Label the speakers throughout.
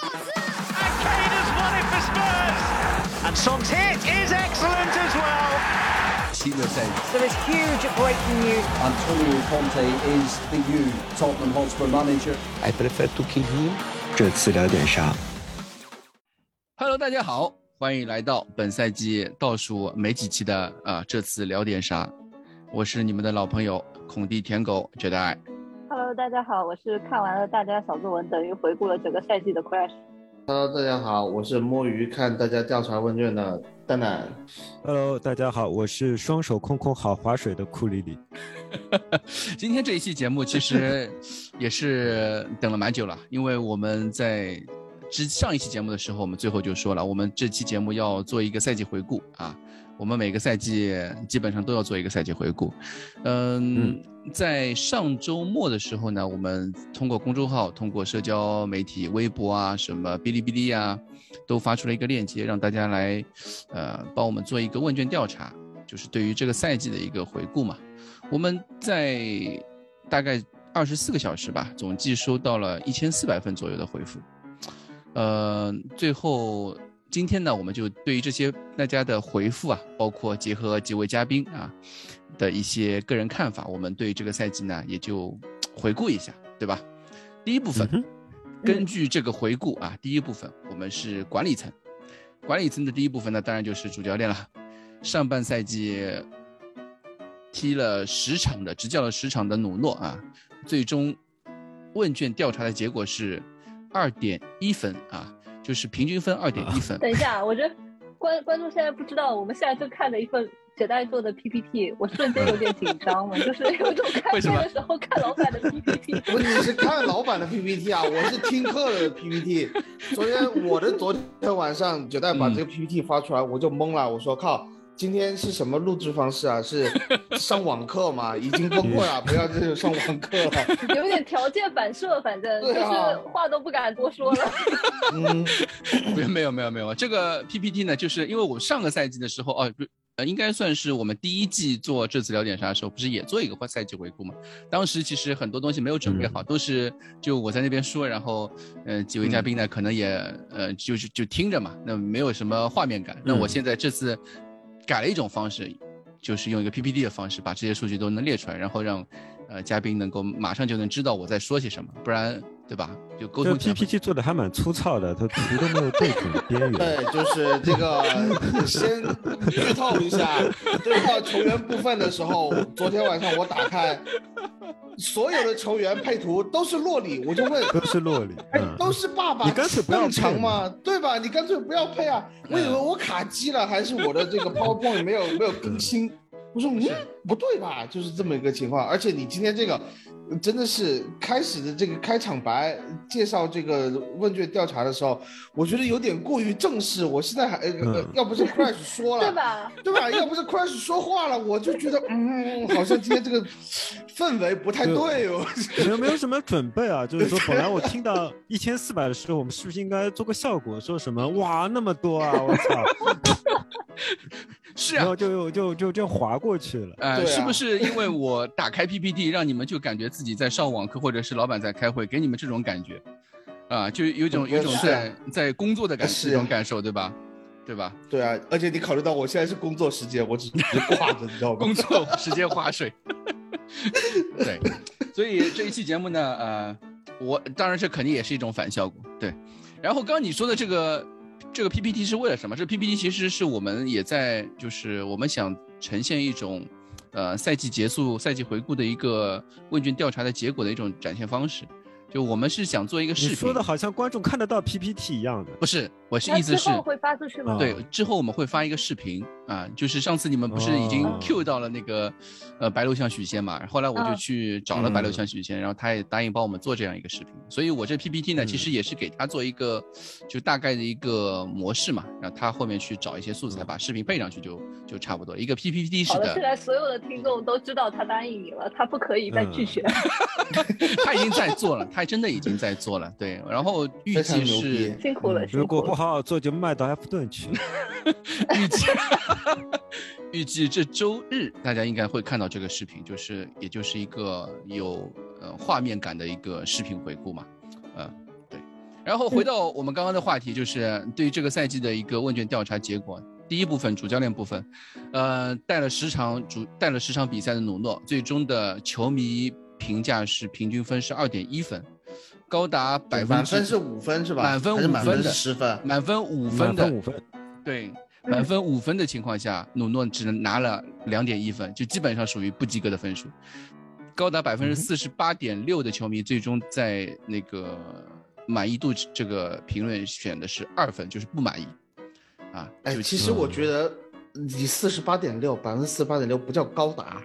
Speaker 1: And Kane has won it for Spurs. And Song's hit is excellent as well.
Speaker 2: There is huge breaking news.
Speaker 3: Antonio Conte is the new Tottenham Hotspur manager.
Speaker 4: I prefer to kill him.
Speaker 5: 这次聊点啥？
Speaker 6: Hello，大家好，欢迎来到本赛季倒数没几期的啊、呃这次聊点啥？我是你们的老朋友孔蒂舔狗觉得爱。
Speaker 7: Hello，大家好，我是看完了大家小作文，等于回顾了整个赛季的 Crash。
Speaker 8: Hello，大家好，我是摸鱼看大家调查问卷的蛋蛋。
Speaker 5: Hello，大家好，我是双手空空好划水的库里里。
Speaker 6: 今天这一期节目其实也是等了蛮久了，因为我们在之上一期节目的时候，我们最后就说了，我们这期节目要做一个赛季回顾啊。我们每个赛季基本上都要做一个赛季回顾，嗯，在上周末的时候呢，我们通过公众号、通过社交媒体、微博啊、什么哔哩哔哩啊，都发出了一个链接，让大家来，呃，帮我们做一个问卷调查，就是对于这个赛季的一个回顾嘛。我们在大概二十四个小时吧，总计收到了一千四百份左右的回复。呃，最后今天呢，我们就对于这些大家的回复啊，包括结合几位嘉宾啊的一些个人看法，我们对这个赛季呢也就回顾一下，对吧？第一部分，根据这个回顾啊，第一部分我们是管理层，管理层的第一部分呢，当然就是主教练了。上半赛季踢了十场的执教了十场的努诺啊，最终问卷调查的结果是二点一分啊，就是平均分二点一分。
Speaker 7: 等一下，我觉得观观众现在不知道，我们现在正看的一份简代做的 PPT，我瞬间有点紧张 了，就是有种
Speaker 6: 为
Speaker 7: 看
Speaker 6: 什
Speaker 7: 片
Speaker 6: 么
Speaker 7: 的时候看老板的 PPT。
Speaker 8: 我只是看老板的 PPT 啊，我是听课的 PPT。昨天我的昨天晚上九代把这个 PPT 发出来，我就懵了，我说靠，今天是什么录制方式啊？是上网课吗？ 已经崩溃了，不要这种上网课 了。
Speaker 7: 有点条件反射，反正就
Speaker 8: 对啊
Speaker 7: 是话都不敢多 说了。
Speaker 8: 嗯，
Speaker 6: 没有没有没有没有，这个 PPT 呢，就是因为我上个赛季的时候，哦，不呃，应该算是我们第一季做这次聊点啥的时候，不是也做一个赛季回顾嘛？当时其实很多东西没有准备
Speaker 5: 嗯
Speaker 6: 好，都是就我在那边说，然后呃几位嘉宾呢、
Speaker 5: 嗯
Speaker 6: 可能也呃就是就听着嘛，那没有什么画面感。那我
Speaker 5: 嗯
Speaker 6: 现在这次改了一种方式，就是用一个 PPT 的方式把这些数据都能列出来，然后让呃嘉宾能够马上就能知道我在说些什么，不然对吧？就沟
Speaker 5: 这
Speaker 6: 通起来会
Speaker 5: PPT 做的还蛮粗糙的，它图都没有对准边缘。
Speaker 8: 对，就是这个，先剧透一下，就是到球员部分的时候，昨天晚上我打开，所有的球员配图都是洛里，我就问，
Speaker 5: 都是洛里，
Speaker 8: 哎
Speaker 5: 嗯，
Speaker 8: 都是爸爸，
Speaker 5: 你干脆不要配嗯
Speaker 8: 正常嘛，对吧？你干脆不要配啊！我以为我卡机了，还是我的 这个 PowerPoint 没有没有更新。我说嗯，不对吧？就是这么一个情况。而且你今天这个呃真的是开始的这个开场白介绍这个问卷调查的时候，我觉得有点过于正式。我现在还、呃呃
Speaker 5: 嗯
Speaker 8: 要不是 Crash 说
Speaker 6: 啊
Speaker 8: 了，
Speaker 7: 对吧？
Speaker 8: 对吧？要不是 Crash 说话了，我就觉得嗯，好像今天这个氛围不太对哦。
Speaker 5: 没有没有什么准备啊，就是说，本来我听到一千四百的时候，我们是不是应该做个效果，说什么哇那么多啊，我操，
Speaker 6: 是啊啊
Speaker 5: 然，后就就就这样划过去了。
Speaker 6: 呃，
Speaker 8: 对啊
Speaker 6: 是不是因为我打开 PPT，让你 们就感觉自己在上网课，或者是老板在开会，给你们这种感觉，啊，就有一种
Speaker 8: 不
Speaker 6: 有一种
Speaker 8: 是
Speaker 6: 在在工作的感
Speaker 8: 是
Speaker 6: 这种感受，对吧？对吧？
Speaker 8: 对啊，而且你考虑到我现在是工作时间，我只是挂着，你 知道 吗？
Speaker 6: 工作时间划水。对，所以这一期节目呢，呃，我当然这肯定也是一种反效果。对，然后刚刚你说的这个这个 PPT 是为了什么？这 PPT 其实是我们也在就是我们想呈现一种。呃，赛季结束、赛季回顾的一个问卷调查的结果的一种展现方式，就我们是想做一个视
Speaker 5: 你
Speaker 6: 频，
Speaker 5: 说的好像观众看得到 PPT 一样的，
Speaker 6: 不是，我是
Speaker 7: 那
Speaker 6: 意思是
Speaker 7: 之后会发出去
Speaker 8: 啊
Speaker 7: 吗？
Speaker 6: 对，之后我们会发一个视频啊，就是上次你们不是已经
Speaker 5: 哦
Speaker 6: Q 到了那个、呃白鹿巷许仙嘛，后来我就
Speaker 7: 嗯
Speaker 6: 去找了白鹿巷许仙，然后他也答应帮我们做这样一个视频，所以我这 PPT 呢，
Speaker 5: 嗯
Speaker 6: 其实也是给他做一个就大概的一个模式嘛，然后他后面去找一些素材，把视频配上去就就差不多，一个 PPT 式
Speaker 7: 好了，现
Speaker 6: 的，
Speaker 7: 在所有的听众都知道他答应你了，他不可以再
Speaker 6: 嗯
Speaker 7: 拒 绝。
Speaker 6: 他已经在做了，他真的已经在做了，对，然后预
Speaker 8: 非常
Speaker 6: 计
Speaker 8: 牛逼
Speaker 6: 是。
Speaker 7: 辛苦了，
Speaker 5: 嗯
Speaker 7: 辛
Speaker 5: 如
Speaker 7: 苦
Speaker 5: 果不
Speaker 7: 了。
Speaker 5: 好好做，就卖到埃弗顿去。
Speaker 6: 预计 预计这周日大家应该会看到这个视频，就是也就是一个有呃画面感的一个视频回顾嘛，呃，对，然后回到我们刚刚的话题，就是对于这个赛季的一个问卷调查结果，第一部分主教练部分，呃，带了十场主带了十场比赛的努诺，最终的球迷评价是平均分是二点一分，高达百分
Speaker 8: 满
Speaker 6: 之
Speaker 8: 分是五分是吧？
Speaker 6: 满分
Speaker 8: 还是满
Speaker 6: 五分
Speaker 8: 分
Speaker 6: 的嗯
Speaker 8: 是十分？
Speaker 6: 满分五分
Speaker 5: 满
Speaker 6: 的
Speaker 5: 分五分，
Speaker 6: 对，
Speaker 8: 嗯
Speaker 6: 满分五分的情况下，努诺只能拿了两点一分，就基本上属于不及格的分数。高达百分之
Speaker 8: 嗯
Speaker 6: 四十八点六的球迷最终在那个满意度这个评论选的是二分，就是不满意。啊，
Speaker 8: 哎，
Speaker 6: 就
Speaker 8: 其实我觉得你四十八点六，百分之四十八点六不叫高达，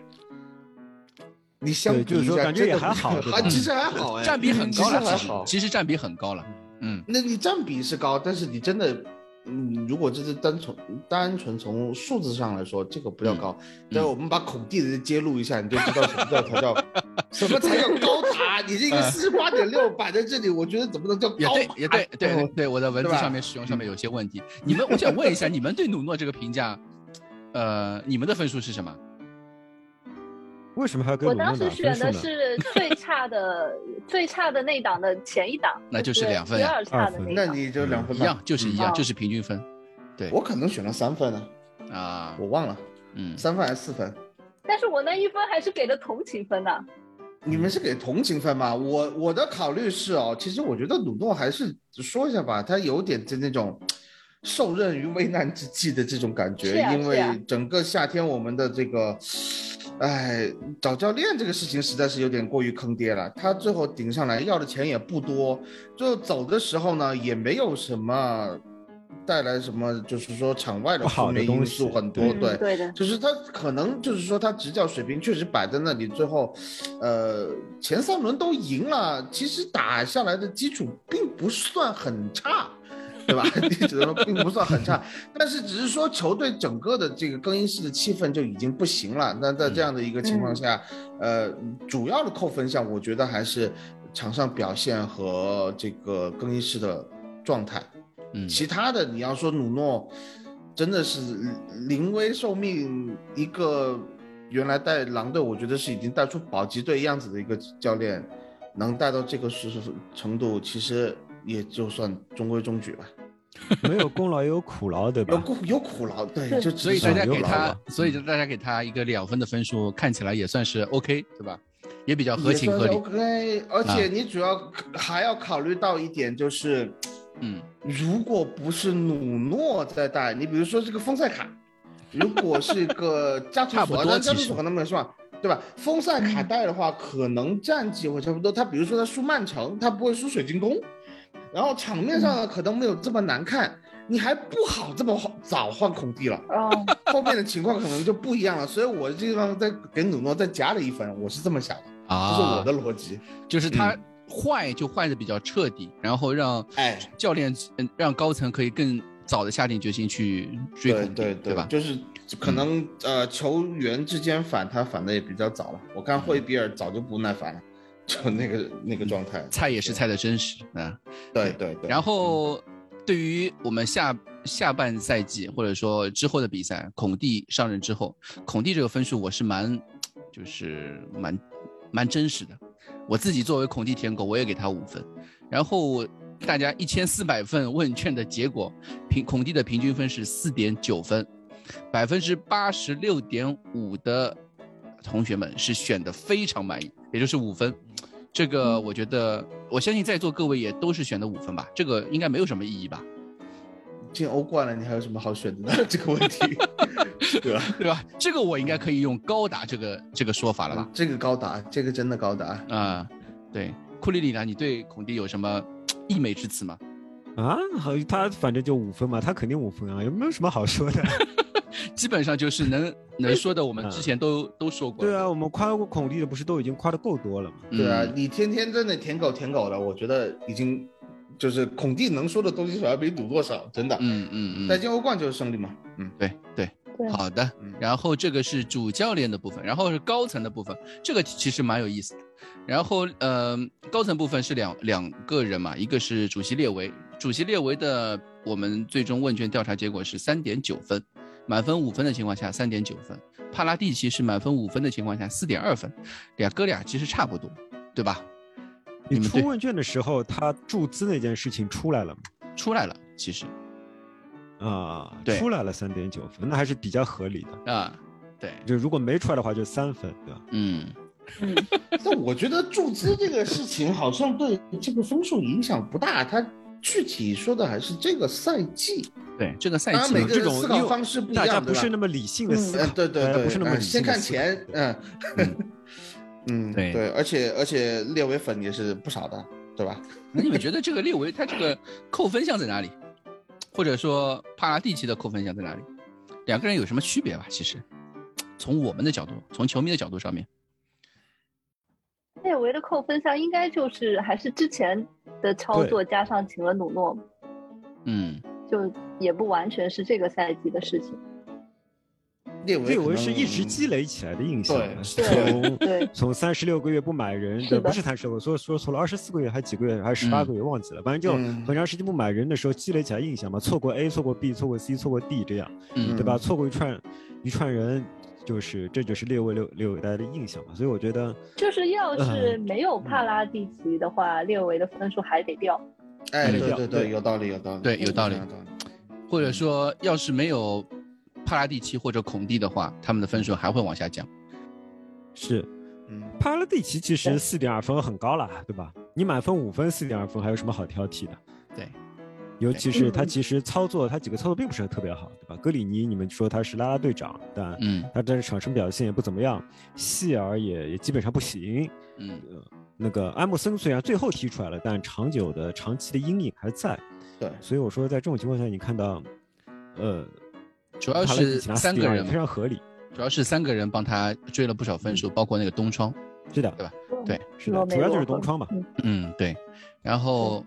Speaker 8: 你相
Speaker 5: 对
Speaker 8: 比
Speaker 5: 就是
Speaker 8: 一
Speaker 5: 说
Speaker 8: 下，
Speaker 5: 感觉也
Speaker 8: 真的
Speaker 5: 还好
Speaker 8: 不
Speaker 5: 对
Speaker 8: 还
Speaker 5: 吧
Speaker 8: 其实还好
Speaker 6: 嗯
Speaker 8: 哎，
Speaker 6: 占比很高
Speaker 8: 其实
Speaker 6: 了，其
Speaker 8: 还
Speaker 6: 实
Speaker 8: 好。
Speaker 6: 其实占比很高了。嗯，
Speaker 8: 那你占比是高，但是你真的，嗯，如果这是单纯单纯从数字上来说，这个
Speaker 6: 嗯
Speaker 8: 不叫高。但我们把孔蒂的揭露一下，你就知道什么叫才叫什么才叫高达。你这个四十八点六摆在这里，我觉得怎么能叫
Speaker 6: 嗯也
Speaker 8: 高
Speaker 6: 对
Speaker 8: 达？，
Speaker 6: 也对，对对对，我的文字
Speaker 8: 对吧嗯
Speaker 6: 上面使用上面有些问题。你们，我想问一下，你们对努诺这个评价，呃，你们的分数是什么？
Speaker 5: 为什么还要跟
Speaker 7: 我
Speaker 5: 鲁
Speaker 7: 当
Speaker 5: 诺
Speaker 7: 时
Speaker 5: 打
Speaker 7: 选
Speaker 5: 分数
Speaker 7: 的
Speaker 5: 呢？
Speaker 7: 是 最差的最差的那档的前一档，
Speaker 6: 那就是
Speaker 7: 是
Speaker 6: 两分
Speaker 7: 第
Speaker 6: 呀
Speaker 7: 二差的一
Speaker 8: 那
Speaker 7: 档。
Speaker 8: 你就两分
Speaker 6: 一
Speaker 8: 半
Speaker 6: 样，就是
Speaker 8: 啊
Speaker 6: 一样，
Speaker 7: 嗯
Speaker 6: 就是平均分
Speaker 8: 我可能选了三分啊，
Speaker 6: 啊
Speaker 8: 我。忘了
Speaker 6: 嗯，
Speaker 8: 三分还是四分。
Speaker 7: 但是我那一分还是给的同情分的，
Speaker 8: 你们是给同情分吗？我我的考虑是哦，其实我觉得鲁诺还是说一下吧，他有点这那种受任于危难之际的这种感
Speaker 7: 是
Speaker 8: 觉，
Speaker 7: 啊
Speaker 8: 因
Speaker 7: 是啊
Speaker 8: 为整个夏天我们的这个，哎，找教练这个事情实在是有点过于坑爹了。他最后顶上来要的钱也不多，最后走的时候呢，也没有什么带来什么，就是说场外的
Speaker 5: 不好
Speaker 8: 负
Speaker 5: 的
Speaker 8: 面因
Speaker 5: 东西
Speaker 8: 素很多，
Speaker 7: 嗯，对的，
Speaker 8: 就是他可能就是说他执教水平确实摆在那里，最后，呃，前三轮都赢了，其实打下来的基础并不算很差，对吧？ 你只能说并不算很差，但是只是说球队整个的这个更衣室的气氛就已经不行了。那在这样的一个情况下，呃，主要的扣分项，我觉得还是场上表现和这个更衣室的状态。
Speaker 6: 嗯
Speaker 8: 其他的你要说努诺，真的是临危受命，一个原来带狼队，我觉得是已经带出保级队样子的一个教练，能带到这个时程度，其实也就算中规中矩吧。
Speaker 5: 没有功劳也有苦劳，对
Speaker 8: 有
Speaker 5: 吧？
Speaker 8: 苦有苦劳，对，就只
Speaker 6: 所以
Speaker 8: 是
Speaker 6: 大家
Speaker 5: 有
Speaker 6: 给
Speaker 5: 劳
Speaker 6: 他
Speaker 5: 吧，
Speaker 6: 所以
Speaker 8: 嗯
Speaker 6: 就大家给他一个两分的分数，看起来也算是 OK，对吧？也比较合
Speaker 8: 也
Speaker 6: 情
Speaker 8: 算
Speaker 6: 合
Speaker 8: 是
Speaker 6: 理。
Speaker 8: OK，而且你主要还要考虑到一点就是，
Speaker 6: 嗯，
Speaker 8: 如果不是努诺在带，你比如说这个丰塞卡， 如果是个加图
Speaker 6: 差不
Speaker 8: 索，
Speaker 6: 多
Speaker 8: 但加
Speaker 6: 其
Speaker 8: 图
Speaker 6: 实
Speaker 8: 索可能没有希望，对吧？丰塞卡带的话，可能战绩会差不多。他比如说他输曼城，他不会输水晶宫，然后场面上呢可能没有这么难看，你还不好这么早换孔蒂了。
Speaker 7: 哦，
Speaker 8: 后面的情况可能就不一样了，所以我这地方再给努诺再加了一分，我是这么想的，这
Speaker 6: 啊，
Speaker 8: 是我的逻辑。
Speaker 6: 就是他坏就坏的比较彻底，然后让
Speaker 8: 哎
Speaker 6: 教练，嗯，让高层可以更早的下定决心去追
Speaker 8: 对
Speaker 6: 捧，
Speaker 8: 对
Speaker 6: 对吧？嗯
Speaker 8: 就是可能、呃球员之间反他反的也比较早了，我
Speaker 6: 嗯
Speaker 8: 看惠比尔早就不耐烦了，就那个那个状态。
Speaker 6: 菜也是菜的真实啊。
Speaker 8: 对对
Speaker 6: 嗯
Speaker 8: 对。
Speaker 6: 然
Speaker 8: 后
Speaker 6: 后，对于我们下下半赛季或者说之后的比赛，孔蒂上任之后，孔蒂这个分数我是蛮，就是蛮蛮真实的。我自己作为孔蒂舔狗，我也给他五分。然后大家一千四百份问卷的结果，平孔蒂的平均分是四点九分，百分之八十六点五的同学们是选的非常满意，也就是五分。这个我觉得，我相信在座各位也都是选的五分吧，这个应该没有什么意义吧，
Speaker 8: 嗯进欧冠了，你还有什么好选择的？ 这个问题，对吧？
Speaker 6: 对吧？这个我应该可以用高达这个这个说法了吧？
Speaker 8: 这个高达，这个真的高达。
Speaker 6: 啊、对，库里里呢？你对孔蒂有什么溢美之词吗？
Speaker 5: 啊，好，他反正就五分嘛，他肯定五分啊，也没有什么好说的。
Speaker 6: 基本上就是能能说的，我们之前都、都说过了。
Speaker 5: 对啊，我们夸过孔蒂的不是都已经夸的够多了吗？
Speaker 6: 嗯，
Speaker 8: 对啊，你天天在那舔狗舔狗的，我觉得已经就是孔蒂能说的东西少，要比鲁多少，真的。
Speaker 6: 嗯嗯
Speaker 8: 再
Speaker 6: 嗯，
Speaker 8: 进欧冠就是胜利嘛。嗯，
Speaker 6: 对对。
Speaker 7: 对
Speaker 6: 好的
Speaker 8: 嗯，
Speaker 6: 然后这个是主教练的部分，然后是高层的部分，这个其实蛮有意思的。然后，呃，高层部分是两两个人嘛，一个是主席列维，主席列维的我们最终问卷调查结果是三点九分，满分五分的情况下三点九分，帕拉蒂奇是满分五分的情况下四点二分，两哥俩其实差不多，对吧？
Speaker 5: 你
Speaker 6: 你们
Speaker 5: 出
Speaker 6: 对
Speaker 5: 问卷的时候，他注资那件事情出来了吗？
Speaker 6: 出来了，其实
Speaker 5: 啊，
Speaker 6: 对
Speaker 5: 出来了三点九分，那还是比较合理的。
Speaker 6: 啊，对，
Speaker 5: 就如果没出来的话，就三分，对吧？
Speaker 6: 嗯，
Speaker 7: 嗯，
Speaker 8: 但我觉得注资这个事情好像对这个分数影响不大，它具体说的还是这个赛季，
Speaker 6: 对，这个赛
Speaker 8: 当然
Speaker 6: 季
Speaker 8: 每
Speaker 5: 有
Speaker 8: 个
Speaker 5: 这
Speaker 8: 人
Speaker 5: 种
Speaker 8: 思
Speaker 5: 因
Speaker 8: 考
Speaker 5: 为
Speaker 8: 方式不一
Speaker 5: 大家
Speaker 8: 样，
Speaker 5: 不
Speaker 8: 对吧
Speaker 5: 是那么理性的思
Speaker 8: 嗯
Speaker 5: 考，
Speaker 8: 对对
Speaker 5: 大家
Speaker 8: 对，
Speaker 5: 不是那么
Speaker 8: 嗯
Speaker 5: 理性
Speaker 8: 先
Speaker 5: 地
Speaker 8: 看
Speaker 5: 思考
Speaker 8: 钱，嗯
Speaker 6: 嗯
Speaker 8: 嗯，
Speaker 6: 对
Speaker 8: 对，而且而且列维粉也是不少的，对吧？
Speaker 6: 那你们觉得这个列维他这个扣分项在哪里？或者说帕拉蒂奇的扣分项在哪里？两个人有什么区别吧？其实，从我们的角度，从球迷的角度上面，
Speaker 7: 内维的扣分项应该就是还是之前的操作加上请了努诺，
Speaker 6: 嗯，
Speaker 7: 就也不完全是这个赛季的事情。
Speaker 8: 列维
Speaker 5: 列维
Speaker 8: 可
Speaker 5: 是一直
Speaker 8: 能
Speaker 5: 积累起来的印象啊
Speaker 8: 对，
Speaker 5: 是
Speaker 7: 对
Speaker 5: 从
Speaker 7: 对
Speaker 5: 从三十六个月不买人，
Speaker 7: 是
Speaker 5: 对，
Speaker 7: 的
Speaker 5: 不是三十六，我说说错了，二十四个月还是几个月，还是十
Speaker 6: 嗯
Speaker 5: 八个月忘记了，反正就
Speaker 8: 嗯
Speaker 5: 很长时间不买人的时候积累起来印象嘛，错过 A，错过 B，错过 C，错过 D 这样，
Speaker 6: 嗯
Speaker 5: 对吧？错过一串一串人，就是这就是列位六六大家的印象嘛，所以我觉得
Speaker 7: 就是要
Speaker 5: 嗯
Speaker 7: 是没有帕拉蒂奇的话，列维的分数还得掉。
Speaker 8: 哎，对
Speaker 5: 比较
Speaker 8: 对对，
Speaker 5: 对
Speaker 8: 有道理，有道理，
Speaker 6: 对有道理
Speaker 8: 有道理。
Speaker 6: 或者说要是没有帕拉蒂奇或者孔蒂的话，他们的分数还会往下降。
Speaker 5: 是
Speaker 8: 嗯，
Speaker 5: 帕拉蒂奇其实
Speaker 7: 对
Speaker 5: 四点二分很高了，对吧？你满分五分，四点二分还有什么好挑剔的？
Speaker 6: 对，
Speaker 5: 尤其是他
Speaker 7: 嗯
Speaker 5: 其实操作，他几个操作并不是特别好，对吧？格里尼，你们说他是拉拉队长，但
Speaker 6: 嗯
Speaker 5: 他但是场上表现也不怎么样，希尔也也基本上不行。
Speaker 6: 嗯
Speaker 5: 那个埃默森虽然最后踢出来了，但长久的长期的阴影还在。
Speaker 8: 对，
Speaker 5: 所以我说，在这种情况下，你看到，呃，
Speaker 6: 主要
Speaker 5: 帕拉
Speaker 6: 是
Speaker 5: 蒂奇拿
Speaker 6: 三个
Speaker 5: 4.2
Speaker 6: 人嘛
Speaker 5: 也啊非常合理。
Speaker 6: 主要是三个人帮他追了不少分数，包括那个东窗。
Speaker 5: 是的，
Speaker 6: 对
Speaker 5: 是
Speaker 7: 罗
Speaker 5: 的，
Speaker 7: 梅
Speaker 5: 主要就
Speaker 7: 洛
Speaker 5: 是东
Speaker 7: 和
Speaker 5: 窗嘛。
Speaker 7: 嗯
Speaker 6: 嗯，对。然后，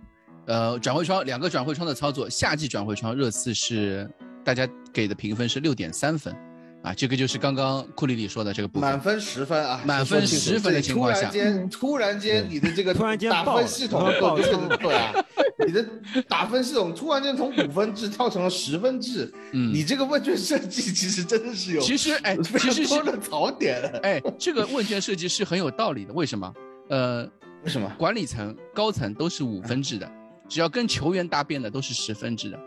Speaker 6: 呃，转会窗两个转会窗的操作，夏季转会窗热刺是大家给的评分是六点三分，啊，这个就是刚刚库里里说的这个部
Speaker 8: 满
Speaker 6: 分。
Speaker 8: 分十分啊，
Speaker 6: 满分10分的情况下
Speaker 8: 突然间，突然间，
Speaker 5: 对
Speaker 8: 你的这个
Speaker 5: 嗯突然间
Speaker 8: 打
Speaker 5: 爆
Speaker 8: 分
Speaker 5: 了
Speaker 8: 系统
Speaker 5: 然后爆
Speaker 8: 对
Speaker 5: 冲
Speaker 8: 对啊，你的打分系统突然间从五分制跳成了十分制，
Speaker 6: 嗯，
Speaker 8: 你这个问卷设计其实真的是有
Speaker 6: 其实哎，其
Speaker 8: 非常
Speaker 6: 实是
Speaker 8: 多的槽点啊的，
Speaker 6: 哎，这个问卷设计是很有道理的。为什么？呃，
Speaker 8: 为什么？
Speaker 6: 管理层、高层都是五分制的，只要跟球员搭边的都是十分制的，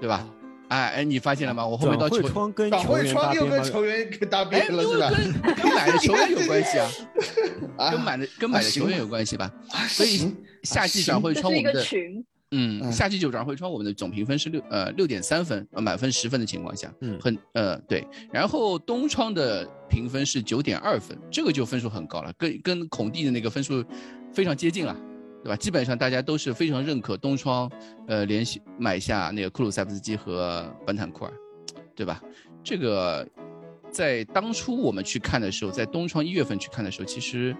Speaker 6: 对吧？哎哎，你发现了吗？我后面
Speaker 5: 转
Speaker 6: 到
Speaker 5: 会
Speaker 6: 球
Speaker 5: 窗跟
Speaker 8: 转
Speaker 5: 球
Speaker 8: 会
Speaker 5: 员搭
Speaker 8: 窗又
Speaker 5: 边
Speaker 8: 跟
Speaker 5: 嘛
Speaker 8: 球员给搭
Speaker 6: 哎，
Speaker 8: 边
Speaker 6: 因
Speaker 8: 了是
Speaker 6: 为
Speaker 8: 吧？
Speaker 6: 跟跟买的球员有关系啊，
Speaker 8: 啊
Speaker 6: 跟买的跟买的球员有关系吧。
Speaker 8: 啊
Speaker 6: 所以
Speaker 8: 行
Speaker 6: 夏季转会
Speaker 7: 这
Speaker 6: 窗
Speaker 7: 是
Speaker 6: 我
Speaker 7: 一
Speaker 6: 们
Speaker 7: 个
Speaker 6: 的
Speaker 7: 群，
Speaker 6: 嗯，
Speaker 8: 嗯
Speaker 6: 夏季九转会窗我们的总评分是六呃六点三分，呃满分十分的情况下，
Speaker 5: 嗯
Speaker 6: 很呃对。然后东窗的评分是九点二分，这个就分数很高了，跟跟孔蒂的那个分数非常接近了。对吧？基本上大家都是非常认可东窗，呃，连续买下那个库鲁塞夫斯基和本坦库尔，对吧？这个在当初我们去看的时候，在东窗一月份去看的时候，其实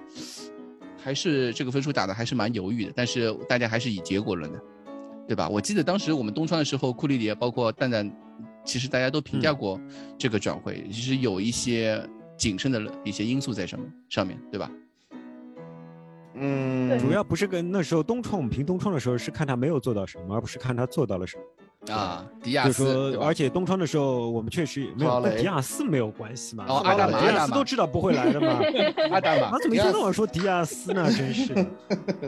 Speaker 6: 还是这个分数打的还是蛮犹豫的，但是大家还是以结果论的，对吧？我记得当时我们东窗的时候，库里里包括蛋蛋，其实大家都评价过这个转会，其实有一些谨慎的一些因素在上面上面对吧？
Speaker 8: 嗯，
Speaker 5: 主要不是跟那时候东窗，我们评东窗的时候是看他没有做到什么，而不是看他做到了什么。
Speaker 6: 啊，迪亚
Speaker 5: 就
Speaker 6: 斯，对
Speaker 5: 说，
Speaker 6: 吧
Speaker 5: 而且东窗的时候，我们确实没
Speaker 8: 抓
Speaker 5: 有
Speaker 8: 雷
Speaker 5: 跟迪亚斯没有关系嘛。
Speaker 6: 哦
Speaker 5: 是吧
Speaker 6: 阿达玛
Speaker 5: 迪
Speaker 6: 阿达
Speaker 5: 亚斯
Speaker 6: 玛
Speaker 5: 都知道不会来的嘛。
Speaker 6: 阿达玛
Speaker 5: 啊，怎么一天到晚说迪亚斯呢？真是的。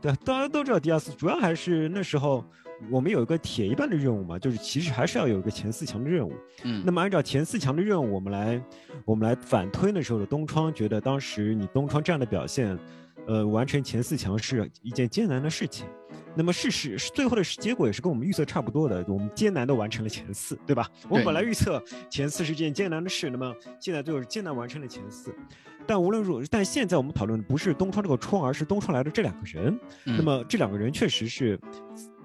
Speaker 5: 对，大家都知道迪亚斯，主要还是那时候我们有一个铁一般的任务嘛，就是其实还是要有一个前四强的任务。
Speaker 6: 嗯，
Speaker 5: 那么按照前四强的任务，我们来我们来反推那时候的东窗，觉得当时你东窗这样的表现，呃，完成前四强是一件艰难的事情。那么事实是最后的结果也是跟我们预测差不多的，我们艰难的完成了前四，对吧？我们本来预测前四是件艰难的事，那么现在最后是艰难完成了前四。但无论如，但现在我们讨论的不是东窗这个窗，而是东窗来的这两个人。
Speaker 6: 嗯
Speaker 5: 那么这两个人确实是，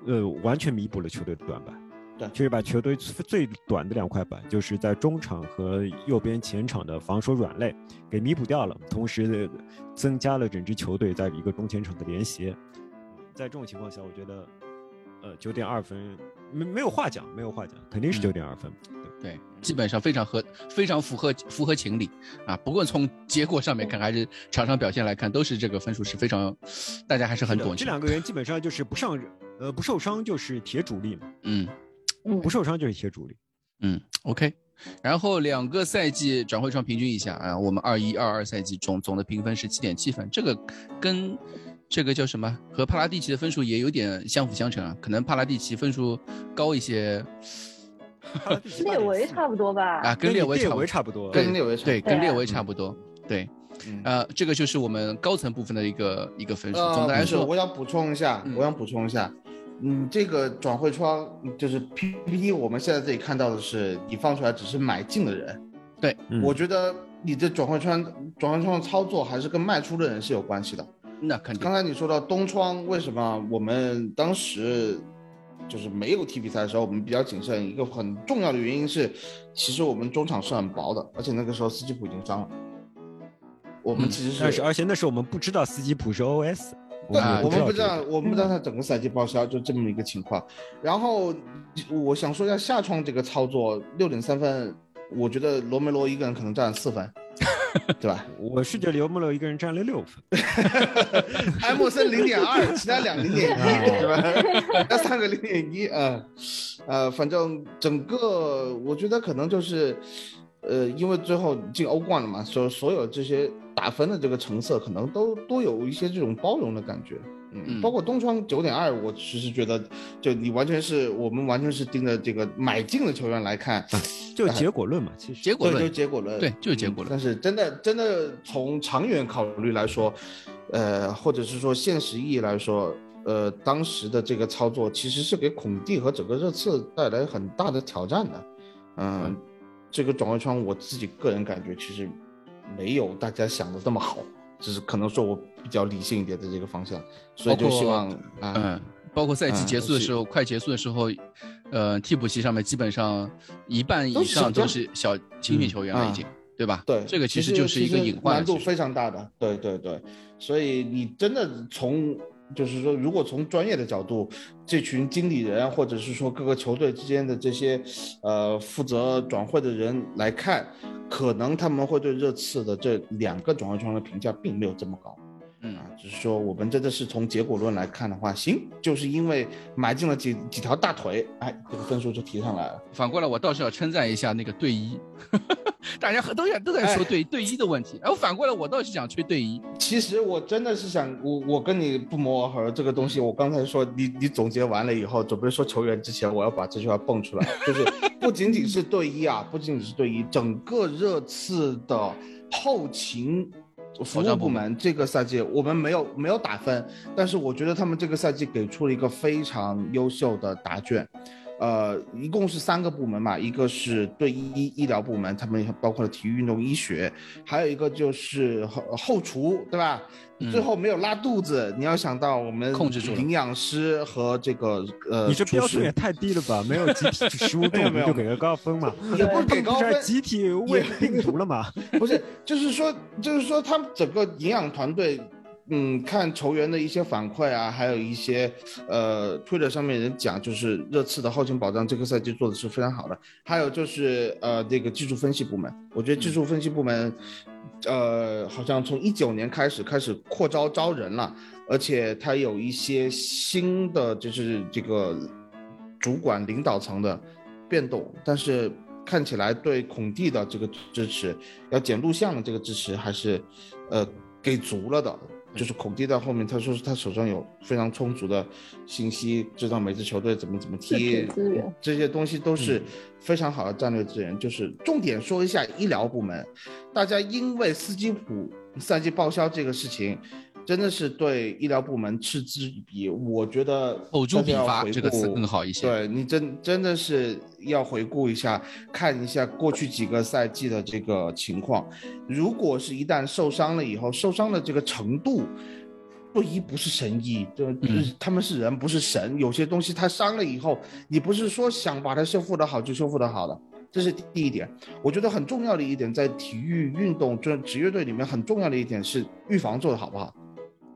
Speaker 5: 呃，完全弥补了球队的短板。
Speaker 8: 对
Speaker 5: 就是把球队最短的两块板，就是在中场和右边前场的防守软肋给弥补掉了，同时增加了整支球队在一个中前场的联携。在这种情况下，我觉得，呃，九点二分没没有话讲，没有话讲，肯定是九
Speaker 6: 嗯
Speaker 5: 点二分。
Speaker 6: 对，基本上非常合，非常符合符合情理啊。不过从结果上面看，还是场上表现来看，都是这个分数是非常，大家还是很
Speaker 5: 是的
Speaker 6: 懂
Speaker 5: 这
Speaker 6: 情。
Speaker 5: 两个人基本上就是不上，呃，不受伤就是铁主力嘛，
Speaker 6: 嗯
Speaker 7: 嗯
Speaker 5: 不，受伤就是铁主力。
Speaker 6: 嗯，OK。然后两个赛季转会窗平均一下啊，我们二一二二赛季总总的评分是七点七分，这个跟这个叫什么？和帕拉蒂奇的分数也有点相辅相成啊，可能帕拉蒂奇分数高一些
Speaker 7: 嗯列维差不多吧？
Speaker 6: 啊，跟
Speaker 5: 列
Speaker 6: 列维差不多
Speaker 5: 差不多。
Speaker 6: 对
Speaker 8: 跟列维差不
Speaker 6: 对，
Speaker 8: 多
Speaker 6: 跟
Speaker 7: 对
Speaker 6: 列
Speaker 7: 啊
Speaker 6: 维差不多。对，
Speaker 8: 嗯
Speaker 6: 呃，这个就是我们高层部分的一个一个分数。总的来
Speaker 8: 呃不是
Speaker 6: 说，
Speaker 8: 我想补充一下，
Speaker 6: 嗯
Speaker 8: 我想补充一下，嗯，这个转会窗就是 PPT，我们现在这里看到的是你放出来只是买进的人，
Speaker 5: 嗯
Speaker 8: 我觉得你这转会窗转会窗的操作还是跟卖出的人是有关系的。
Speaker 6: 那肯定
Speaker 8: 刚才你说到东窗，为什么我们当时就是没有踢比赛的时候，我们比较谨慎？一个很重要的原因是，其实我们中场是很薄的，而且那个时候斯基普已经伤了，我们
Speaker 6: 嗯
Speaker 8: 其实是、
Speaker 5: 但是而且那时候我们不知道斯基普是 OS，
Speaker 8: 对，
Speaker 6: 啊
Speaker 8: 我们不知
Speaker 5: 这个
Speaker 8: 道，我们不知道他整个赛季报销就这么一个情况。然后我想说一下下窗这个操作，六点三分，我觉得罗梅罗一个人可能占四分，对吧？
Speaker 5: 我是觉得刘梦楼一个人占了六分，
Speaker 8: 埃默 森零点二，其他两零点一，对吧？那三个零点一，嗯，呃，反正整个我觉得可能就是，呃，因为最后进欧冠了嘛，所所有这些打分的这个成色，可能都都有一些这种包容的感觉。嗯，
Speaker 6: 嗯
Speaker 8: 包括东窗九点二，我其实觉得，就你完全是我们完全是盯着这个买进的球员来看，哎
Speaker 5: 就结果论嘛，其实
Speaker 6: 结果
Speaker 8: 对，就
Speaker 6: 论
Speaker 8: 是结果论，
Speaker 6: 对就是结果论
Speaker 8: 嗯但是真的真的从长远考虑来说，呃，或者是说现实意义来说，呃，当时的这个操作其实是给孔蒂和整个热刺带来很大的挑战的。嗯，这个转会窗我自己个人感觉其实没有大家想的那么好，只是可能说我比较理性一点的这个方向，所以就
Speaker 6: 包括
Speaker 8: 希望啊。
Speaker 6: 嗯，包括赛季
Speaker 8: 嗯
Speaker 6: 结束的时候，快结束的时候，呃，替补席上面基本上一半以
Speaker 8: 都是小
Speaker 6: 上都
Speaker 8: 将
Speaker 6: 是小青训球员了，
Speaker 8: 嗯
Speaker 6: 已经，对吧？
Speaker 8: 对，
Speaker 6: 这个其实就是一个隐患了。
Speaker 8: 难度
Speaker 6: 其实
Speaker 8: 非常大的。对对对，所以你真的从就是说，如果从专业的角度，这群经理人啊或者是说各个球队之间的这些呃负责转会的人来看，可能他们会对热刺的这两个转会窗的评价并没有这么高。
Speaker 6: 嗯
Speaker 8: 啊，就是说我们真的是从结果论来看的话，行，就是因为买进了几几条大腿，哎，这个分数就提上来了。
Speaker 6: 反过来，我倒是要称赞一下那个队医， 大家都在都
Speaker 8: 哎
Speaker 6: 在说队队医的问题，然后反过来，我倒是想吹队医。
Speaker 8: 其实我真的是想，我我跟你不谋而合这个东西，我刚才说你你总结完了以后，准备说球员之前，我要把这句话蹦出来， 就是不仅仅是队医啊，不仅仅是队医，整个热刺的后勤服务部门这个赛季我们没有没有打分，但是我觉得他们这个赛季给出了一个非常优秀的答卷。呃，一共是三个部门嘛，一个是队医医疗部门，他们包括了体育运动医学，还有一个就是后后厨，对吧？
Speaker 6: 嗯
Speaker 8: 最后没有拉肚子，你要想到我们
Speaker 6: 控制住了
Speaker 8: 营养师和这个呃，
Speaker 5: 你这
Speaker 8: 厨
Speaker 5: 标
Speaker 8: 师
Speaker 5: 准也太低了吧？没有集 体食物
Speaker 8: 没
Speaker 5: 中
Speaker 8: 有
Speaker 5: 毒
Speaker 8: 没有
Speaker 5: 就给个高分嘛？
Speaker 8: 也不是给
Speaker 5: 他们
Speaker 8: 高
Speaker 5: 不是
Speaker 8: 分，
Speaker 5: 集体胃病毒了嘛？
Speaker 8: 不是，就是说，就是说，他们整个营养团队，嗯，看球员的一些反馈啊，还有一些呃，推特上面人讲，就是热刺的后勤保障这个赛季做的是非常好的。还有就是呃，这个技术分析部门，我觉得技术分析部门，呃，好像从一九年开始开始扩招招人了，而且它有一些新的，就是这个主管领导层的变动，但是看起来对孔蒂的这个支持，要剪录像的这个支持还是，呃，给足了的。就是孔蒂在后面，他说是他手上有非常充足的信息，知道每支球队怎么怎么踢
Speaker 7: 是资源，
Speaker 8: 这些东西都是非常好的战略资源。就是重点说一下医疗部门，大家因为斯基普赛季报销这个事情，真的是对医疗部门嗤之以鼻。我觉得
Speaker 6: 偶诛
Speaker 8: 大家
Speaker 6: 必
Speaker 8: 要
Speaker 6: 伐
Speaker 8: 回
Speaker 6: 这个词
Speaker 8: 顾
Speaker 6: 更好一些。
Speaker 8: 对你真真的是要回顾一下，看一下过去几个赛季的这个情况。如果是一旦受伤了以后，受伤的这个程度，队医不是神医，就
Speaker 6: 嗯
Speaker 8: 就是他们是人不是神，有些东西他伤了以后，你不是说想把它修复的好就修复的好的。这是第一点，我觉得很重要的一点，在体育运动这职业队里面很重要的一点是预防做得好不好。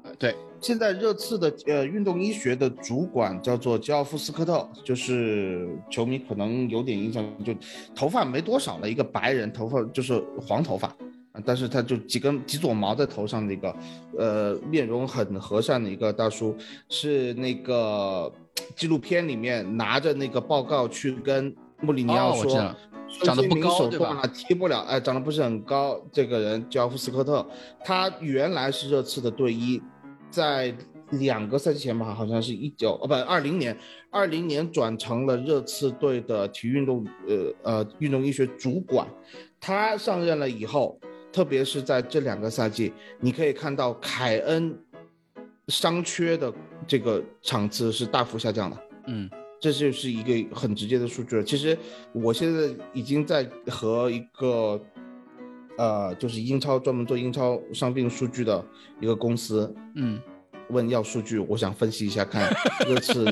Speaker 6: 呃对，
Speaker 8: 现在热刺的呃运动医学的主管叫做吉奥夫斯科特，就是球迷可能有点印象，就头发没多少了，一个白人，头发就是黄头发，啊但是他就几根几撮毛在头上的一个，呃，面容很和善的一个大叔，是那个纪录片里面拿着那个报告去跟穆里尼奥
Speaker 6: 哦，我知
Speaker 8: 说。
Speaker 6: 道了，长得不高
Speaker 8: 手
Speaker 6: 对
Speaker 8: 断
Speaker 6: 吧
Speaker 8: 了，踢不了，哎，长得不是很高。这个人叫福斯科特，他原来是热刺的队医，在两个赛季前吧，好像是一九哦不二零年，二零年转成了热刺队的体育运动呃呃运动医学主管。他上任了以后，特别是在这两个赛季，你可以看到凯恩伤缺的这个场次是大幅下降的。
Speaker 6: 嗯
Speaker 8: 这就是一个很直接的数据了。其实我现在已经在和一个，呃，就是英超专门做英超伤病数据的一个公司
Speaker 6: 嗯，
Speaker 8: 问要数据，我想分析一下看热刺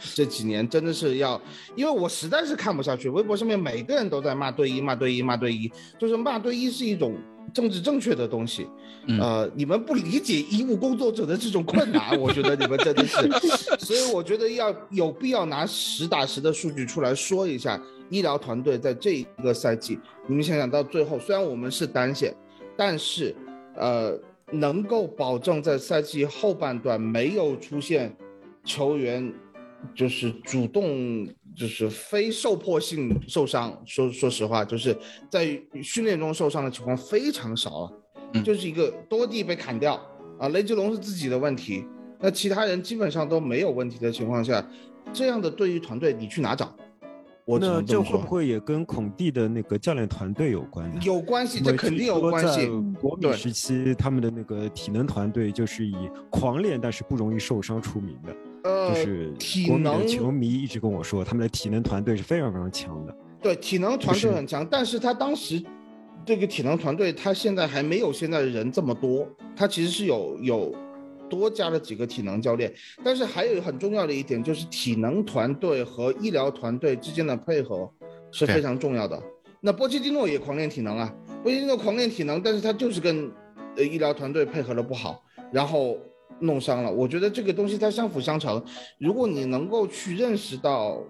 Speaker 8: 这几年真的是要，因为我实在是看不下去，微博上面每个人都在骂对一，骂对一，骂对一，就是骂对一是一种政治正确的东西，
Speaker 6: 嗯
Speaker 8: 呃，你们不理解医务工作者的这种困难，我觉得你们真的是，所以我觉得要有必要拿实打实的数据出来说一下，医疗团队在这一个赛季，你们想想到最后，虽然我们是单线，但是呃，能够保证在赛季后半段没有出现球员就是主动就是非受迫性受伤，说说实话，就是在训练中受伤的情况非常少了。就是一个多地被砍掉啊，雷吉隆是自己的问题，那其他人基本上都没有问题的情况下，这样的队医团队你去哪找？ 我只
Speaker 5: 那
Speaker 8: 能这
Speaker 5: 这
Speaker 8: 么
Speaker 5: 会不
Speaker 8: 说，
Speaker 5: 会也跟孔蒂的那个教练团队有关呢？
Speaker 8: 有关系，
Speaker 5: 因
Speaker 8: 这
Speaker 5: 为
Speaker 8: 肯
Speaker 5: 据
Speaker 8: 定有
Speaker 5: 说
Speaker 8: 关
Speaker 5: 在
Speaker 8: 系。嗯
Speaker 5: 国米
Speaker 8: 对
Speaker 5: 时期，他们的那个体能团队就是以狂练但是不容易受伤出名的，
Speaker 8: 呃，
Speaker 5: 就是
Speaker 8: 体
Speaker 5: 国米的
Speaker 8: 能
Speaker 5: 球迷一直跟我说，他们的体能团队是非常非常强的。
Speaker 8: 对，体能团
Speaker 5: 是
Speaker 8: 队很强，但是他当时这个体能团队，他现在还没有现在人这么多，他其实是有有多加了几个体能教练，但是还有很重要的一点就是体能团队和医疗团队之间的配合是
Speaker 6: 对
Speaker 8: 非常重要的。那波切蒂诺也狂练体能啊，波切蒂诺狂练体能，但是他就是跟呃医疗团队配合的不好，然后弄伤了。我觉得这个东西它相辅相成，如果你能够去认识到，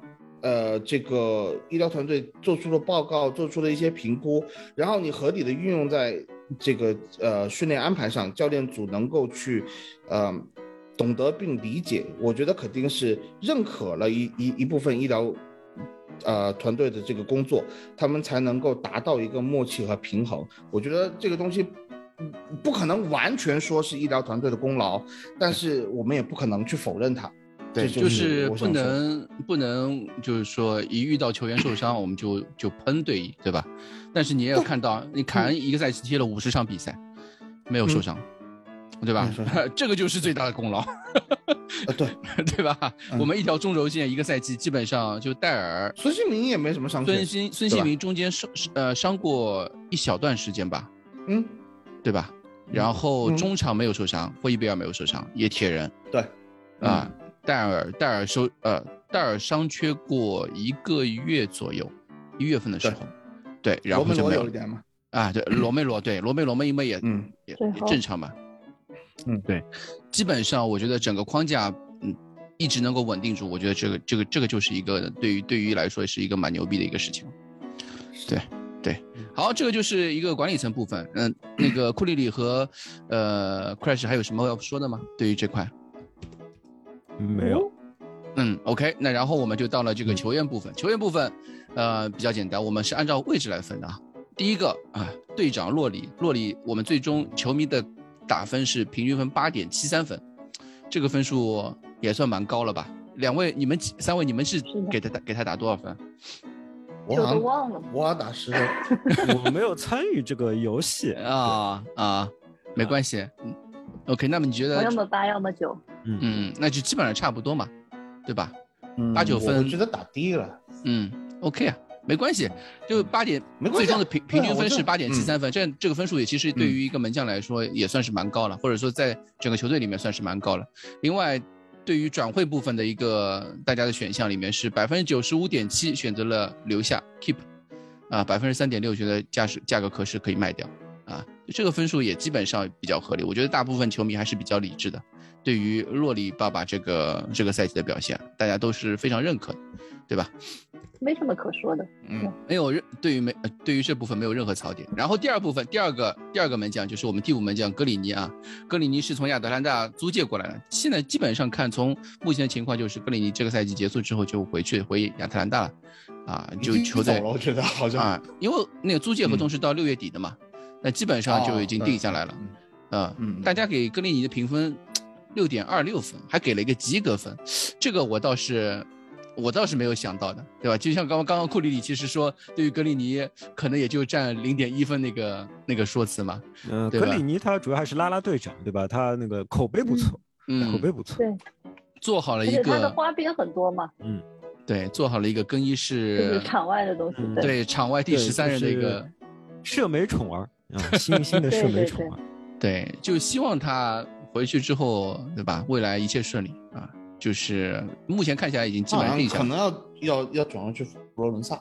Speaker 8: 呃，这个医疗团队做出的报告，做出的一些评估，然后你合理的运用在这个呃训练安排上，教练组能够去，呃，懂得并理解，我觉得肯定是认可了一一一部分医疗。呃，团队的这个工作，他们才能够达到一个默契和平衡。我觉得这个东西，嗯不可能完全说是医疗团队的功劳，但是我们也不可能去否认它。
Speaker 6: 对，
Speaker 8: 这
Speaker 6: 就
Speaker 8: 就是
Speaker 6: 是
Speaker 8: 我
Speaker 6: 不
Speaker 8: 想说
Speaker 6: 能不能，就是说一遇到球员受伤，我们就就喷队医，对吧？但是你也要看到，
Speaker 8: 嗯
Speaker 6: 你凯恩一个赛季踢了五十场比赛，没有受伤，对吧
Speaker 8: 没有受伤？
Speaker 6: 这个就是最大的功劳，
Speaker 8: 呃，对，
Speaker 6: 对吧？
Speaker 8: 嗯
Speaker 6: 我们一条中轴线，一个赛季基本上就戴尔、
Speaker 8: 孙兴民也没什么伤
Speaker 6: 孙
Speaker 8: 缺，
Speaker 6: 兴、孙
Speaker 8: 对
Speaker 6: 兴
Speaker 8: 吧
Speaker 6: 民中间伤呃伤过一小段时间吧，
Speaker 8: 嗯，
Speaker 6: 对吧？然后
Speaker 8: 嗯
Speaker 6: 中场没有受伤，霍伊比尔没有受伤，也铁人。
Speaker 8: 对，嗯
Speaker 6: 啊、戴尔戴尔收呃戴尔伤缺过一个月左右，一月份的时候，对，然
Speaker 8: 罗
Speaker 6: 后
Speaker 8: 梅
Speaker 6: 就
Speaker 8: 罗
Speaker 6: 没
Speaker 8: 有
Speaker 6: 有
Speaker 8: 一点嘛，
Speaker 6: 啊，对，罗梅罗对罗梅罗嘛，因为也、
Speaker 8: 嗯，
Speaker 6: 也
Speaker 7: 对
Speaker 6: 也
Speaker 7: 好
Speaker 6: 正常嘛，
Speaker 8: 嗯
Speaker 5: 对，
Speaker 6: 基本上我觉得整个框架嗯一直能够稳定住，我觉得这个这个这个就是一个对于对于来说是一个蛮牛逼的一个事情，对。对，好，这个就是一个管理层部分。嗯，那个库里里和呃 Crash 还有什么要说的吗？对于这块？
Speaker 5: 没有，
Speaker 6: 嗯，OK，那然后我们就到了这个球员部分。球员部分，呃，比较简单，我们是按照位置来分的啊。第一个啊，队长洛里，洛里，我们最终球迷的打分是平均分八点七三分，这个分数也算蛮高了吧？两位，你们几三位，你们是
Speaker 7: 是的
Speaker 6: 给他打给他打多少分？
Speaker 8: 我
Speaker 7: 就
Speaker 8: 好
Speaker 7: 都
Speaker 8: 像
Speaker 7: 忘了。
Speaker 8: 我好像打十分，
Speaker 5: 我没有参与这个游戏。
Speaker 6: 啊啊，没关系。嗯 OK，那么你觉
Speaker 7: 我
Speaker 6: 得
Speaker 7: 要，么八，要么九。
Speaker 5: 嗯，
Speaker 6: 嗯，那就基本上差不多嘛，对吧？
Speaker 8: 嗯
Speaker 6: 八九
Speaker 8: 我
Speaker 6: 分
Speaker 8: 觉得打低了，
Speaker 6: 嗯，OK 啊，没关系，就八点，
Speaker 8: 没关系
Speaker 6: 最
Speaker 8: 啊
Speaker 6: 终的平
Speaker 8: 对啊
Speaker 6: 平均分
Speaker 8: 我嗯
Speaker 6: 是
Speaker 8: 这
Speaker 6: 八点七三分，这这个分数也其实对于一个门将来说也算是蛮高了，或者说在整个球队里面算是蛮高了。另外，对于转会部分的一个大家的选项里面是百分之九十五点七选择了留下 keep，啊，百分之三点六觉得价是价格可是可以卖掉。啊，这个分数也基本上比较合理，我觉得大部分球迷还是比较理智的，对于洛里爸爸这个这个赛季的表现，大家都是非常认可的，对吧？
Speaker 7: 没什么可说的。
Speaker 8: 嗯，
Speaker 6: 没有任对于没呃对于这部分没有任何槽点。然后第二部分，第二个第二个门将就是我们替补门将格里尼啊，格里尼是从亚特兰大租借过来的，现在基本上看从目前的情况就是格里尼这个赛季结束之后就回去回亚特兰大了，啊，就
Speaker 8: 已经
Speaker 6: 球队
Speaker 8: 走了，我嗯觉得好像
Speaker 6: 啊，因为那个租借合同是到六月底的嘛，那基本上就已经定下来了。
Speaker 8: 哦
Speaker 6: 呃，
Speaker 8: 嗯
Speaker 6: 大家给格林尼的评分，六点二六分，还给了一个及格分，这个我倒是。我倒是没有想到的，对吧？就像刚刚刚刚库里里其实说，对于格里尼可能也就占零点一分那个那个说辞嘛，
Speaker 5: 嗯、
Speaker 6: 对
Speaker 5: 格
Speaker 6: 吧
Speaker 5: 里尼他主要还是拉拉队长，对吧？他那个口碑不错，口
Speaker 6: 嗯，
Speaker 5: 碑不错。
Speaker 7: 对，
Speaker 6: 做好了呃
Speaker 7: 而
Speaker 6: 一
Speaker 7: 且他的
Speaker 6: 个
Speaker 7: 花边很多嘛，
Speaker 6: 对，做好了一个更衣
Speaker 7: 就是
Speaker 6: 室
Speaker 7: 场外的东西
Speaker 5: 嗯，
Speaker 6: 啊对场外第
Speaker 5: 对
Speaker 6: 十三人的一个
Speaker 5: 就是、社媒宠儿啊，新兴的
Speaker 7: 对
Speaker 5: 社媒
Speaker 7: 对
Speaker 5: 宠儿。
Speaker 6: 对，就希望他回去之后，对吧？未来一切顺利啊！就是目前看下来已经基
Speaker 8: 好
Speaker 6: 本上
Speaker 8: 像
Speaker 6: 定
Speaker 8: 啊可
Speaker 6: 下了
Speaker 8: 能要要要转让去佛罗伦萨。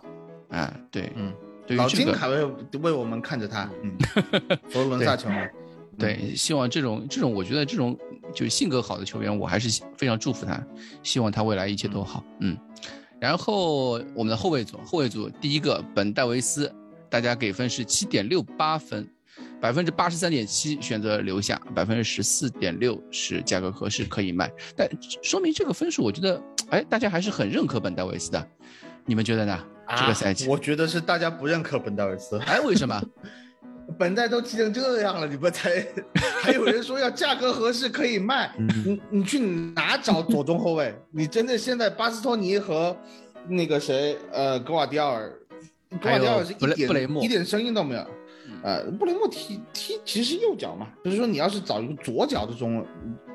Speaker 6: 啊。对，
Speaker 8: 嗯，
Speaker 6: 对于
Speaker 8: 老
Speaker 6: 这
Speaker 8: 金
Speaker 6: 个，
Speaker 8: 还会为我们看着他。嗯，佛罗伦萨球员。
Speaker 6: 对，希望这种这种，我觉得这种就是性格好的球员，我还是非常祝福他，希望他未来一切都好。嗯，然后我们的后卫组，后卫组第一个本戴维斯，大家给分是七点六八分。百分之八十三点七选择留下，百分之十四点六是价格合适可以卖，但说明这个分数，我觉得，哎，大家还是很认可本戴维斯的，你们觉得呢？这个赛季，
Speaker 8: 啊我觉得是大家不认可本戴维斯，
Speaker 6: 哎，为什么？
Speaker 8: 本代都踢成这样了，你们才 还有人说要价格合适可以卖，
Speaker 5: 嗯，
Speaker 8: 你你去哪找左中后卫？ 你真的现在巴斯托尼和那个谁呃格瓦迪奥尔，格
Speaker 6: 还有
Speaker 8: 瓦迪奥尔是
Speaker 6: 布
Speaker 8: 一
Speaker 6: 雷
Speaker 8: 点
Speaker 6: 布雷默
Speaker 8: 一点声音都没有
Speaker 6: 嗯。
Speaker 8: 呃，布雷默踢踢其实右脚嘛，就是说你要是找一个左脚的中卫，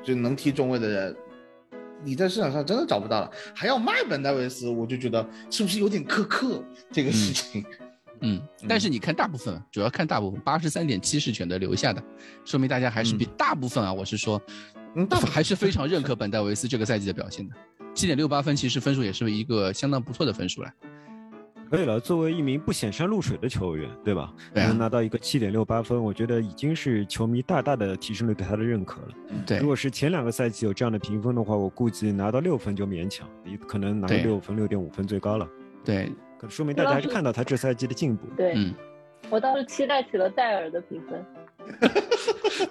Speaker 8: 就能踢中卫的人，你在市场上真的找不到了，还要卖本戴维斯，我就觉得是不是有点苛刻这个事情？
Speaker 6: 嗯，但是你看大部分，主要看大部分，八十三点七是选择留下的，说明大家还是比大部分啊，我是说，
Speaker 8: 嗯，大部分
Speaker 6: 还是非常认可本戴维斯这个赛季的表现的。七点六八分，其实分数也是一个相当不错的分数了。
Speaker 5: 可以了。作为一名不显山露水的球员，对吧？
Speaker 6: 对啊
Speaker 5: 能拿到一个七点六八分，我觉得已经是球迷大大的提升了对他的认可了。
Speaker 6: 对
Speaker 5: 如，果是前两个赛季有这样的评分的话，我估计拿到六分就勉强，你可能拿个
Speaker 6: 对
Speaker 5: 六分、六点五分最高了。
Speaker 6: 对，
Speaker 5: 可说明大家还是看到他这赛季的进步。
Speaker 7: 对
Speaker 6: 嗯，
Speaker 7: 我倒是期待起了戴尔的评分，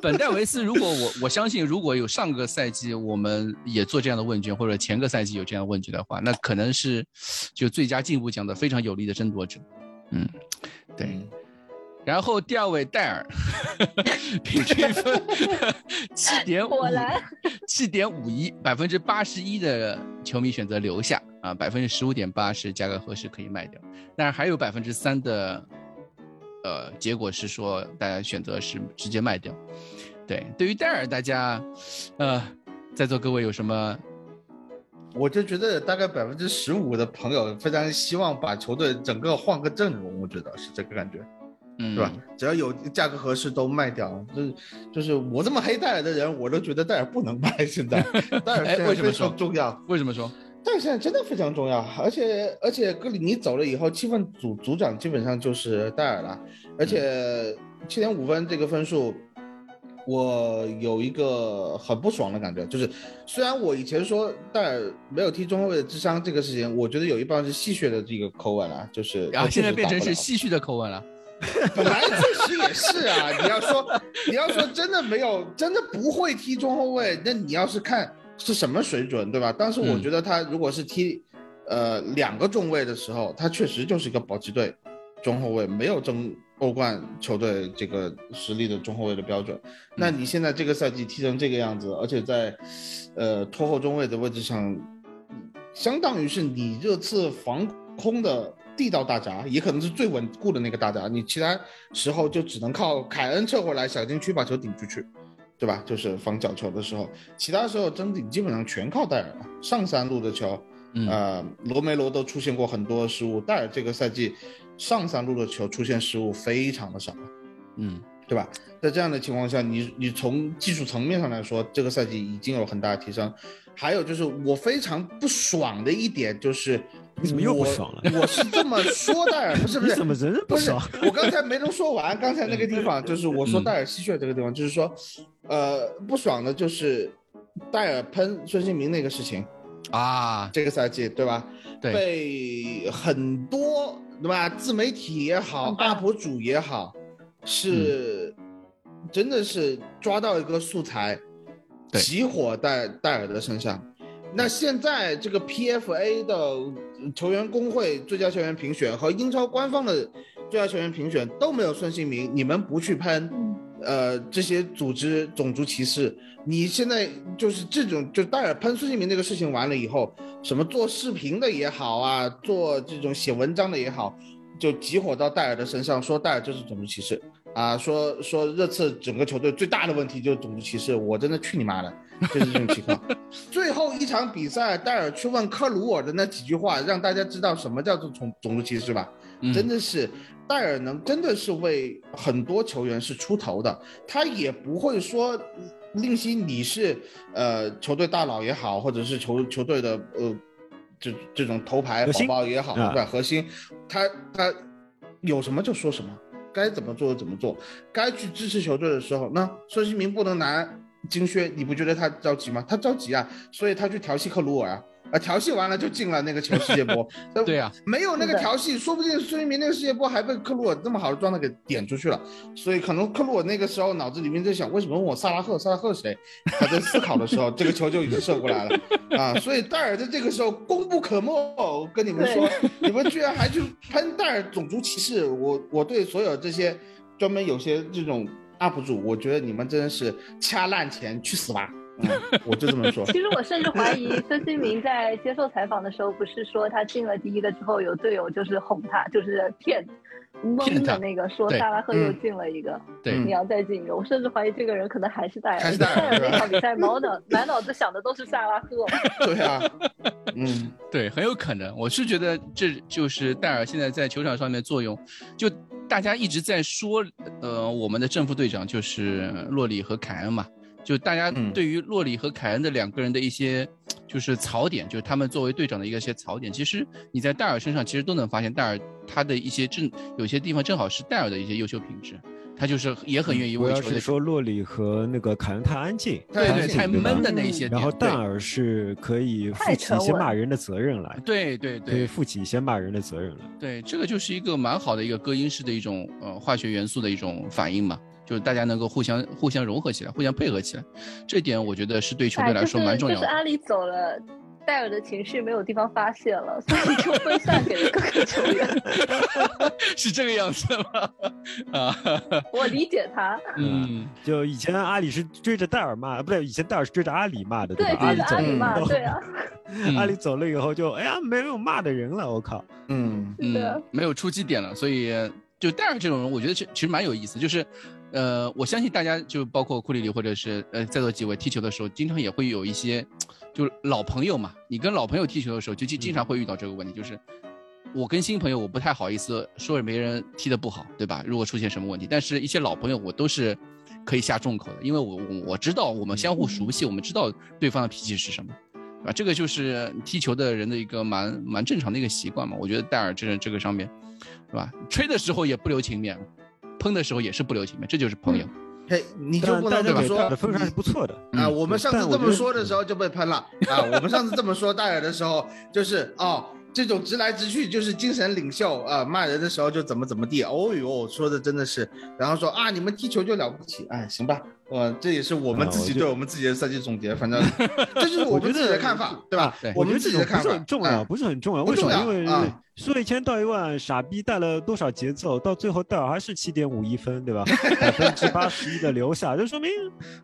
Speaker 6: 本戴维斯，如果我我相信，如果有上个赛季我们也做这样的问卷，或者前个赛季有这样的问卷的话，那可能是就最佳进步奖的非常有力的争夺者。嗯，对。然后第二位戴尔，平均分七点五
Speaker 7: 果然，
Speaker 6: 七点五一，百分之八十一的球迷选择留下啊，百分之十五点八是价格合适可以卖掉，但是还有百分之三的，呃，结果是说大家选择是直接卖掉。对，对于戴尔，大家，呃，在座各位有什么？
Speaker 8: 我就觉得大概百分之十五的朋友非常希望把球队整个换个阵容，我觉得是这个感觉，
Speaker 6: 嗯，
Speaker 8: 对吧？？只要有价格合适都卖掉，就是就是我这么黑戴尔的人，我都觉得戴尔不能卖。现在戴尔
Speaker 6: 哎
Speaker 8: 现在
Speaker 6: 为什么
Speaker 8: 非
Speaker 6: 说
Speaker 8: 常重要，
Speaker 6: 为什么说？
Speaker 8: 戴尔现在真的非常重要，而且而且格里尼走了以后，气氛组组长基本上就是戴尔了，而且七点五分这个分数。我有一个很不爽的感觉，就是虽然我以前说戴尔没有踢中后卫的智商这个事情，我觉得有一半是戏谑的这个口吻了、就是
Speaker 6: 啊，现在变成是
Speaker 8: 戏。
Speaker 6: 唏嘘的口吻了。
Speaker 8: 本来确实也是啊，你要说你要说真的没有，真的不会踢中后卫，那你要是看是什么水准，对吧？当时我
Speaker 6: 嗯
Speaker 8: 觉得他如果是踢、呃两个中卫的时候，他确实就是一个保级队中后卫，没有争欧冠球队这个实力的中后卫的标准。那你现在这个赛季踢成这个样子，而且在呃拖后中卫的位置上，相当于是你这次防空的地道大闸，也可能是最稳固的那个大闸，你其他时候就只能靠凯恩撤回来小禁区把球顶出去，对吧？就是防角球的时候，其他时候争顶基本上全靠戴尔了，上三路的球。
Speaker 6: 嗯，
Speaker 8: 呃，罗梅罗都出现过很多失误，戴尔这个赛季上三路的球出现失误非常的少，
Speaker 6: 嗯，
Speaker 8: 对吧？在这样的情况下，你你从技术层面上来说，这个赛季已经有很大的提升。还有就是我非常不爽的一点就是，
Speaker 5: 你怎么又不
Speaker 8: 我
Speaker 5: 爽了？
Speaker 8: 我是这么说戴尔，不是不
Speaker 5: 你
Speaker 8: 是，
Speaker 5: 怎么人人
Speaker 8: 不
Speaker 5: 不
Speaker 8: 是
Speaker 5: 爽？，嗯
Speaker 8: 我刚才没能说完。刚才那个地方就是我说戴尔吸血这个地方，就是说，呃，不爽的就是戴尔喷孙兴民那个事情，
Speaker 6: 啊，
Speaker 8: 这个赛季对吧？
Speaker 6: 对，
Speaker 8: 被很多对吧，自媒体也好
Speaker 7: 很，棒
Speaker 8: UP 主也好，是、真的是抓到一个素材，
Speaker 6: 对
Speaker 8: 起火戴戴尔的身上。那现在这个 PFA 的呃球员工会最佳球员评选和英超官方的最佳球员评选都没有孙兴民，你们不去喷，
Speaker 7: 嗯，
Speaker 8: 呃这些组织种族歧视，你现在就是这种就戴尔喷孙兴民这个事情完了以后，什么做视频的也好啊，做这种写文章的也好，就集火到戴尔的身上，说戴尔就是种族歧视啊，说说热刺整个球队最大的问题就是种族歧视，我真的去你妈的，就是这种情况。 最后一场比赛，戴尔去问克鲁尔的那几句话，让大家知道什么叫做种种族歧视吧。
Speaker 6: 嗯
Speaker 5: 嗯
Speaker 8: 真的是戴尔能真的是为很多球员是出头的，他也不会说令熙你是呃球队大佬也好，或者是球球队的呃这这种头牌
Speaker 5: 核
Speaker 8: 宝
Speaker 5: 心
Speaker 8: 宝也好，
Speaker 5: 啊
Speaker 8: 对吧？核心，他他有什么就说什么，该怎么做就怎么做，该去支持球队的时候，那孙兴民不能拿金靴，你不觉得他着急吗？他着急啊，所以他去调戏克鲁尔啊。啊，调戏完了就进了那个球世界波，
Speaker 6: 对啊，
Speaker 8: 没有那
Speaker 7: 是
Speaker 8: 个
Speaker 7: 的
Speaker 8: 调戏，说不定孙兴民那个世界波还被克鲁尔这么好的状态给点出去了。所以可能克鲁尔那个时候脑子里面在想，为什么问我萨拉赫，萨拉赫是谁？他在思考的时候，这个球就已经射过来了啊！所以戴尔在这个时候功不可没。我跟你们说，你们居然还去喷戴尔种族歧视，我我对所有这些专门有些这种 UP 主，我觉得你们真的是掐烂钱去死吧！嗯，我就这么 说。
Speaker 7: 其实我甚至怀疑孙兴民在接受采访的时候，不是说他进了第一个之后，有队友就是哄他，就是骗
Speaker 6: 骗
Speaker 7: 蒙
Speaker 6: 他
Speaker 7: 的那个，说
Speaker 6: 对
Speaker 7: 萨拉赫又
Speaker 8: 嗯
Speaker 7: 进了一个，
Speaker 6: 对
Speaker 7: 你要再进一个。我甚至怀疑这个人可能还是戴尔，
Speaker 8: 还是戴尔
Speaker 7: 戴尔
Speaker 8: 对吧
Speaker 7: 那场比赛满脑满脑子想的都是萨拉赫。
Speaker 8: 对啊，嗯，
Speaker 6: 对，很有可能。我是觉得这就是戴尔现在在球场上面作用，就大家一直在说，呃，我们的正副队长就是洛里和凯恩嘛，就大家
Speaker 8: 嗯
Speaker 6: 对于洛里和凯恩的两个人的一些就是槽点，就是他们作为队长的一个一些槽点，其实你在戴尔身上其实都能发现，戴尔他的一些正有些地方正好是戴尔的一些优秀品质，他就是也很愿意
Speaker 5: 嗯我
Speaker 6: 为
Speaker 5: 要
Speaker 6: 球
Speaker 5: 是
Speaker 6: 队。
Speaker 5: 说洛里和那个凯恩太安静，
Speaker 8: 对
Speaker 5: 安
Speaker 6: 对对，
Speaker 5: 静
Speaker 6: 太
Speaker 5: 对吧
Speaker 6: 闷的那一些点，
Speaker 5: 然后
Speaker 6: 对
Speaker 5: 戴尔是可以负
Speaker 7: 太
Speaker 5: 起一
Speaker 7: 沉
Speaker 5: 些
Speaker 7: 稳
Speaker 5: 骂人的责任来，
Speaker 6: 对对
Speaker 5: 可以
Speaker 6: 对
Speaker 5: 负起一些骂人的责任来。
Speaker 6: 对，这个就是一个蛮好的一个隔音式的一种呃化学元素的一种反应嘛，就是大家能够互相互相融合起来，互相配合起来，这点我觉得是对球队
Speaker 7: 哎，
Speaker 6: 来
Speaker 7: 就
Speaker 6: 说蛮
Speaker 7: 是
Speaker 6: 重
Speaker 7: 就
Speaker 6: 要
Speaker 7: 是
Speaker 6: 的。
Speaker 7: 阿里走了。戴尔的情绪没有地方发泄了，所以就分散给了各个球员。
Speaker 6: 是这个样子吗？ 啊，
Speaker 7: 我理解他，
Speaker 6: 嗯，
Speaker 5: 就以前阿里是追着戴尔骂，啊不对，以前戴尔是追着阿里骂的，
Speaker 7: 对，
Speaker 5: 吧？
Speaker 7: 就
Speaker 5: 阿里
Speaker 7: 是
Speaker 5: 走
Speaker 7: 阿
Speaker 5: 了
Speaker 7: 里
Speaker 5: 以
Speaker 7: 嘛，
Speaker 6: 嗯
Speaker 5: 后，
Speaker 7: 对啊，
Speaker 5: 阿里走了以后就哎呀没有骂的人了，我靠，
Speaker 8: 嗯，
Speaker 7: 是的
Speaker 6: 嗯，没有出击点了，所以就戴尔这种人，我觉得其其实蛮有意思，就是。呃，我相信大家就包括库里里或者是呃在座几位踢球的时候，经常也会有一些，就是老朋友嘛。你跟老朋友踢球的时候，就经
Speaker 7: 嗯
Speaker 6: 经常会遇到这个问题，就是我跟新朋友，我不太好意思说别人踢得不好，对吧？如果出现什么问题，但是一些老朋友，我都是可以下重口的，因为我我我知道我们相
Speaker 7: 嗯
Speaker 6: 互熟悉，我们知道对方的脾气是什么。啊，这个就是踢球的人的一个蛮蛮正常的一个习惯嘛。我觉得戴尔这这个上面，是吧？吹的时候也不留情面，喷的时候也是不留情面，这就是朋友。
Speaker 5: 嗯
Speaker 8: 嘿，你就
Speaker 5: 但
Speaker 8: 不能
Speaker 5: 但
Speaker 8: 这
Speaker 5: 是
Speaker 8: 么
Speaker 5: 给
Speaker 8: 说，
Speaker 5: 戴尔的分数还
Speaker 8: 你
Speaker 5: 是不错的。
Speaker 8: 啊，
Speaker 6: 嗯
Speaker 8: 我们上
Speaker 5: 但
Speaker 8: 次
Speaker 5: 我
Speaker 8: 这
Speaker 5: 觉
Speaker 8: 么
Speaker 5: 得
Speaker 8: 说的时候就被喷了啊！我们上次这么说戴尔的时候，就是哦，这种直来直去就是精神领袖啊、骂人的时候就怎么怎么地。哦呦，说的真的是，然后说啊，你们踢球就了不起，哎，行吧，呃，这也是我们
Speaker 5: 啊
Speaker 8: 自己
Speaker 5: 我觉
Speaker 8: 对我们自己的赛季总结，反正 这就是我
Speaker 5: 我
Speaker 8: 们
Speaker 5: 觉
Speaker 8: 自己的
Speaker 5: 得啊
Speaker 8: 看法，对吧
Speaker 6: 对？
Speaker 8: 我
Speaker 5: 哎
Speaker 8: 们
Speaker 5: 觉得
Speaker 8: 自己
Speaker 5: 这
Speaker 8: 的
Speaker 5: 种不
Speaker 8: 看
Speaker 5: 是
Speaker 8: 法
Speaker 5: 很重
Speaker 8: 哎
Speaker 5: 要，不是很重要。
Speaker 8: 不
Speaker 5: 为什
Speaker 8: 重
Speaker 5: 么？
Speaker 8: 要
Speaker 5: 因为
Speaker 8: 啊
Speaker 5: 说一千道一万，傻逼带了多少节奏，到最后戴尔还是七点五一分，对吧？百分之八十一的留下，就说明、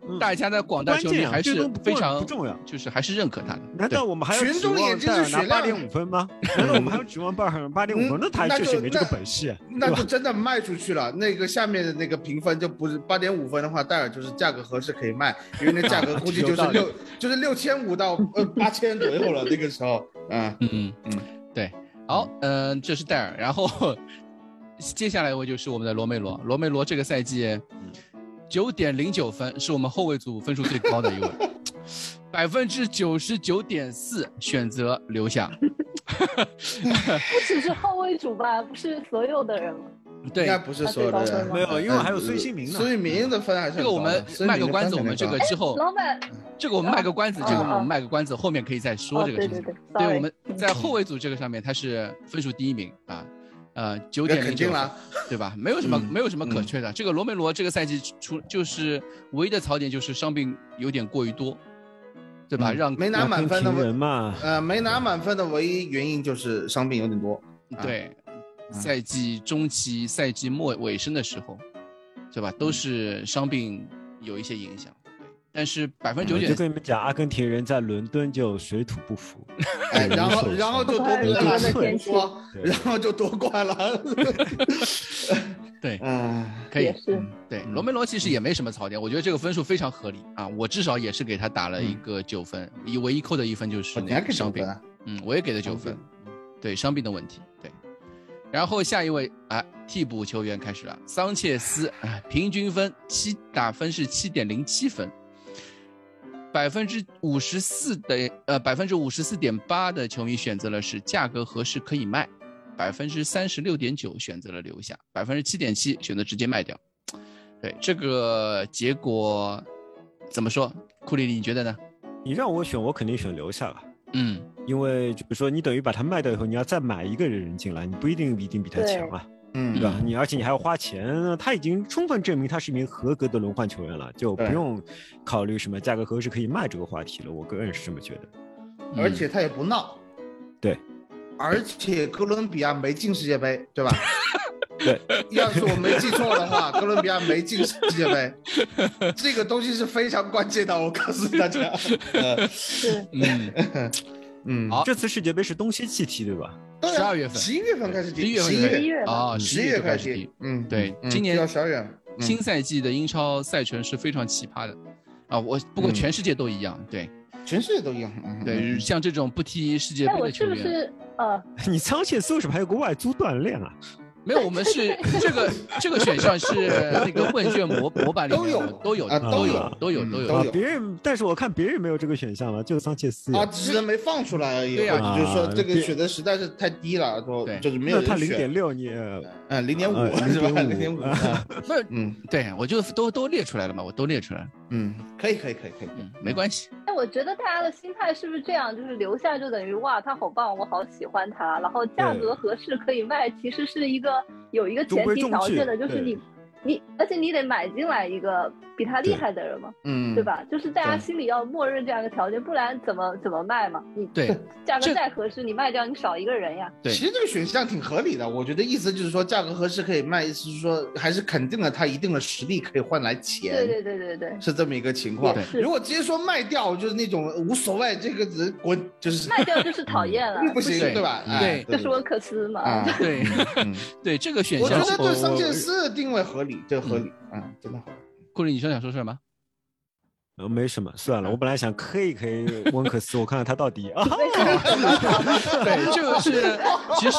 Speaker 5: 嗯
Speaker 6: 大家的广大
Speaker 5: 关
Speaker 6: 球迷
Speaker 5: 键啊
Speaker 6: 还
Speaker 5: 这
Speaker 6: 是
Speaker 5: 东不
Speaker 6: 非
Speaker 5: 重
Speaker 6: 常
Speaker 5: 不重要。
Speaker 6: 就是还是认可他的。
Speaker 5: 难道
Speaker 6: 对
Speaker 5: 我们还要
Speaker 8: 群
Speaker 5: 指
Speaker 8: 众眼
Speaker 5: 望
Speaker 8: 睛
Speaker 5: 戴尔
Speaker 8: 是
Speaker 5: 拿
Speaker 8: 血
Speaker 5: 八
Speaker 8: 量
Speaker 5: 点五分吗？ 难道我们还要指望戴尔八点五
Speaker 8: 嗯
Speaker 5: 分？那他
Speaker 8: 那
Speaker 5: 确
Speaker 8: 就
Speaker 5: 实没这个
Speaker 8: 那
Speaker 5: 本事，
Speaker 8: 那
Speaker 5: 对吧
Speaker 8: 就？真的卖出去了。那个下面的那个评分就不是八点五分的话，戴尔就是价格合适可以卖，因为那价格 估计就是
Speaker 5: 有道理
Speaker 8: 六就是六千五到呃八千左右了。那个时候，嗯，
Speaker 6: 嗯嗯
Speaker 8: 嗯，
Speaker 6: 对，好，嗯、这是戴尔，然后接下来一位就是我们的罗梅罗，罗梅罗这个赛季
Speaker 5: 嗯
Speaker 6: 九点零九分是我们后卫组分数最高的一 位，百分之九十九点四选择留 下，
Speaker 7: 不只是后卫主吧，不是所有的人了。
Speaker 8: 应该
Speaker 6: 对。
Speaker 8: 不是所有的
Speaker 7: 他最高分
Speaker 8: 人
Speaker 7: 吗
Speaker 5: 没有，因为还有
Speaker 8: 呃
Speaker 5: 孙兴民呢。
Speaker 8: 孙兴民的分还是
Speaker 6: 这个我们卖个关子，我们这个之后，
Speaker 7: 老板，
Speaker 6: 这个我们卖个关子，这个我
Speaker 7: 啊啊
Speaker 6: 们卖个关子，后面可以再说
Speaker 7: 哦，
Speaker 6: 这个
Speaker 7: 对
Speaker 6: 事情。
Speaker 7: 对对，
Speaker 6: 对，
Speaker 7: sorry 嗯
Speaker 6: 我们在后卫组这个上面，他是分数第一名啊，呃，九
Speaker 8: 那
Speaker 6: 点
Speaker 8: 肯
Speaker 6: 零
Speaker 8: 定
Speaker 6: 九，
Speaker 8: 啦，
Speaker 6: 对吧？没有什么，
Speaker 8: 嗯
Speaker 6: 没有什么可
Speaker 8: 嗯
Speaker 6: 缺的。这个罗梅罗这个赛季出就是唯一的槽点就是伤病有点过于多，对吧？
Speaker 8: 嗯
Speaker 6: 让
Speaker 8: 没拿
Speaker 5: 要
Speaker 8: 满
Speaker 5: 跟
Speaker 8: 分的
Speaker 5: 平人
Speaker 8: 唯
Speaker 5: 嘛，
Speaker 8: 呃没拿满分的唯一原因就是伤病有点多。啊
Speaker 6: 对赛季中期、赛季末尾声的时候，对吧？
Speaker 8: 嗯
Speaker 6: 都是伤病有一些影响。对，但是百
Speaker 8: 嗯
Speaker 6: 分之九
Speaker 5: 我
Speaker 6: 点
Speaker 5: 就跟你们讲，阿根廷人在伦敦就水土不服，
Speaker 8: 哎，
Speaker 5: 对
Speaker 8: 然
Speaker 5: 有
Speaker 8: 后
Speaker 5: 所
Speaker 8: 然后就
Speaker 7: 不太乐
Speaker 8: 夺冠了，
Speaker 7: 观
Speaker 8: 那
Speaker 7: 的
Speaker 8: 跟
Speaker 7: 天
Speaker 8: 你说，
Speaker 5: 对
Speaker 8: 然后就夺 冠了。
Speaker 6: 对，
Speaker 8: 哎，
Speaker 6: 可以
Speaker 7: 也，是
Speaker 6: 嗯对，罗梅罗其实也没什么槽点，我觉得这个分数非常合理啊，我至少也是给他打了一个九分，以唯一扣的一分就是
Speaker 8: 你
Speaker 6: 那
Speaker 8: 还
Speaker 6: 个
Speaker 8: 给
Speaker 6: 伤
Speaker 8: 九
Speaker 6: 病
Speaker 8: 分，啊？
Speaker 6: 嗯，我也给了九分，
Speaker 8: 嗯
Speaker 6: 对，伤病的问题，对。然后下一位啊，替补球员开始了，桑切斯啊，平均分七打分是七点零七分，百分之五十四的呃百分之五十四点八的球迷选择了是价格合适可以卖，百分之三十六点九选择了留下，百分之七点七选择直接卖掉。对这个结果怎么说？库里，你觉得呢？
Speaker 5: 你让我选，我肯定选留下了。
Speaker 6: 嗯，
Speaker 5: 因为就比如说，你等于把它卖掉以后，你要再买一个人进来，你不一定一定比他强啊，对
Speaker 8: 嗯，
Speaker 5: 吧？你而且你还要花钱，他已经充分证明他是一名合格的轮换球员了，就不
Speaker 8: 对
Speaker 5: 用考虑什么价格合适可以卖这个话题了。我个人是这么觉得。
Speaker 8: 而
Speaker 6: 嗯
Speaker 8: 且他也不闹。
Speaker 5: 对。
Speaker 8: 而且哥伦比亚没进世界杯，对吧？
Speaker 5: 对，
Speaker 8: 要是我没记错 的话，哥伦比亚没进世界杯，这个东西是非常关键的，我告诉 大家。
Speaker 7: 是
Speaker 6: 嗯，
Speaker 8: 嗯，
Speaker 6: 好
Speaker 5: 这次世界杯是东西气踢，对吧？
Speaker 8: 对啊，
Speaker 6: 12月份
Speaker 8: 十一月份开始踢，
Speaker 6: 11月份
Speaker 8: 11
Speaker 6: 开始
Speaker 7: 十一月吧，
Speaker 6: 啊，
Speaker 8: 十
Speaker 6: 十
Speaker 8: 一
Speaker 6: 一
Speaker 8: 月
Speaker 6: 月
Speaker 8: 开
Speaker 6: 开
Speaker 8: 始
Speaker 6: 始
Speaker 8: 踢
Speaker 6: 踢。，
Speaker 8: 嗯，
Speaker 6: 对
Speaker 8: 嗯
Speaker 6: 今年
Speaker 8: 比较小远，嗯
Speaker 6: 新赛季的英超赛程是非常奇葩的，啊，我不过
Speaker 8: 嗯
Speaker 6: 全世界都一样，对
Speaker 8: 全世界都一样，嗯
Speaker 6: 对，像这种不踢世界
Speaker 7: 哎，
Speaker 6: 杯
Speaker 7: 我
Speaker 6: 的
Speaker 7: 是
Speaker 6: 球
Speaker 7: 不
Speaker 6: 员，
Speaker 7: 是 呃，
Speaker 5: 你桑切斯为什么还有个外租锻炼啊？
Speaker 6: 没有，我们是这个这个选项是那个问卷模模板里面
Speaker 8: 都有
Speaker 6: 的都有
Speaker 8: 啊
Speaker 6: 都有
Speaker 8: 都
Speaker 6: 都
Speaker 8: 有
Speaker 6: 有都
Speaker 8: 都
Speaker 5: 啊
Speaker 6: 有，
Speaker 8: 有，
Speaker 5: 别人，但是我看别人没有这个选项了，就桑切斯有。
Speaker 8: 啊，只是没放出来而已，
Speaker 6: 对呀
Speaker 8: 或者就是说这个
Speaker 5: 对
Speaker 8: 选择实在是太低了，说
Speaker 6: 对
Speaker 8: 就是没有
Speaker 5: 那
Speaker 8: 人
Speaker 5: 他零
Speaker 8: 选，
Speaker 5: 点六，你也
Speaker 8: 嗯，零点五
Speaker 5: 呃
Speaker 8: 是吧？零点
Speaker 5: 0.5
Speaker 8: 五，
Speaker 6: 啊不是，
Speaker 8: 嗯
Speaker 6: 对我就都都列出来了嘛，我都列出来了，
Speaker 8: 嗯，可以可以可以可以，
Speaker 6: 嗯，没关系，
Speaker 7: 哎，我觉得大家的心态是不是这样？就是留下就等于哇，他好棒，我好喜欢他。然后价
Speaker 5: 对
Speaker 7: 格合适可以卖，其实是一个有一个
Speaker 5: 中
Speaker 7: 前
Speaker 5: 规
Speaker 7: 提
Speaker 5: 中
Speaker 7: 条
Speaker 5: 矩
Speaker 7: 件的，就是
Speaker 5: 对
Speaker 7: 你你，而且你得买进来一个比他厉
Speaker 5: 对
Speaker 7: 害的人嘛，
Speaker 8: 嗯，
Speaker 7: 对？吧？就是大家
Speaker 8: 对
Speaker 7: 心里要默认这样一个条件，不然怎么怎么卖嘛？你
Speaker 6: 对
Speaker 7: 价格
Speaker 6: 这
Speaker 7: 再合适，你卖掉你少一个人呀。
Speaker 6: 对
Speaker 8: 其实这个选项挺合理的，我觉得意思就是说价格合适可以卖，意思是说还是肯定了他一定的实力可以换来钱，
Speaker 7: 对对对对 对，
Speaker 8: 是这么一个情况
Speaker 6: 对。
Speaker 7: 是
Speaker 8: 如果直接说卖掉，就是那种无所谓，这个人滚，就是
Speaker 7: 卖掉就是讨厌了，
Speaker 8: 不行，
Speaker 6: 对
Speaker 8: 对吧？
Speaker 6: 嗯
Speaker 8: 哎
Speaker 7: 这是我可思嘛？
Speaker 8: 啊，
Speaker 6: 对
Speaker 8: 嗯
Speaker 6: 对，这个选
Speaker 8: 我觉
Speaker 6: 项
Speaker 8: 得
Speaker 5: 我
Speaker 8: 对桑切斯的定位合理，这个合理，嗯，真的合理。
Speaker 6: 库里，你说想说什么？
Speaker 5: 呃没什么，算
Speaker 8: 嗯
Speaker 5: 了。我本来想 K 一 K 温克斯，我看看他到底啊。
Speaker 6: 对，这个是其实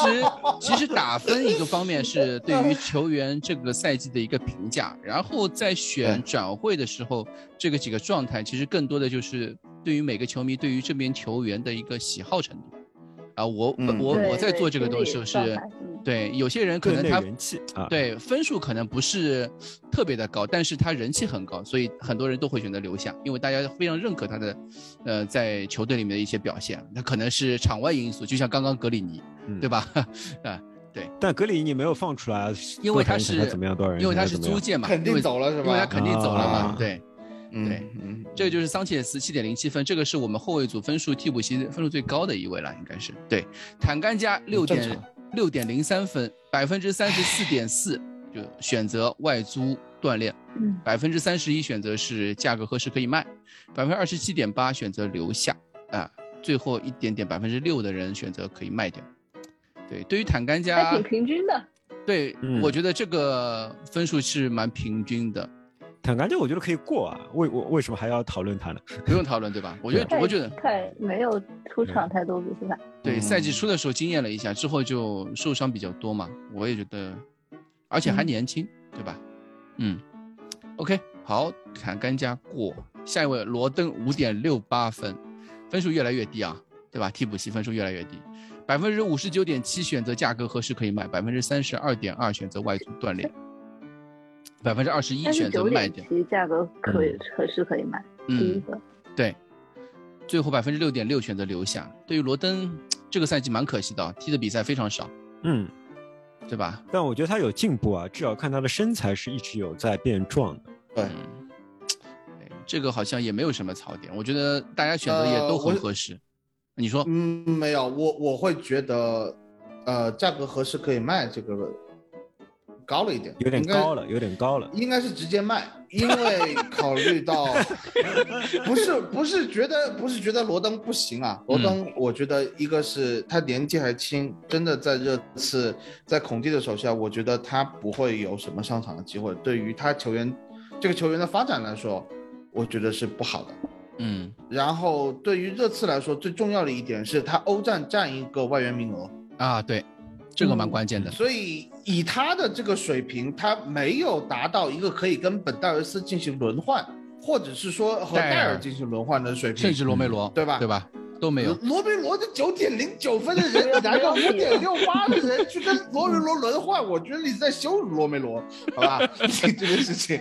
Speaker 6: 其实打分一个方面是对 于球员这个赛季的一个评价，然后在选转会的时候，这个几个状态其实更多的就是对于每个球迷对于这边球员的一个喜好程度。啊，我
Speaker 8: 嗯
Speaker 6: 我
Speaker 7: 对
Speaker 6: 我在
Speaker 7: 对
Speaker 6: 做这个
Speaker 7: 心
Speaker 6: 东
Speaker 7: 理
Speaker 6: 西的时
Speaker 7: 状
Speaker 6: 候是
Speaker 7: 态，嗯
Speaker 6: 对有些人可
Speaker 5: 队
Speaker 6: 能
Speaker 5: 内
Speaker 6: 他
Speaker 5: 人气啊，，
Speaker 6: 对分数可能不是特别的高，但是他人气很高，所以很多人都会选择留下，因为大家非常认可他的，呃，在球队里面的一些表现。那可能是场外因素，就像刚刚格里尼，
Speaker 5: 嗯
Speaker 6: 对吧？
Speaker 5: 但格里尼没有放出来，
Speaker 6: 因为
Speaker 5: 多少
Speaker 6: 他
Speaker 5: 人
Speaker 6: 是
Speaker 5: 想他怎么样，多少人
Speaker 6: 因为他
Speaker 5: 想
Speaker 6: 是
Speaker 5: 怎么
Speaker 6: 租
Speaker 5: 样
Speaker 6: 借嘛，
Speaker 8: 肯定
Speaker 6: 因为
Speaker 8: 走了是吧
Speaker 6: 因为他肯定走了嘛，
Speaker 5: 啊
Speaker 6: 对。
Speaker 8: 嗯
Speaker 6: 对，
Speaker 8: 嗯，
Speaker 6: 这个就是桑切斯七点零七分，这个是我们后卫组分数替补席分数最高的一位了，应该是对。坦甘加
Speaker 5: 嗯
Speaker 6: 六
Speaker 8: 正
Speaker 6: 点
Speaker 8: 常
Speaker 6: 六点零三分，百分之三十四点四就选择外租锻炼
Speaker 7: 嗯，
Speaker 6: 百分之三十一选择是价格合适可以卖，百分之二十七点八选择留下啊，最后一点点百分之六的人选择可以卖掉。对，对于坦甘加
Speaker 7: 还挺平均的。
Speaker 6: 对，
Speaker 5: 嗯
Speaker 6: 我觉得这个分数是蛮平均的，
Speaker 5: 坦甘加我觉得可以过啊，为我为什么还要讨论他呢？
Speaker 6: 不用讨论，对吧？我觉得，
Speaker 7: 太
Speaker 6: 我觉得
Speaker 7: 太没有出场太多比赛，
Speaker 6: 对，
Speaker 8: 嗯
Speaker 6: 赛季初的时候经验了一下，之后就受伤比较多嘛，我也觉得，而且还
Speaker 7: 嗯
Speaker 6: 年轻，对吧？嗯，OK，好，砍甘加过，下一位罗登五点六八分，分数越来越低啊，对吧？替补席分数越来越低，百分之五十九点七选择价格合适可以卖，百分之三十二点二选择外租锻炼，百分之二十一
Speaker 7: 但是
Speaker 6: 选择
Speaker 7: 九
Speaker 6: 卖
Speaker 7: 点
Speaker 6: 掉，
Speaker 7: 七价格可以合适可以买。第一
Speaker 6: 嗯。
Speaker 7: 个
Speaker 6: 对，最后百分之六点六选择留下。对于罗登这个赛季蛮可惜的啊，踢的比赛非常少，
Speaker 5: 嗯，
Speaker 6: 对吧？
Speaker 5: 但我觉得他有进步啊，至少看他的身材是一直有在变壮的。
Speaker 8: 对
Speaker 6: 嗯，对，这个好像也没有什么槽点，我觉得大家选择
Speaker 8: 呃
Speaker 6: 也都很合适。你说，
Speaker 8: 嗯，没有，我我会觉得，呃，价格合适可以卖这个，高了一点，
Speaker 5: 有点
Speaker 8: 应该
Speaker 5: 高了，有点高了。
Speaker 8: 应该是直接卖，因为考虑 到不是不是觉得不是觉得罗登不行啊，
Speaker 5: 嗯
Speaker 8: 罗登我觉得一个是他年纪还轻，真的在这次在孔蒂的手下，我觉得他不会有什么上场的机会。对于他球员这个球员的发展来说，我觉得是不好的。
Speaker 6: 嗯
Speaker 8: 然后对于热刺来说，最重要的一点是他欧战占一个外援名额，
Speaker 6: 啊，对，这个蛮关键的。
Speaker 8: 所以以他的这个水平，他没有达到一个可以跟本戴维斯进行轮换，或者是说和
Speaker 6: 戴尔
Speaker 8: 戴尔进行轮换的水平，
Speaker 6: 甚至罗梅罗，
Speaker 8: 嗯对吧嗯
Speaker 6: 对吧？都没有。
Speaker 8: 罗梅罗这九点零九分的人，你拿个五点六八的人去跟罗梅罗轮换，我觉得你在羞辱罗梅罗，好吧？ 这个事情，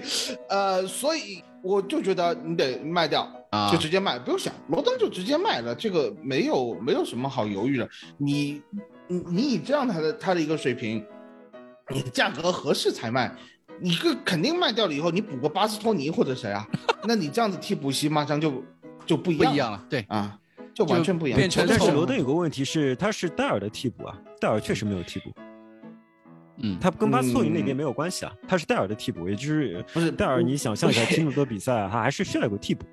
Speaker 8: 呃，所以我就觉得你得卖掉
Speaker 6: 啊
Speaker 8: 就直接卖，不用想，罗登就直接卖了，这个没有没有什么好犹豫的。你你你以这样他的他的一个水平，你价格合适才卖。你个肯定卖掉了以后，你补个巴斯托尼或者 谁啊？那你这样子替补席马上就就不一
Speaker 6: 不
Speaker 8: 样
Speaker 6: 一
Speaker 8: 了
Speaker 6: 样了，对，
Speaker 8: 啊，就完全不一样。
Speaker 6: 变成
Speaker 5: 但是
Speaker 6: 从
Speaker 5: 罗登有个问题是，他是戴尔的替补啊，戴尔确实没有替补，
Speaker 6: 嗯，
Speaker 5: 他跟巴斯托尼那边
Speaker 8: 嗯
Speaker 5: 没有关系啊，他是戴尔的替补，也就是
Speaker 8: 不是
Speaker 5: 戴尔，你想象一下，
Speaker 8: 对
Speaker 5: 听那么多比赛，啊他还是需要有个替补。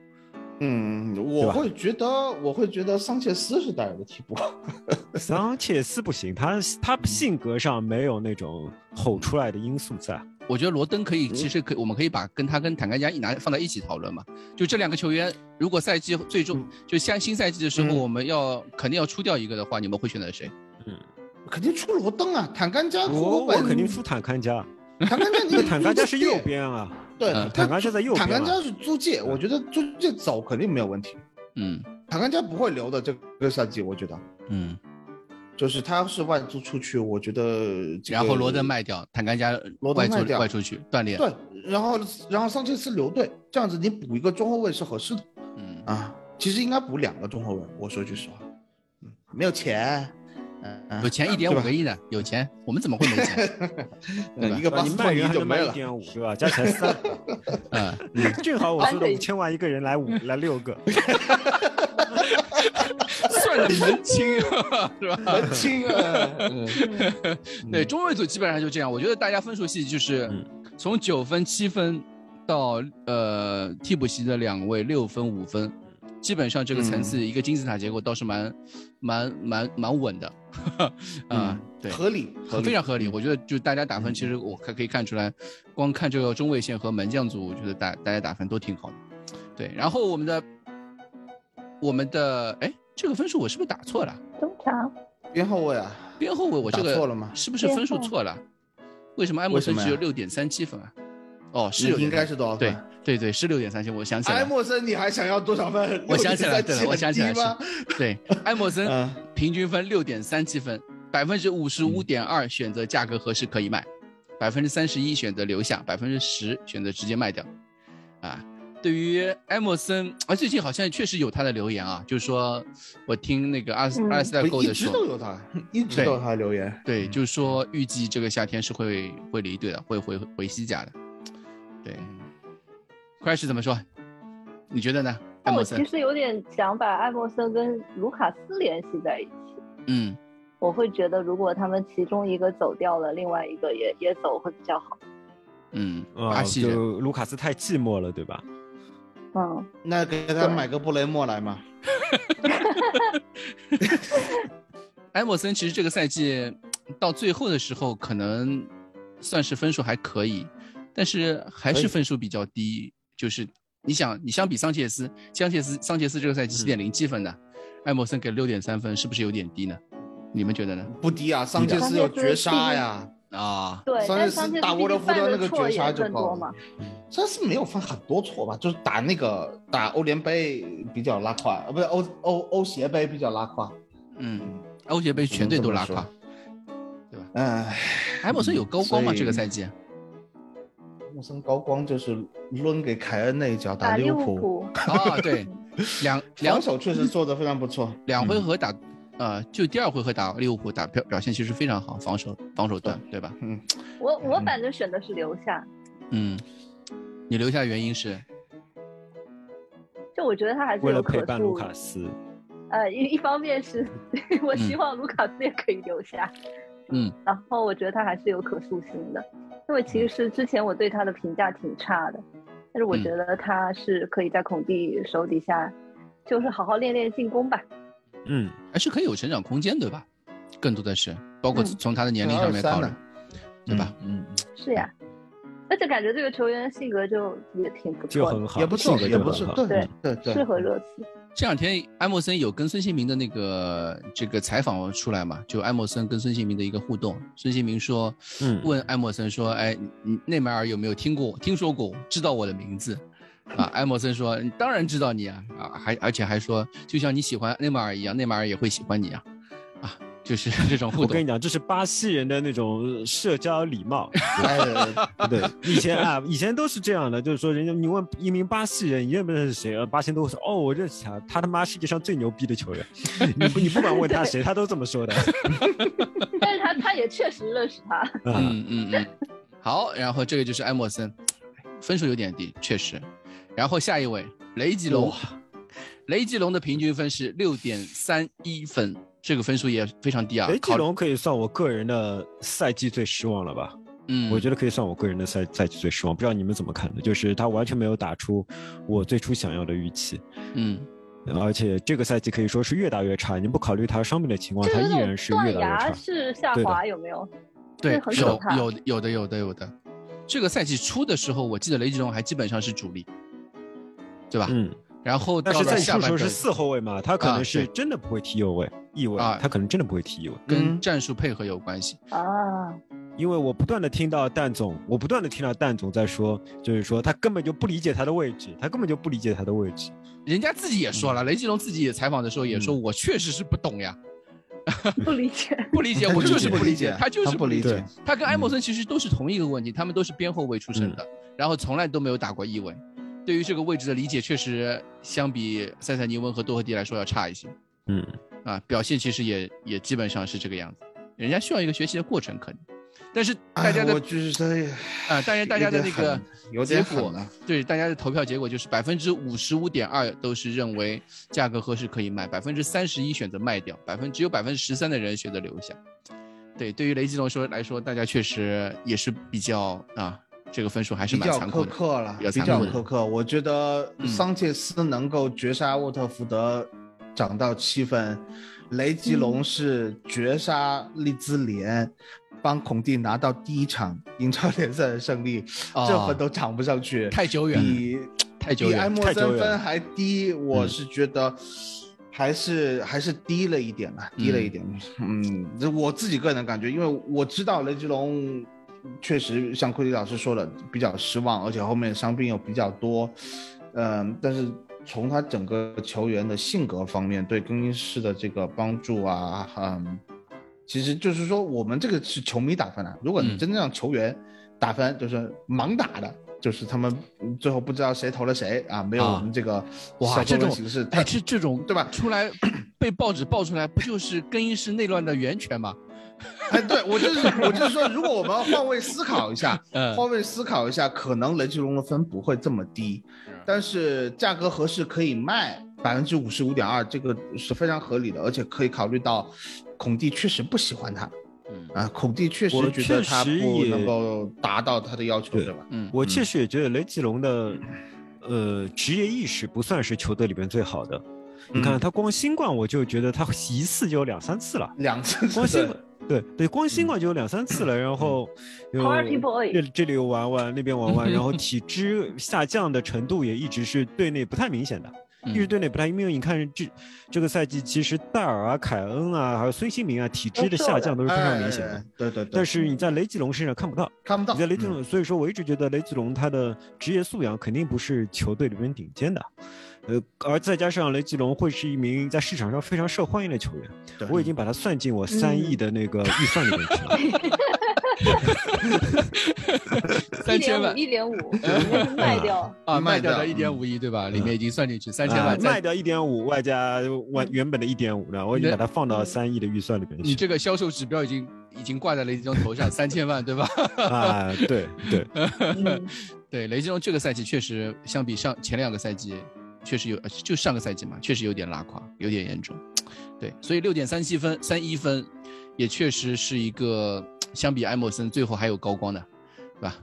Speaker 8: 嗯，
Speaker 5: 对
Speaker 8: 我
Speaker 5: 吧
Speaker 8: 会觉得，我会觉得桑切斯是戴尔的替补。
Speaker 5: 桑切斯不行，他他性格上没有那种吼出来的因素在。
Speaker 6: 我觉得罗登可
Speaker 8: 嗯
Speaker 6: 以，其实可以我们可以把跟他跟坦甘加一拿放在一起讨论嘛。就这两个球员，如果赛季最终就像新赛季的时候，
Speaker 8: 嗯
Speaker 6: 我们要肯定要出掉一个的话，你们会选择谁？
Speaker 8: 肯定出罗登啊，坦甘加、
Speaker 5: 我
Speaker 8: 霍
Speaker 5: 我
Speaker 8: 本，
Speaker 5: 肯定出坦甘加，
Speaker 8: 坦甘加你
Speaker 5: 那坦甘加是右
Speaker 8: 租借，
Speaker 5: 边啊，
Speaker 8: 对
Speaker 6: 嗯，
Speaker 8: 他
Speaker 5: 坦甘加在右边
Speaker 8: 坦
Speaker 5: 啊
Speaker 8: 甘加是租借，我觉得租借走肯定没有问题，
Speaker 6: 嗯
Speaker 8: 坦甘加不会留的这个赛季，我觉得
Speaker 6: 嗯，
Speaker 8: 就是他是外租出去，我觉得这个
Speaker 6: 然后罗登卖掉，坦甘加
Speaker 8: 罗登
Speaker 6: 外
Speaker 8: 卖
Speaker 6: 出
Speaker 8: 掉
Speaker 6: 外出去锻炼。
Speaker 8: 对，然后然后桑切斯留队，这样子你补一个中后卫是合适的
Speaker 6: 嗯，
Speaker 8: 啊，其实应该补两个中后卫，我说句实话，嗯，没有钱，嗯、啊
Speaker 6: 有钱一点
Speaker 8: 对
Speaker 6: 五
Speaker 8: 吧
Speaker 6: 个亿呢，有钱，我们怎么会没 钱？对吧
Speaker 8: 嗯一个
Speaker 5: 对吧
Speaker 8: 巴
Speaker 5: 啊你
Speaker 8: 斯
Speaker 5: 卖
Speaker 8: 托尼
Speaker 5: 人还
Speaker 8: 就
Speaker 5: 能
Speaker 8: 没
Speaker 5: 卖一
Speaker 8: 了。
Speaker 5: 点五，对吧？加起来三，
Speaker 6: 嗯，
Speaker 5: 正好我说的
Speaker 7: 安
Speaker 5: 五
Speaker 7: 得
Speaker 5: 千万一个人 来五来六个，
Speaker 6: 算的门清 是吧？
Speaker 8: 门清 啊，嗯
Speaker 6: 对，中卫组基本上就这样。我觉得大家分数系就是
Speaker 5: 嗯
Speaker 6: 从九分、七分到呃替补席的两位六分、五分，基本上这个层次一个金字塔结构倒是蛮蛮蛮蛮稳的。 啊，对，
Speaker 8: 合理，嗯
Speaker 6: 非常合理。我觉得就大家打分，其实我可可以看出来，光看这个中卫线和门将组，我觉得大大家打分都挺好的。对，然后我们的我们的哎，这个分数我是不是打错了？
Speaker 7: 中场
Speaker 8: 边后卫啊，
Speaker 6: 边后卫我这个
Speaker 8: 打错了吗
Speaker 6: 是不是分数错了？为什么埃莫森只
Speaker 8: 为什么
Speaker 6: 有
Speaker 8: 呀
Speaker 6: 六点三七分啊？哦，是
Speaker 8: 是
Speaker 6: 有点
Speaker 8: 应该是多少分
Speaker 6: 对？对对，是六点三七，我想起来
Speaker 8: 埃
Speaker 6: 了。
Speaker 8: 默森，哎你还想要多少分？
Speaker 6: 我想起来了，对了，我想起来
Speaker 8: 了
Speaker 6: 了，对，埃莫森
Speaker 8: 嗯，
Speaker 6: 平均分六点三七分，百分之五十五点二选择价格合适可以卖，百分之三十一选择留下，百分之十选择直接卖掉。啊，对于埃莫森，啊，最近好像确实有他的留言啊，就是说我听那个阿斯
Speaker 7: 嗯
Speaker 6: 阿尔斯代
Speaker 8: 我
Speaker 6: 购
Speaker 8: 一
Speaker 6: 的
Speaker 8: 直
Speaker 6: 说，
Speaker 8: 都有他，一直都有他的留言。
Speaker 6: 对，就是说预计这个夏天是会会离队的，会回回西甲的。对，Crash 怎么说？你觉得呢？艾
Speaker 7: 那
Speaker 6: 默
Speaker 7: 我哦其
Speaker 6: 森，
Speaker 7: 实有点想把艾默森跟卢卡斯联系在一起。
Speaker 6: 嗯
Speaker 7: 我会觉得，如果他们其中一个走掉了，另外一个也也走会比较好。
Speaker 6: 嗯，巴
Speaker 8: 哦
Speaker 5: 啊，
Speaker 6: 西人，
Speaker 5: 就卢卡斯太寂寞了，对吧？
Speaker 7: 嗯，
Speaker 8: 那给他买个布雷默来嘛？
Speaker 6: 埃默森其实这个赛季到最后的时候，可能算是分数还可以，但是还是分数比较低。就是你想，你相比桑切斯，桑切斯桑切斯这个赛
Speaker 8: 嗯
Speaker 6: 季七点零七分的，埃默森给六点三分，是不是有点低呢？你们觉得呢？
Speaker 8: 不低啊，桑切斯有绝杀呀，
Speaker 6: 啊，
Speaker 7: 对，
Speaker 8: 桑切
Speaker 7: 但
Speaker 8: 斯
Speaker 7: 桑切斯
Speaker 8: 打
Speaker 7: 毕
Speaker 8: 沃德
Speaker 7: 竟
Speaker 8: 福
Speaker 7: 犯
Speaker 8: 德那
Speaker 7: 的
Speaker 8: 个
Speaker 7: 错
Speaker 8: 绝杀
Speaker 7: 也
Speaker 8: 就
Speaker 7: 更
Speaker 8: 够
Speaker 7: 多
Speaker 8: 了
Speaker 7: 嘛。
Speaker 8: 桑切斯没有犯很多错吧？就是打那个打欧联杯比较拉胯，啊，不是欧欧欧协杯比较拉胯。
Speaker 6: 嗯，欧协杯全队都拉胯。
Speaker 8: 嗯，
Speaker 6: 埃默森有高光吗？
Speaker 8: 所以
Speaker 6: 这个赛 季？
Speaker 8: 埃默森高光就是抡给凯恩那一脚打
Speaker 7: 打
Speaker 8: 利
Speaker 7: 利
Speaker 8: 物
Speaker 7: 物
Speaker 8: 浦，
Speaker 7: 浦，
Speaker 6: 啊，对，两两
Speaker 8: 两手确实做得非常不错。
Speaker 6: 两回合打，呃，就第二回合打利物浦打表表现其实非常好，防守防守端对吧？
Speaker 8: 嗯，
Speaker 7: 我我反正选的是留下，
Speaker 6: 嗯，你留下原因是
Speaker 7: 就我觉得他还是
Speaker 5: 为了
Speaker 7: 有
Speaker 5: 陪
Speaker 7: 可
Speaker 5: 伴
Speaker 7: 塑。
Speaker 5: 卢卡斯，嗯
Speaker 7: 呃，一一方面是我希望卢卡斯也可以留下，
Speaker 6: 嗯
Speaker 7: 然后我觉得他还是有可塑性的，因为
Speaker 5: 嗯
Speaker 7: 其实之前我对他的评价挺差的，但是我
Speaker 6: 嗯
Speaker 7: 觉得他是可以在孔蒂手底下，就是好好练练进攻吧。
Speaker 5: 嗯，
Speaker 6: 还是可以有成长空间，对吧？更多的是，包括
Speaker 7: 嗯
Speaker 6: 从他的年龄上面考虑
Speaker 8: 23呢，
Speaker 6: 对吧？嗯，
Speaker 7: 是呀，而且感觉这个球员性格就也挺不
Speaker 5: 就
Speaker 7: 错的，
Speaker 5: 很好，
Speaker 8: 也不
Speaker 5: 性
Speaker 8: 错，
Speaker 5: 格
Speaker 8: 也
Speaker 5: 就
Speaker 8: 不
Speaker 5: 很
Speaker 8: 错
Speaker 5: 好，
Speaker 8: 对
Speaker 7: 对
Speaker 8: 对对，
Speaker 7: 适合热刺。
Speaker 6: 这两天艾默森有跟孙兴民的那个这个采访出来嘛？就艾默森跟孙兴民的一个互动，孙兴民说，
Speaker 5: 嗯
Speaker 6: 问艾默森说，哎，你你内马尔有没有听过、听说过、知道我的名字？啊，艾默森说，嗯当然知道你啊，啊，还而且还说，就像你喜欢内马尔一样，内马尔也会喜欢你啊，啊，就是这种互
Speaker 5: 我跟
Speaker 6: 动
Speaker 5: 你。讲，这是巴西人的那种社交礼貌。
Speaker 8: 哎哎
Speaker 5: 对，以前啊，以前都是这样的，就是说，人家你问一名巴西人，你认不认识谁？呃巴西人都会说，哦，我认识他，他他妈世界上最牛逼的球员。 你不你不管问他谁，他都这么说的。
Speaker 7: 但是他他也确实认识他，
Speaker 5: 啊，
Speaker 6: 嗯嗯嗯，好，然后这个就是艾默森，哎分数有点低，确实。然后下一位雷吉隆，雷吉隆的平均分是六点三一分，这个分数也非常低啊。
Speaker 5: 雷吉
Speaker 6: 考虑，
Speaker 5: 隆哎可以算我个人的赛季最失望了吧？
Speaker 6: 嗯，
Speaker 5: 我觉得可以算我个人的赛赛季最失望。不知道你们怎么看的？就是他完全没有打出我最初想要的预期，
Speaker 6: 得，嗯，
Speaker 5: 而且这个赛季可以说是越打越差。你不考虑他伤病的情况，
Speaker 7: 就
Speaker 5: 他
Speaker 7: 是
Speaker 5: 依
Speaker 7: 那
Speaker 5: 然
Speaker 7: 种
Speaker 5: 是越
Speaker 7: 断
Speaker 5: 打
Speaker 7: 崖
Speaker 5: 越差。
Speaker 7: 式下
Speaker 5: 对的
Speaker 7: 滑，有没有？
Speaker 6: 对
Speaker 7: 这很，可
Speaker 6: 有
Speaker 7: 怕
Speaker 6: 有有的有的有的。这个赛季初的时候，我记得雷吉隆还基本上是主力，对吧？
Speaker 5: 嗯，
Speaker 6: 然后
Speaker 5: 但
Speaker 6: 啊到
Speaker 5: 是
Speaker 6: 了
Speaker 5: 在
Speaker 6: 下
Speaker 5: 处时
Speaker 6: 半
Speaker 5: 候是
Speaker 6: 段，
Speaker 5: 四后卫嘛，他可
Speaker 6: 啊
Speaker 5: 能是
Speaker 6: 对
Speaker 5: 真的不会踢右卫、翼卫
Speaker 6: 啊，
Speaker 5: 他可能真的不会踢翼卫，
Speaker 6: 跟战术配合有关系。
Speaker 7: 啊，
Speaker 5: 因为我不断的听到蛋总，我不断的听到蛋总在说，就是说他根本就不理解他的位置，他根本就不理解他的位置。
Speaker 6: 人家自己也说了，雷吉隆自己也采访的时候也说，
Speaker 5: 嗯
Speaker 6: 我确实是不懂呀。
Speaker 7: 不理 解。
Speaker 6: 不理解，
Speaker 8: 他
Speaker 6: 我
Speaker 8: 就是
Speaker 6: 是
Speaker 8: 不
Speaker 6: 不
Speaker 8: 理
Speaker 6: 解
Speaker 8: 解，
Speaker 6: 他就是
Speaker 8: 他不理
Speaker 5: 解
Speaker 6: 解。他跟埃默
Speaker 5: 嗯
Speaker 6: 森其实都是同一个问题，他们都是边后卫出身
Speaker 8: 嗯
Speaker 6: 的，然后从来都没有打过翼卫。对于这个位置的理解，确实相比塞塞尼翁和多赫蒂来说要差一些
Speaker 5: 嗯，
Speaker 6: 啊，表现其实也也基本上是这个样子。人家需要一个学习的过程，可能，但是大家
Speaker 8: 哎
Speaker 6: 的
Speaker 8: 我就是这
Speaker 6: 啊，当然大家的那个
Speaker 8: 有
Speaker 6: 结
Speaker 8: 点狠
Speaker 6: 果
Speaker 8: 了，
Speaker 6: 对大家的投票结果就是百分之五十五点二都是认为价格合适可以卖，百分之三十一选择卖掉，百分只有百分之十三的人选择留下。对，对于雷吉隆说来说，大家确实也是比较啊，这个分数还是
Speaker 8: 比
Speaker 6: 蛮
Speaker 8: 较
Speaker 6: 残酷
Speaker 8: 苛
Speaker 6: 的。
Speaker 8: 刻了，
Speaker 6: 比较
Speaker 8: 比
Speaker 6: 残
Speaker 8: 较
Speaker 6: 酷的
Speaker 8: 苛刻。我觉得
Speaker 6: 嗯
Speaker 8: 桑切斯能够绝杀沃特福德，涨到七分；雷吉
Speaker 6: 嗯
Speaker 8: 隆是绝杀利兹联，帮孔蒂拿到第一场英超联赛的胜利，
Speaker 6: 哦
Speaker 8: 这分都涨不上去，
Speaker 6: 太久远了
Speaker 8: 比
Speaker 6: 太久
Speaker 8: 比
Speaker 6: 远
Speaker 8: 埃
Speaker 6: 了，
Speaker 8: 默
Speaker 5: 太久
Speaker 8: 森
Speaker 5: 远了嗯
Speaker 8: 分还低，我是觉得。还是还是低了一点吧，低了一点。嗯，这我自己个人感觉，因为我知道雷吉隆确实像库里老师说的比较失望，而且后面伤病又比较多。嗯，但是从他整个球员的性格方面，对更衣室的这个帮助啊，嗯，其实就是说我们这个是球迷打分啊。如果你
Speaker 6: 嗯
Speaker 8: 真正让球员打分，就是盲打的。就是他们最后不知道谁投了谁啊，没有
Speaker 6: 啊
Speaker 8: 我们这个
Speaker 6: 哇，
Speaker 8: 小
Speaker 6: 这
Speaker 8: 作文
Speaker 6: 种
Speaker 8: 形式，
Speaker 6: 哎，
Speaker 8: 太
Speaker 6: 这这种
Speaker 8: 对吧
Speaker 6: 出 来被报纸爆出来，不就是更衣室内乱的源泉吗？
Speaker 8: 哎，对我就是我就是说，如果我们换位思考一 下，
Speaker 6: 嗯
Speaker 8: 换位思考一下，可能雷吉隆的分不会这么低，
Speaker 6: 啊
Speaker 8: 但是价格合适可以卖百分之五十五点二，这个是非常合理的，而且可以考虑到孔蒂确实不喜欢他
Speaker 6: 嗯
Speaker 8: 啊，孔蒂确
Speaker 5: 我
Speaker 8: 实觉得他
Speaker 5: 确实
Speaker 8: 不
Speaker 5: 也
Speaker 8: 能够达到他的要求，
Speaker 5: 对
Speaker 8: 对吧？
Speaker 6: 嗯，
Speaker 5: 我确实也觉得雷吉隆的，呃，职业意识不算是球队里边最好的。你看
Speaker 8: 嗯
Speaker 5: 他光新冠，我就觉得他一次就有两 三次了。
Speaker 8: 两次
Speaker 5: 光新
Speaker 8: 对
Speaker 5: 冠，对对，光新冠就有两三次了，然后有
Speaker 7: Party boy
Speaker 5: 这这里有玩玩，那边玩玩，然后体脂下降的程度也一直是队内不太明显的，一
Speaker 6: 嗯
Speaker 5: 直队内不太明显。你看这这个赛季，其实戴尔啊、凯恩啊，还有孙兴民啊，体脂的下降都是非常明显
Speaker 8: 哎哎
Speaker 5: 的
Speaker 8: 哎。对对对，
Speaker 5: 但是你在雷吉隆身上看不到，
Speaker 8: 看不到
Speaker 5: 你在雷吉
Speaker 8: 嗯
Speaker 5: 隆，所以说我一直觉得雷吉隆他的职业素养肯定不是球队里边顶尖的，呃，而再加上雷吉隆会是一名在市场上非常受欢迎的球员，
Speaker 8: 对
Speaker 5: 我已经把它算进我三亿的那个预算里面去了。
Speaker 6: 三千万
Speaker 7: 一点五，一 点五，卖掉。
Speaker 6: 啊，卖
Speaker 8: 卖
Speaker 6: 掉
Speaker 8: 掉嗯
Speaker 6: 的一点五亿对吧？里面已经算进去三千
Speaker 5: 啊
Speaker 6: 万，
Speaker 5: 卖掉一点五，外加完原本的一点五呢，我已经把它放到三亿的预算里面
Speaker 6: 你
Speaker 5: 去
Speaker 6: 这个销售指标已经已经挂在雷吉隆头上，三千万对吧？
Speaker 5: 啊！对 对，
Speaker 7: 嗯，
Speaker 6: 对，雷吉隆这个赛季确实相比上前两个赛季，确实有，呃就上个赛季嘛，确实有点拉胯，有点严重。对，所以六点三七分、三一分，也确实是一个相比埃默森最后还有高光的，对吧？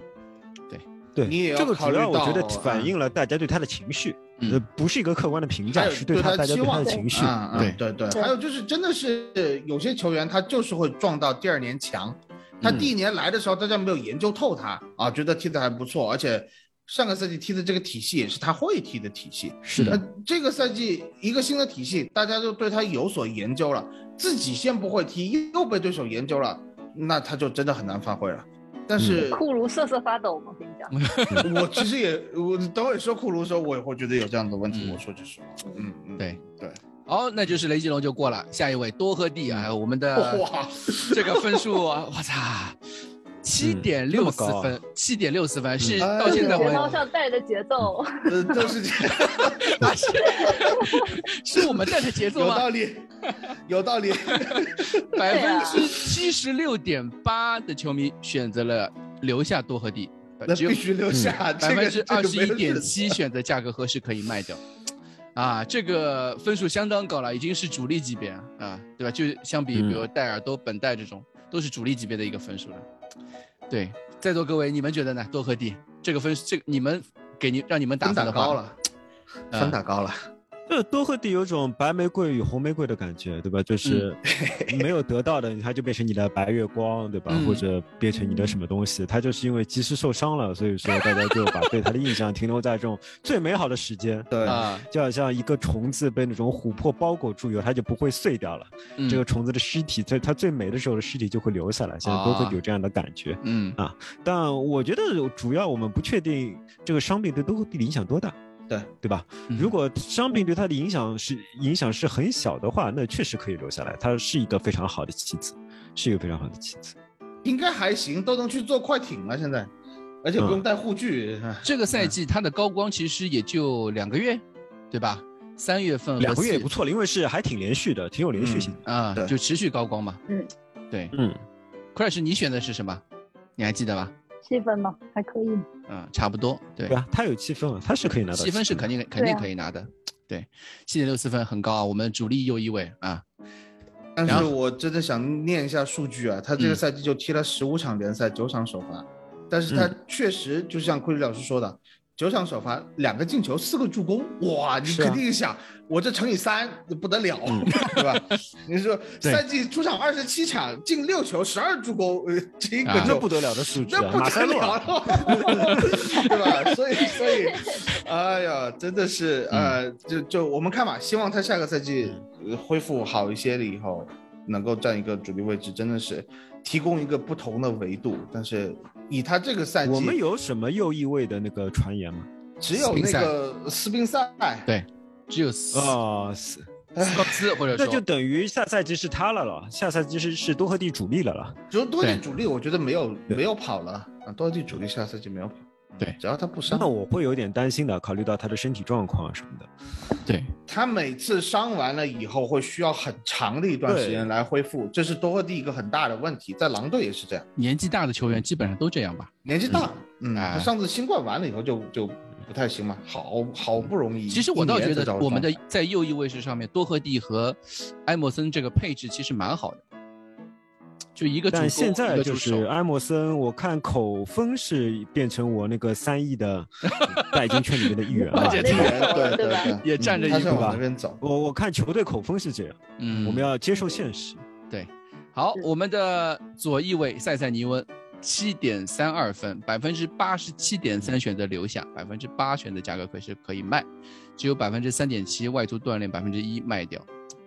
Speaker 5: 对，
Speaker 8: 你也要
Speaker 5: 这个
Speaker 8: 考
Speaker 5: 主
Speaker 8: 虑
Speaker 5: 要我觉得
Speaker 8: 到啊
Speaker 5: 反映了大家对他的情绪，
Speaker 6: 嗯
Speaker 5: 呃，不是一个客观的评
Speaker 8: 还
Speaker 5: 价，
Speaker 8: 有
Speaker 5: 是
Speaker 8: 对
Speaker 5: 他
Speaker 8: 他的
Speaker 5: 大家
Speaker 8: 期
Speaker 5: 对他
Speaker 8: 望
Speaker 5: 的情绪。
Speaker 6: 啊
Speaker 8: 嗯，对对
Speaker 7: 对
Speaker 8: 还有就是，真的是有些球员他就是会撞到第二年墙。他第一年来的时候，大家没有研究透他啊，觉得踢得还不错，而且上个赛季踢的这个体系也是他会踢的体系。
Speaker 5: 是
Speaker 8: 那，这个赛季一个新的体系，大家就对他有所研究了，自己先不会踢，又被对手研究了，那他就真的很难发挥了。但是
Speaker 7: 库卢瑟瑟发抖，我跟你讲，
Speaker 8: 我其 实也，我等会说库卢的时候，我也会觉得有这样的问题。我说就是，嗯，嗯，
Speaker 6: 对
Speaker 8: 对，
Speaker 6: 好，那就是雷吉隆就过了。下一位多和蒂啊，我们的
Speaker 8: 哇，
Speaker 6: 这个分数啊，我操，七点
Speaker 5: 嗯那
Speaker 6: 六
Speaker 5: 么
Speaker 6: 四
Speaker 5: 高啊嗯
Speaker 6: 分，七点六四分是
Speaker 8: 哎
Speaker 6: 到现在
Speaker 7: 钱包
Speaker 6: 我
Speaker 7: 上带的节 奏，
Speaker 8: 呃，都是这样。
Speaker 6: 是我们带的节奏
Speaker 8: 有
Speaker 6: 吗
Speaker 8: 道？理，有 道理。
Speaker 6: 百分
Speaker 7: 啊
Speaker 6: 之七十六点八的球迷选择了留下多和蒂，呃
Speaker 8: 那
Speaker 6: 只有
Speaker 8: 必须留下。这
Speaker 6: 嗯百
Speaker 8: 个
Speaker 6: 分之二十一点。
Speaker 8: 这个没有
Speaker 6: 七选择价格合适可以卖掉，啊，这个分数相当高了，已经是主力级别啊啊，对吧？就相比
Speaker 5: 嗯
Speaker 6: 比如戴尔多、本戴这种，都是主力级别的一个分数了。对，在座各位，你们觉得呢？多和蒂这个分，这个你们给你让你们打
Speaker 8: 分
Speaker 6: 分
Speaker 8: 打
Speaker 6: 的话，
Speaker 8: 高了，
Speaker 6: 呃
Speaker 8: 分打高了。
Speaker 5: 这多赫蒂有种白玫瑰与红玫瑰的感觉，对吧？就是 没有得到的，它就变成你的白月光，对吧？
Speaker 6: 嗯
Speaker 5: 或者变成你的什么东西？他就是因为及时受伤了，所以说大家就把对他的印象停留在这种最美好的时间。
Speaker 8: 对
Speaker 6: 啊，
Speaker 5: 就好像一个虫子被那种琥珀包裹住以后，它就不会碎掉了。
Speaker 6: 嗯
Speaker 5: 这个虫子的尸体，在它最美的时候的尸体就会留下来。现在多
Speaker 6: 啊
Speaker 5: 赫蒂有这样的感觉。
Speaker 6: 嗯
Speaker 5: 但我觉得主要我们不确定这个伤病对多蒂的影响多大，
Speaker 8: 对
Speaker 5: 对吧？
Speaker 6: 嗯
Speaker 5: 如果伤病对他的影响是影响是很小的话，那确实可以留下来，她是一个非常好的棋子，是一个非常好的棋子。
Speaker 8: 应该还行，都能去做快艇了现在，而且不
Speaker 6: 嗯
Speaker 8: 用带护具。啊
Speaker 6: 这个赛
Speaker 5: 嗯
Speaker 6: 季他的高光其实也就两个月，对吧？三月份和
Speaker 5: 两个月
Speaker 6: 四
Speaker 5: 也不错了，因为是还挺连续的，挺有连续性的。
Speaker 6: 啊
Speaker 8: 对，
Speaker 6: 就持续高光嘛。
Speaker 7: 嗯，
Speaker 6: 对
Speaker 5: 嗯，
Speaker 6: ，Crash，你选的是什么？你还记得吧？
Speaker 7: 七分嘛，还可以。
Speaker 6: 嗯，差不多，对
Speaker 5: 对，啊，他有积分啊，他是可以拿到
Speaker 6: 七分是肯定肯
Speaker 7: 对
Speaker 6: 定
Speaker 7: 啊
Speaker 6: 可以拿的，对，七点六四分很高啊，我们主力右翼位啊，
Speaker 8: 但
Speaker 6: 然
Speaker 8: 是
Speaker 6: 后
Speaker 8: 我真的想念一下数据啊，他这个
Speaker 6: 嗯
Speaker 8: 赛季就踢了十五场联赛，九场首发，但是他确实就像库里老师说的。九场首发，两个进球，四个助攻，哇！你
Speaker 5: 是啊
Speaker 8: 肯定想，我这乘以三不得了，对吧？ 你说
Speaker 6: 对
Speaker 8: 赛季出场二十七场，进六球，十二助攻，呃，这个
Speaker 6: 啊
Speaker 8: 就
Speaker 5: 那不得了的数据
Speaker 8: 那
Speaker 5: 啊，
Speaker 8: 不
Speaker 5: 马塞
Speaker 8: 得
Speaker 5: 洛啊
Speaker 8: 了， 对吧？所以，所以，哎呀，真的是，呃，就就我们看吧，希望他下个赛季
Speaker 5: 嗯
Speaker 8: 呃恢复好一些了以后，能够占一个主力位置，真的是提供一个不同的维度。但是以他这个赛季，
Speaker 5: 我们有什么右翼位的那个传言吗？
Speaker 8: 只有那个斯宾塞，
Speaker 6: 只有斯
Speaker 5: 哦，是
Speaker 6: 斯科斯或者
Speaker 5: 那就
Speaker 6: 说
Speaker 5: 等于下赛季是他了了，下赛季是是多赫蒂主力了了。
Speaker 8: 只有多一点
Speaker 6: 对
Speaker 8: 主力，我觉得没有
Speaker 5: 对
Speaker 8: 没有跑了，啊，多一点主力下赛季没有跑。嗯
Speaker 6: 对
Speaker 8: 只要他不伤
Speaker 5: 那，我会有点担心的，考虑到他的身体状况什么的。
Speaker 6: 对，
Speaker 8: 他每次伤完了以后会需要很长的一段时间来恢复，这是多赫蒂一个很大的问题，在狼队也是这样，
Speaker 6: 年纪大的球员基本上都这样吧。
Speaker 8: 年纪大，嗯，
Speaker 6: 哎
Speaker 8: 他上次新冠完了以后就就不太行嘛，好好不容易，
Speaker 6: 其实我倒觉
Speaker 8: 一年才
Speaker 6: 得
Speaker 8: 找
Speaker 6: 我们的
Speaker 8: 上
Speaker 6: 在右翼位置上面，多赫蒂和埃默森这个配置其实蛮好的，就一个主
Speaker 5: 但
Speaker 6: 攻
Speaker 5: 现
Speaker 6: 一
Speaker 5: 在
Speaker 6: 个
Speaker 5: 就
Speaker 6: 主
Speaker 5: 是
Speaker 6: 守
Speaker 5: 埃默森，我看口风是变成我那个三 亿的代金圈里面的一员
Speaker 7: 而
Speaker 5: 了。
Speaker 7: 且
Speaker 8: 一
Speaker 7: 这
Speaker 8: 年
Speaker 7: 个
Speaker 8: 对
Speaker 7: 对吧
Speaker 8: 对，
Speaker 6: 也站着
Speaker 8: 嗯他
Speaker 6: 一
Speaker 8: 是
Speaker 6: 个
Speaker 8: 要往
Speaker 6: 吧
Speaker 8: 那，边走，
Speaker 5: 我我看球队口风是这样，
Speaker 6: 嗯，
Speaker 5: 我们要接受现实。
Speaker 6: 好，
Speaker 7: 是
Speaker 6: 我们的左翼位塞塞尼翁七点三二分，百分之八十七点三选择留下，百分之八选择价格可是可以卖，只有百分之三点七外租锻炼百分之一卖掉。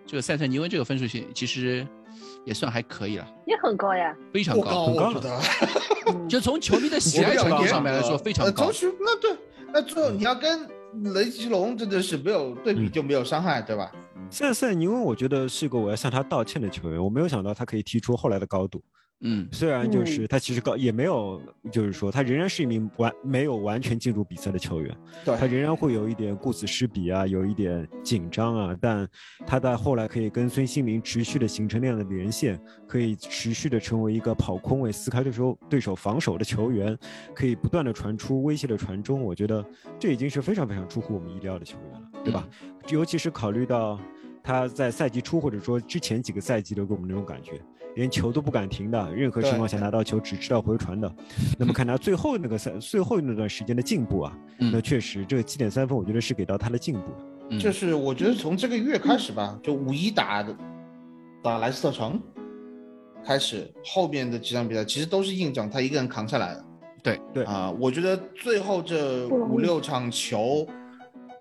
Speaker 6: 这个塞塞尼翁这个分数其其实也算还可以了，
Speaker 7: 也很高呀，
Speaker 6: 非常
Speaker 8: 过高，
Speaker 6: 高，
Speaker 5: 很高
Speaker 8: 我觉得
Speaker 7: 嗯
Speaker 6: 就从球迷的喜爱程度上面来说非常
Speaker 8: 呃，
Speaker 6: 高嗯
Speaker 8: 从。去那对，那最后你要跟雷吉隆真的是没有对比就没有伤害，对吧？
Speaker 5: 塞塞尼翁，我觉得是个我要向他道歉的球员，我没有想到他可以踢出后来的高度。
Speaker 6: 嗯，
Speaker 5: 虽然就是他其实高也没有，就是说他仍然是一名完没有完全进入比赛的球员，
Speaker 8: 对
Speaker 5: 他仍然会有一点顾此失彼啊，有一点紧张啊，但他在后来可以跟孙兴民持续的形成那样的连线，可以持续的成为一个跑空位撕开对手对手防守的球员，可以不断的传出威胁的传中，我觉得这已经是非常非常出乎我们意料的球员了，对吧？尤其是考虑到他在赛季初或者说之前几个赛季都给我们那种感觉，连球都不敢停的，任何情况下拿到球只知道回 传的。那么看他最后那个三最后那段时间的进步啊，
Speaker 6: 嗯
Speaker 5: 那确实这个七点三分，我觉得是给到他的进步。
Speaker 6: 嗯
Speaker 8: 就是我觉得从这个月开始吧，就五一打的打莱斯特城开始，后面的几场比赛其实都是硬仗他一个人扛下来的。
Speaker 6: 对
Speaker 5: 对
Speaker 8: 啊、我觉得最后这
Speaker 7: 不容易
Speaker 8: 五六场球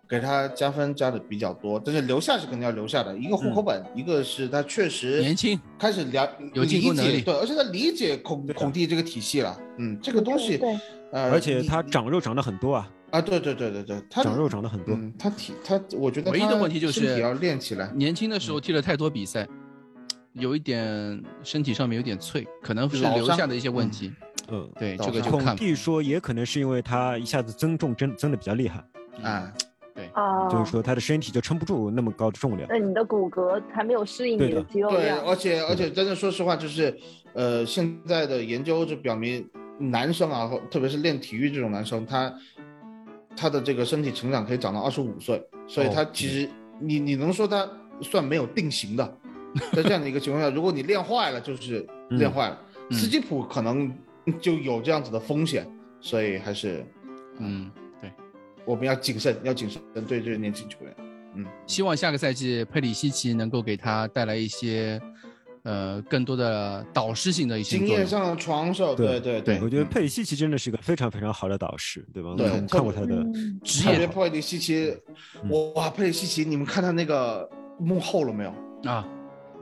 Speaker 8: 给他加分加的比较多，但是留下是肯定要留下的，一个户口本，一个是他确
Speaker 6: 嗯
Speaker 8: 实
Speaker 6: 年轻，
Speaker 8: 开始了
Speaker 6: 有进
Speaker 8: 理
Speaker 6: 攻能力啊
Speaker 8: 解，对，而且他理解孔
Speaker 5: 对的
Speaker 8: 孔蒂这个体系了，嗯，这个东西，
Speaker 7: 对，
Speaker 8: 呃，
Speaker 5: 而且
Speaker 8: 你
Speaker 5: 他长肉长得很多啊，
Speaker 8: 啊，对对对对对，他
Speaker 5: 长肉长得很多。
Speaker 8: 嗯，他体他，我觉得
Speaker 6: 唯一的
Speaker 8: 他
Speaker 6: 问题就
Speaker 8: 身体
Speaker 6: 是
Speaker 8: 要练起来。嗯
Speaker 6: 年轻的时候踢了太多比赛，有一点身体上面有点脆，可能是
Speaker 8: 老
Speaker 6: 留
Speaker 8: 伤
Speaker 6: 下的一些问题。
Speaker 5: 嗯，
Speaker 6: 对，
Speaker 8: 老
Speaker 6: 这个
Speaker 8: 伤
Speaker 6: 就
Speaker 5: 孔
Speaker 6: 看吧
Speaker 5: 蒂说也可能是因为他一下子增重增增的比较厉害，
Speaker 6: 哎
Speaker 8: 啊，
Speaker 7: 啊，
Speaker 5: 就是说他的身体就撑不住那么高的重量。
Speaker 7: 那你的骨骼还没有适应
Speaker 5: 对
Speaker 7: 你
Speaker 5: 的
Speaker 7: 的肌肉
Speaker 8: 对，
Speaker 7: 量，
Speaker 8: 而且而且真的说实话，就是呃，现在的研究就表明，男生啊，或特别是练体育这种男生，他他的这个身体成长可以长到二十五岁，所以
Speaker 5: 哦
Speaker 8: 他其实、你你能说他算没有定型的，在这样的一个情况下，如果你练坏了，就是练坏了。
Speaker 6: 嗯
Speaker 8: 斯基普可能就有这样子的风险，所以还是
Speaker 6: 嗯，
Speaker 8: 我们要谨慎，要谨慎对这个年轻球员。
Speaker 6: 希望下个赛季佩里西奇能够给他带来一些，呃，更多的导师性的一些
Speaker 8: 经
Speaker 6: 作
Speaker 8: 验
Speaker 6: 用。
Speaker 8: 上的传授，
Speaker 5: 对
Speaker 8: 对对
Speaker 6: 对
Speaker 5: 我觉得佩里西奇真的是一个非常非常好的导师，对吧？
Speaker 8: 对
Speaker 5: 我们看过他的，
Speaker 7: 嗯
Speaker 6: 职
Speaker 8: 特别
Speaker 6: 业
Speaker 8: 佩里西奇
Speaker 5: 嗯，
Speaker 8: 我哇，佩里西奇，你们看他那个幕后了没有？
Speaker 6: 啊，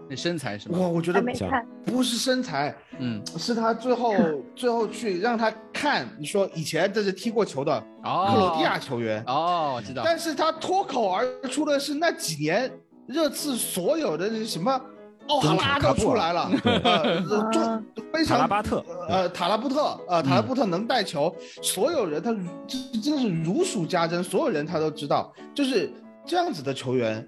Speaker 6: 那身材是吧
Speaker 8: 哇，？我觉
Speaker 7: 还
Speaker 8: 得
Speaker 7: 没
Speaker 5: 讲
Speaker 7: 看，
Speaker 8: 不是身材，
Speaker 6: 嗯，
Speaker 8: 是他最 后最后去让他看，你说以前这是踢过球的
Speaker 6: 哦，
Speaker 8: 克罗地亚球员，
Speaker 6: 哦，知道，
Speaker 8: 但是他脱口而出的是那几年热刺所有的那什么奥哈拉都出来 了，
Speaker 5: 对
Speaker 8: 呃，
Speaker 7: 啊
Speaker 8: 中非
Speaker 5: 卡拉
Speaker 8: 常
Speaker 5: 巴特，嗯
Speaker 8: 呃，塔拉布特，呃，塔拉布特能带球，所有人他如这这真的是如数家珍，所有人他都知道，就是这样子的球员，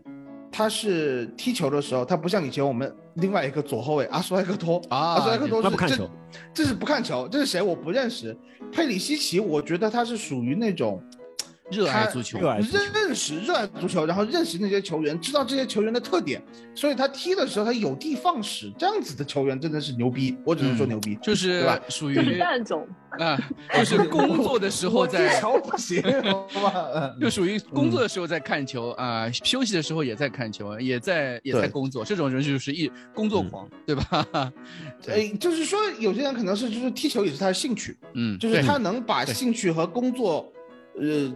Speaker 8: 他是踢球的时候，他不像以前我们另外一个左后卫阿苏埃克托，
Speaker 6: 啊
Speaker 8: 阿苏埃克托
Speaker 5: 他
Speaker 8: 是
Speaker 5: 不看
Speaker 8: 这
Speaker 5: 球，
Speaker 8: 这是不看球，这是谁我不认识，佩里西奇，我觉得他是属于那种。
Speaker 6: 热爱
Speaker 8: 他
Speaker 6: 足球
Speaker 5: 热，爱足球
Speaker 8: 认认识热爱足球，然后认识那些球员，知道这些球员的特点，所以他踢的时候他有的放矢，这样子的球员真的是牛逼，我只能说
Speaker 6: 嗯
Speaker 8: 牛逼。
Speaker 6: 就是
Speaker 8: 对吧
Speaker 6: 属
Speaker 7: 就
Speaker 6: 于
Speaker 7: 是蛋种，
Speaker 6: 啊，就是工作的时候在，
Speaker 8: 球 不行，好吧？
Speaker 6: 就属
Speaker 8: 嗯
Speaker 6: 于工作的时候在看球啊，休息的时候也在看球，也在也在
Speaker 8: 对嗯
Speaker 6: 工作，这种人就是一工作狂，对吧？
Speaker 8: 哎，就是说有些人可能是就是踢球也是他的兴趣，
Speaker 6: 嗯，
Speaker 8: 就是
Speaker 6: 对
Speaker 8: 他能把
Speaker 6: 对
Speaker 8: 兴趣和工作，呃。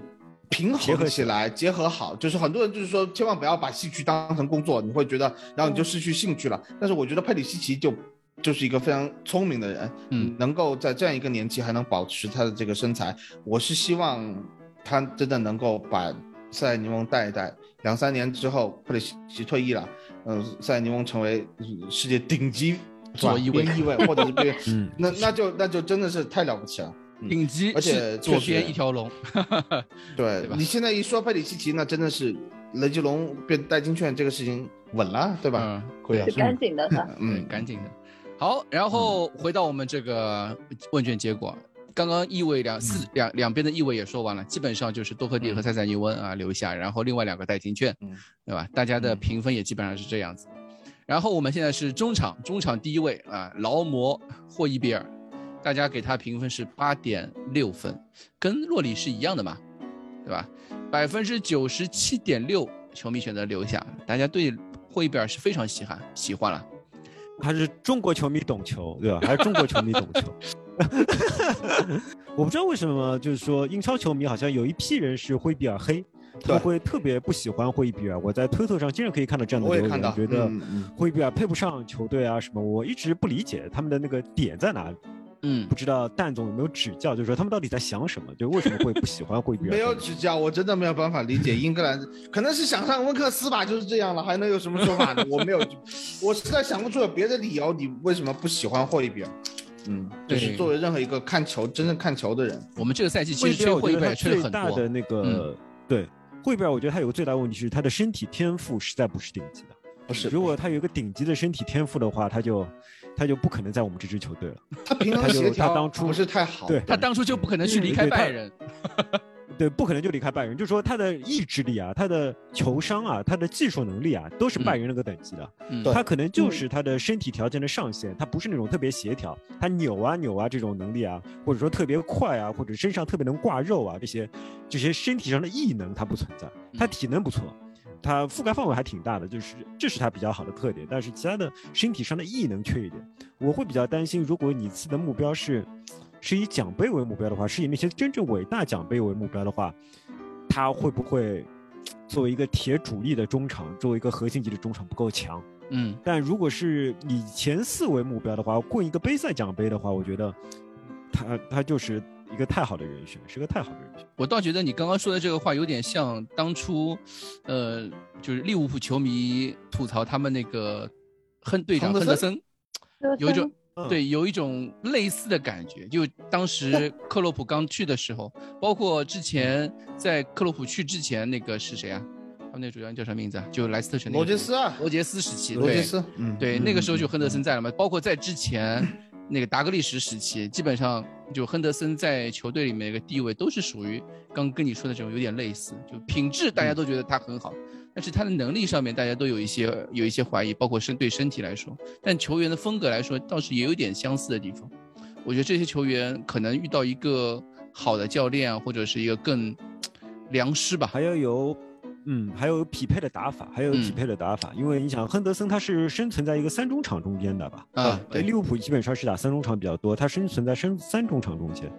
Speaker 8: 平
Speaker 5: 结合
Speaker 8: 衡
Speaker 5: 起
Speaker 8: 起来，结合好，就是很多人就是说，千万不要把兴趣当成工作，你会觉得，然后你就失去兴趣了。但是我觉得佩里西奇就就是一个非常聪明的人，
Speaker 6: 嗯
Speaker 8: 能够在这样一个年纪还能保持他的这个身材，我是希望他真的能够把塞尔尼翁带一带。两三年之后，佩里西奇退役了，嗯、塞尔尼翁成为嗯世界顶级是吧
Speaker 6: 左翼卫
Speaker 8: 边翼位或者是边，
Speaker 5: 嗯，
Speaker 8: 那那就那就真的是太了不起了。
Speaker 6: 顶级，
Speaker 8: 而且
Speaker 6: 是左
Speaker 8: 确实
Speaker 6: 边一条龙，
Speaker 8: 对
Speaker 6: 对吧
Speaker 8: 你现在一说佩里西奇，那真的是雷吉隆变带金券这个事情稳了，对吧？
Speaker 6: 嗯，
Speaker 8: 可以啊
Speaker 7: 是干净的哈。
Speaker 6: 对，
Speaker 8: 嗯，
Speaker 6: 赶紧的。好，然后回到我们这个问卷结果，刚刚意味
Speaker 8: 嗯
Speaker 6: 两四两两边的意味也说完了，基本上就是多赫蒂和塞塞尼翁啊留下，然后另外两个代金券
Speaker 8: 嗯，
Speaker 6: 对吧？大家的评分也基本上是这样子。然后我们现在是中场，中场第一位啊，劳模霍伊比尔，大家给他评分是八点六分，跟洛里是一样的嘛，对吧？百分之九十七点六球迷选择留下，大家对霍伊比尔是非常喜欢喜欢了。
Speaker 5: 还是中国球迷懂 球，对吧？还是中国球迷懂球。 我不知道为什么，就是说英超球迷好像有一批人是灰比尔黑，他
Speaker 8: 对
Speaker 5: 们会特别不喜欢灰比尔。我在推特上经常可以看到这样的
Speaker 8: 我也
Speaker 5: 留
Speaker 8: 看
Speaker 5: 言，
Speaker 8: 到
Speaker 5: 觉得
Speaker 8: 嗯嗯
Speaker 5: 灰比尔配不上球队啊什么。我一直不理解他们的那个点在哪里，
Speaker 6: 嗯
Speaker 5: 不，知道蛋总有没有指教，就是说他们到底在想什么，就为什么会不喜欢灰比尔？
Speaker 8: 没有指教，我真的没有办法理解英格兰，可能是想上温克斯吧，就是这样了，还能有什么说法呢？我没有，我实在想不出有别的理由，你为什么不喜欢霍伊比尔？嗯，就是
Speaker 6: 对
Speaker 8: 作为任何一个看球、真正看球的人，
Speaker 6: 我们这个赛季其
Speaker 5: 惠
Speaker 6: 实
Speaker 5: 比
Speaker 6: 吹
Speaker 5: 尔，我
Speaker 6: 会一
Speaker 5: 觉得他
Speaker 6: 也吹了
Speaker 5: 最
Speaker 6: 很嗯
Speaker 5: 大
Speaker 6: 多
Speaker 5: 的，那个对惠比尔，我觉得他有个最大问题是他的身体天赋实在不是顶级的。
Speaker 8: 不是
Speaker 5: 如果他有一个顶级的身体天赋的话，他就他就不可能在我们这支球队了。
Speaker 8: 他平
Speaker 5: 他
Speaker 8: 衡
Speaker 5: 就
Speaker 8: 协
Speaker 5: 他
Speaker 8: 调
Speaker 5: 当初
Speaker 8: 不是太好，
Speaker 5: 对
Speaker 6: 他当初就不可能去离开
Speaker 5: 对他
Speaker 6: 拜仁。
Speaker 5: 对，不可能就离开拜仁。就说他的意志力啊，他的球商啊，他的技术能力啊，都是拜仁那个等级的。
Speaker 6: 嗯
Speaker 5: 他可能就是他的身体条件的上限，他不是那种特别协调，他扭啊扭啊这种能力啊，或者说特别快啊，或者身上特别能挂肉啊这些，这些身体上的异能他不存在，他
Speaker 6: 嗯
Speaker 5: 体能不错。他覆盖范围还挺大的，就是这是他比较好的特点，但是其他的身体上的异能缺一点，我会比较担心，如果你自己的目标是是以奖杯为目标的话，是以那些真正伟大奖杯为目标的话，他会不会作为一个铁主力的中场，作为一个核心级的中场不够强？
Speaker 6: 嗯
Speaker 5: 但如果是以前四为目标的话，混一个杯赛奖杯的话，我觉得他他就是一个太好的人选，是个太好的人选。
Speaker 6: 我倒觉得你刚刚说的这个话有点像当初，呃，就是利物浦球迷吐槽他们那个亨队长
Speaker 8: 亨
Speaker 6: 亨
Speaker 8: 德
Speaker 6: 德
Speaker 8: 森
Speaker 6: 森，有一种
Speaker 5: 嗯
Speaker 6: 对，有一种类似的感觉。就当时克洛普刚去的时候，包括之前在克洛普去之前，那个是谁啊？他们那主教练叫啥名字啊？就莱斯特城那
Speaker 8: 罗
Speaker 6: 个
Speaker 8: 杰
Speaker 6: 主
Speaker 8: 斯啊，
Speaker 6: 罗杰斯时期，
Speaker 8: 罗杰
Speaker 6: 对
Speaker 8: 斯，嗯，
Speaker 6: 对，那个时候就亨德森在了嘛。包括在之 前那个达格利什时期，基本上就亨德森在球队里面的一个地位都是属于刚跟你说的这种有点类似，就品质
Speaker 8: 嗯
Speaker 6: 大家都觉得他很好，但是他的能力上面大家都有一些有一些怀疑，包括身对身体来说，但球员的风格来说倒是也有点相似的地方。我觉得这些球员可能遇到一个好的教练啊，或者是一个更良师吧，
Speaker 5: 还要有。嗯，还有匹配的打法，还有匹
Speaker 6: 嗯
Speaker 5: 配的打法，因为你想，亨德森他是生存在一个三中场中间的吧？
Speaker 6: 啊对
Speaker 5: 对，利物浦基本上是打三中场比较多，他生存在三三中场中间。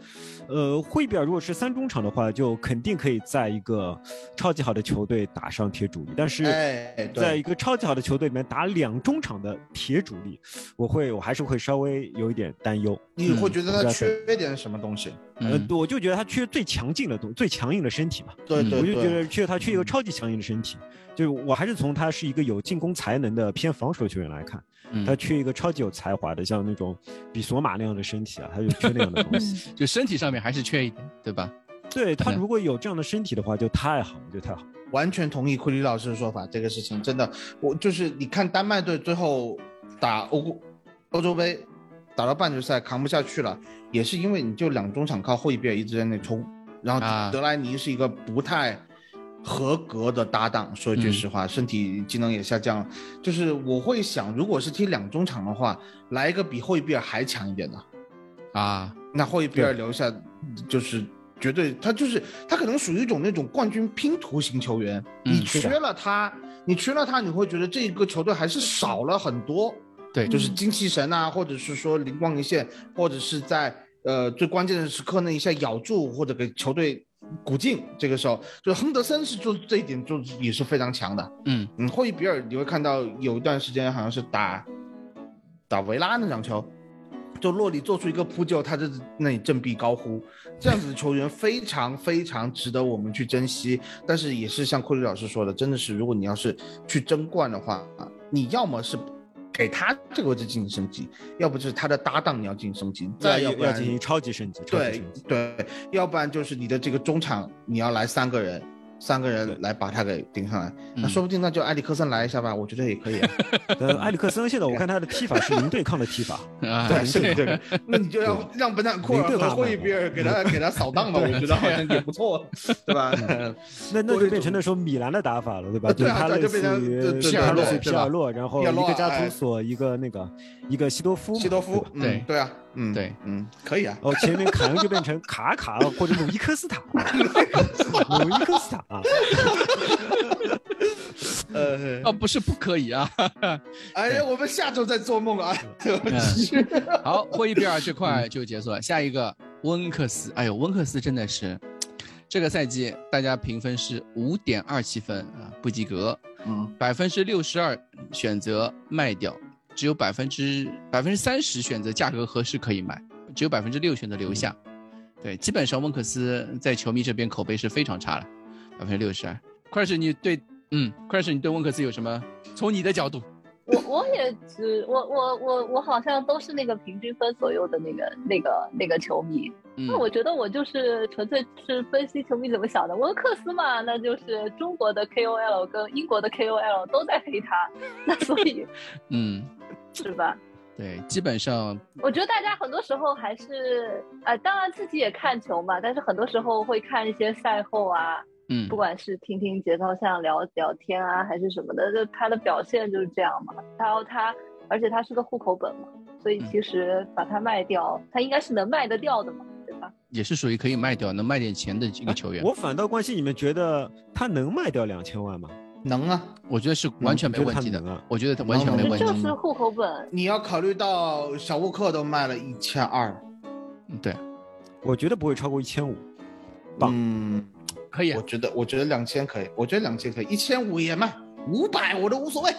Speaker 5: 呃，惠比尔如果是三中场的话，就肯定可以在一个超级好的球队打上铁主力，但是
Speaker 8: 哎，
Speaker 5: 在
Speaker 8: 对，
Speaker 5: 一个超级好的球队里面打两中场的铁主力，我会我还是会稍微有一点担忧。
Speaker 8: 你会觉得他
Speaker 5: 嗯
Speaker 8: 缺点是什么东西？
Speaker 6: 嗯
Speaker 5: 呃，我就觉得他缺最强劲的东，最强硬的身体嘛，
Speaker 8: 对
Speaker 6: 嗯
Speaker 8: 对
Speaker 5: 我就觉
Speaker 8: 对，
Speaker 5: 得缺他缺一个超级强硬的身体。就是我还是从他是一个有进攻才能的偏防守球员来看，
Speaker 6: 嗯
Speaker 5: 他缺一个超级有才华的，像那种比索马那样的身体啊，他就缺那样的东西。
Speaker 8: 嗯
Speaker 6: 就身体上面还是缺一点，对吧？
Speaker 5: 对他
Speaker 6: 嗯
Speaker 5: 如果有这样的身体的话，就太好了，就太好了。
Speaker 8: 完全同意库里老师的说法，这个事情真的，我就是你看丹麦队最后打欧欧洲杯打到半决赛扛不下去了，也是因为你就两中场靠霍伊比尔一直在那冲，然
Speaker 6: 啊
Speaker 8: 后德莱尼是一个不太合格的搭档，说一
Speaker 5: 嗯
Speaker 8: 句实话，身体机能也下降了。就是我会想，如果是踢两中场的话，来一个比霍伊比尔还强一点的，
Speaker 6: 啊，
Speaker 8: 那霍伊比尔留下就是绝对，他就是他可能属于一种那种冠军拼图型球员，
Speaker 6: 嗯
Speaker 8: 你
Speaker 6: 是
Speaker 8: 缺了他，你缺了他，你会觉得这个球队还是少了很多，
Speaker 6: 对，
Speaker 8: 就是精气神啊，或者是说灵光一现，或者是在呃最关键的时刻那一下咬住或者给球队鼓劲，这个时候就是亨德森是做这一点就也是非常强的，
Speaker 6: 嗯
Speaker 8: 嗯，霍伊比尔你会看到有一段时间好像是打打维拉那场球，就洛里做出一个扑救，他在那里振臂高呼，这样子的球员非常非常值得我们去珍惜。但是也是像库里老师说的，真的是如果你要是去争冠的话，你要么是给他这个位置进行升级，要不就是他的搭档你要进行升级，再
Speaker 5: 要
Speaker 8: 啊要不然
Speaker 5: 进行超级升级，超级
Speaker 8: 对
Speaker 5: 升级。
Speaker 8: 对，要不然就是你的这个中场你要来三个人，三个
Speaker 5: 对
Speaker 8: 人来把他给顶上来。
Speaker 6: 嗯
Speaker 8: 那说不定那就埃里克森来一下吧，我觉得也可以啊。
Speaker 5: 呃，埃里克森现在我看他的踢法是零对抗 的踢法，
Speaker 6: 啊，
Speaker 8: 对，是的，对。那你就让让本坦库尔
Speaker 5: 领队
Speaker 8: 和
Speaker 5: 吧
Speaker 8: 霍伊比尔给他给他扫荡吧，我觉得好像也不错，对吧？
Speaker 5: 那那
Speaker 8: 多一
Speaker 5: 就变
Speaker 8: 种
Speaker 5: 成那时候米兰的打法了，对吧？
Speaker 8: 啊 对
Speaker 5: 是
Speaker 8: 啊
Speaker 5: 他
Speaker 8: 对啊
Speaker 5: 类
Speaker 8: 就变
Speaker 5: 似
Speaker 8: 成对
Speaker 5: 于
Speaker 8: 对
Speaker 6: 对
Speaker 5: 他类
Speaker 6: 对
Speaker 5: 似
Speaker 8: 对
Speaker 5: 于皮
Speaker 8: 吧
Speaker 5: 尔洛，然后
Speaker 8: 皮尔
Speaker 5: 一
Speaker 8: 洛
Speaker 5: 个加
Speaker 8: 哎
Speaker 5: 图索，一个那个一个西多夫嘛，
Speaker 8: 西多夫
Speaker 5: 对
Speaker 8: 嗯
Speaker 5: 吧，
Speaker 6: 对，
Speaker 8: 对啊，嗯，
Speaker 6: 对，
Speaker 8: 嗯，可以啊。
Speaker 5: 哦，前面凯恩就变成卡卡或者鲁伊科斯塔，鲁伊科斯塔，啊
Speaker 8: 呃，
Speaker 6: 啊，不是不可以 啊。
Speaker 8: 哎呀，我们下周再做梦啊。对不起
Speaker 6: 嗯好，霍伊比尔这
Speaker 8: 嗯
Speaker 6: 块就结束了。下一个温克斯，哎呦，温克斯真的是这个赛季大家评分是五点二七分啊，不及格，
Speaker 8: 嗯，
Speaker 6: 百分之六十二选择卖掉，只有百分之百分之三十选择价格合适可以买，只有百分之六选择留下。
Speaker 8: 嗯
Speaker 6: 对，基本上温克斯在球迷这边口碑是非常差的，百分之六十二。Crash，你对嗯，Crash，你对温克斯有什么？从你的角度，
Speaker 7: 我我也只我我我我好像都是那个平均分左右的那个那个那个球迷，
Speaker 6: 嗯
Speaker 7: 那我觉得我就是纯粹是分析球迷怎么想的。温克斯嘛，那就是中国的 KOL 跟英国的 KOL 都在黑他，那所以
Speaker 6: 嗯，
Speaker 7: 是吧？
Speaker 6: 对，基本上
Speaker 7: 我觉得大家很多时候还是，呃，当然自己也看球嘛，但是很多时候会看一些赛后啊，
Speaker 6: 嗯
Speaker 7: 不，管是听听节操像聊聊天啊，还是什么的，就他的表现就是这样嘛。然后他，而且他是个户口本嘛，所以其实把它卖掉，他应该是能卖得掉的嘛，对吧？
Speaker 6: 也是属于可以卖掉能卖点钱的一个球员。
Speaker 5: 我反倒关心你们觉得他能卖掉两千万吗？
Speaker 8: 能啊，
Speaker 6: 我觉得是完全没问题
Speaker 5: 嗯你觉得他
Speaker 6: 的
Speaker 5: 能啊，
Speaker 6: 我觉得他完全没
Speaker 7: 这
Speaker 6: 问
Speaker 7: 就
Speaker 6: 题
Speaker 7: 是。户口本，
Speaker 8: 你要考虑到小沃克都卖了一千二，
Speaker 6: 嗯对，
Speaker 5: 我觉得不会超过一千五。棒
Speaker 8: 嗯，
Speaker 6: 可以啊
Speaker 8: 我，觉得我觉得两千可以，我觉得两千可以，一千五也卖，五百我都无所谓。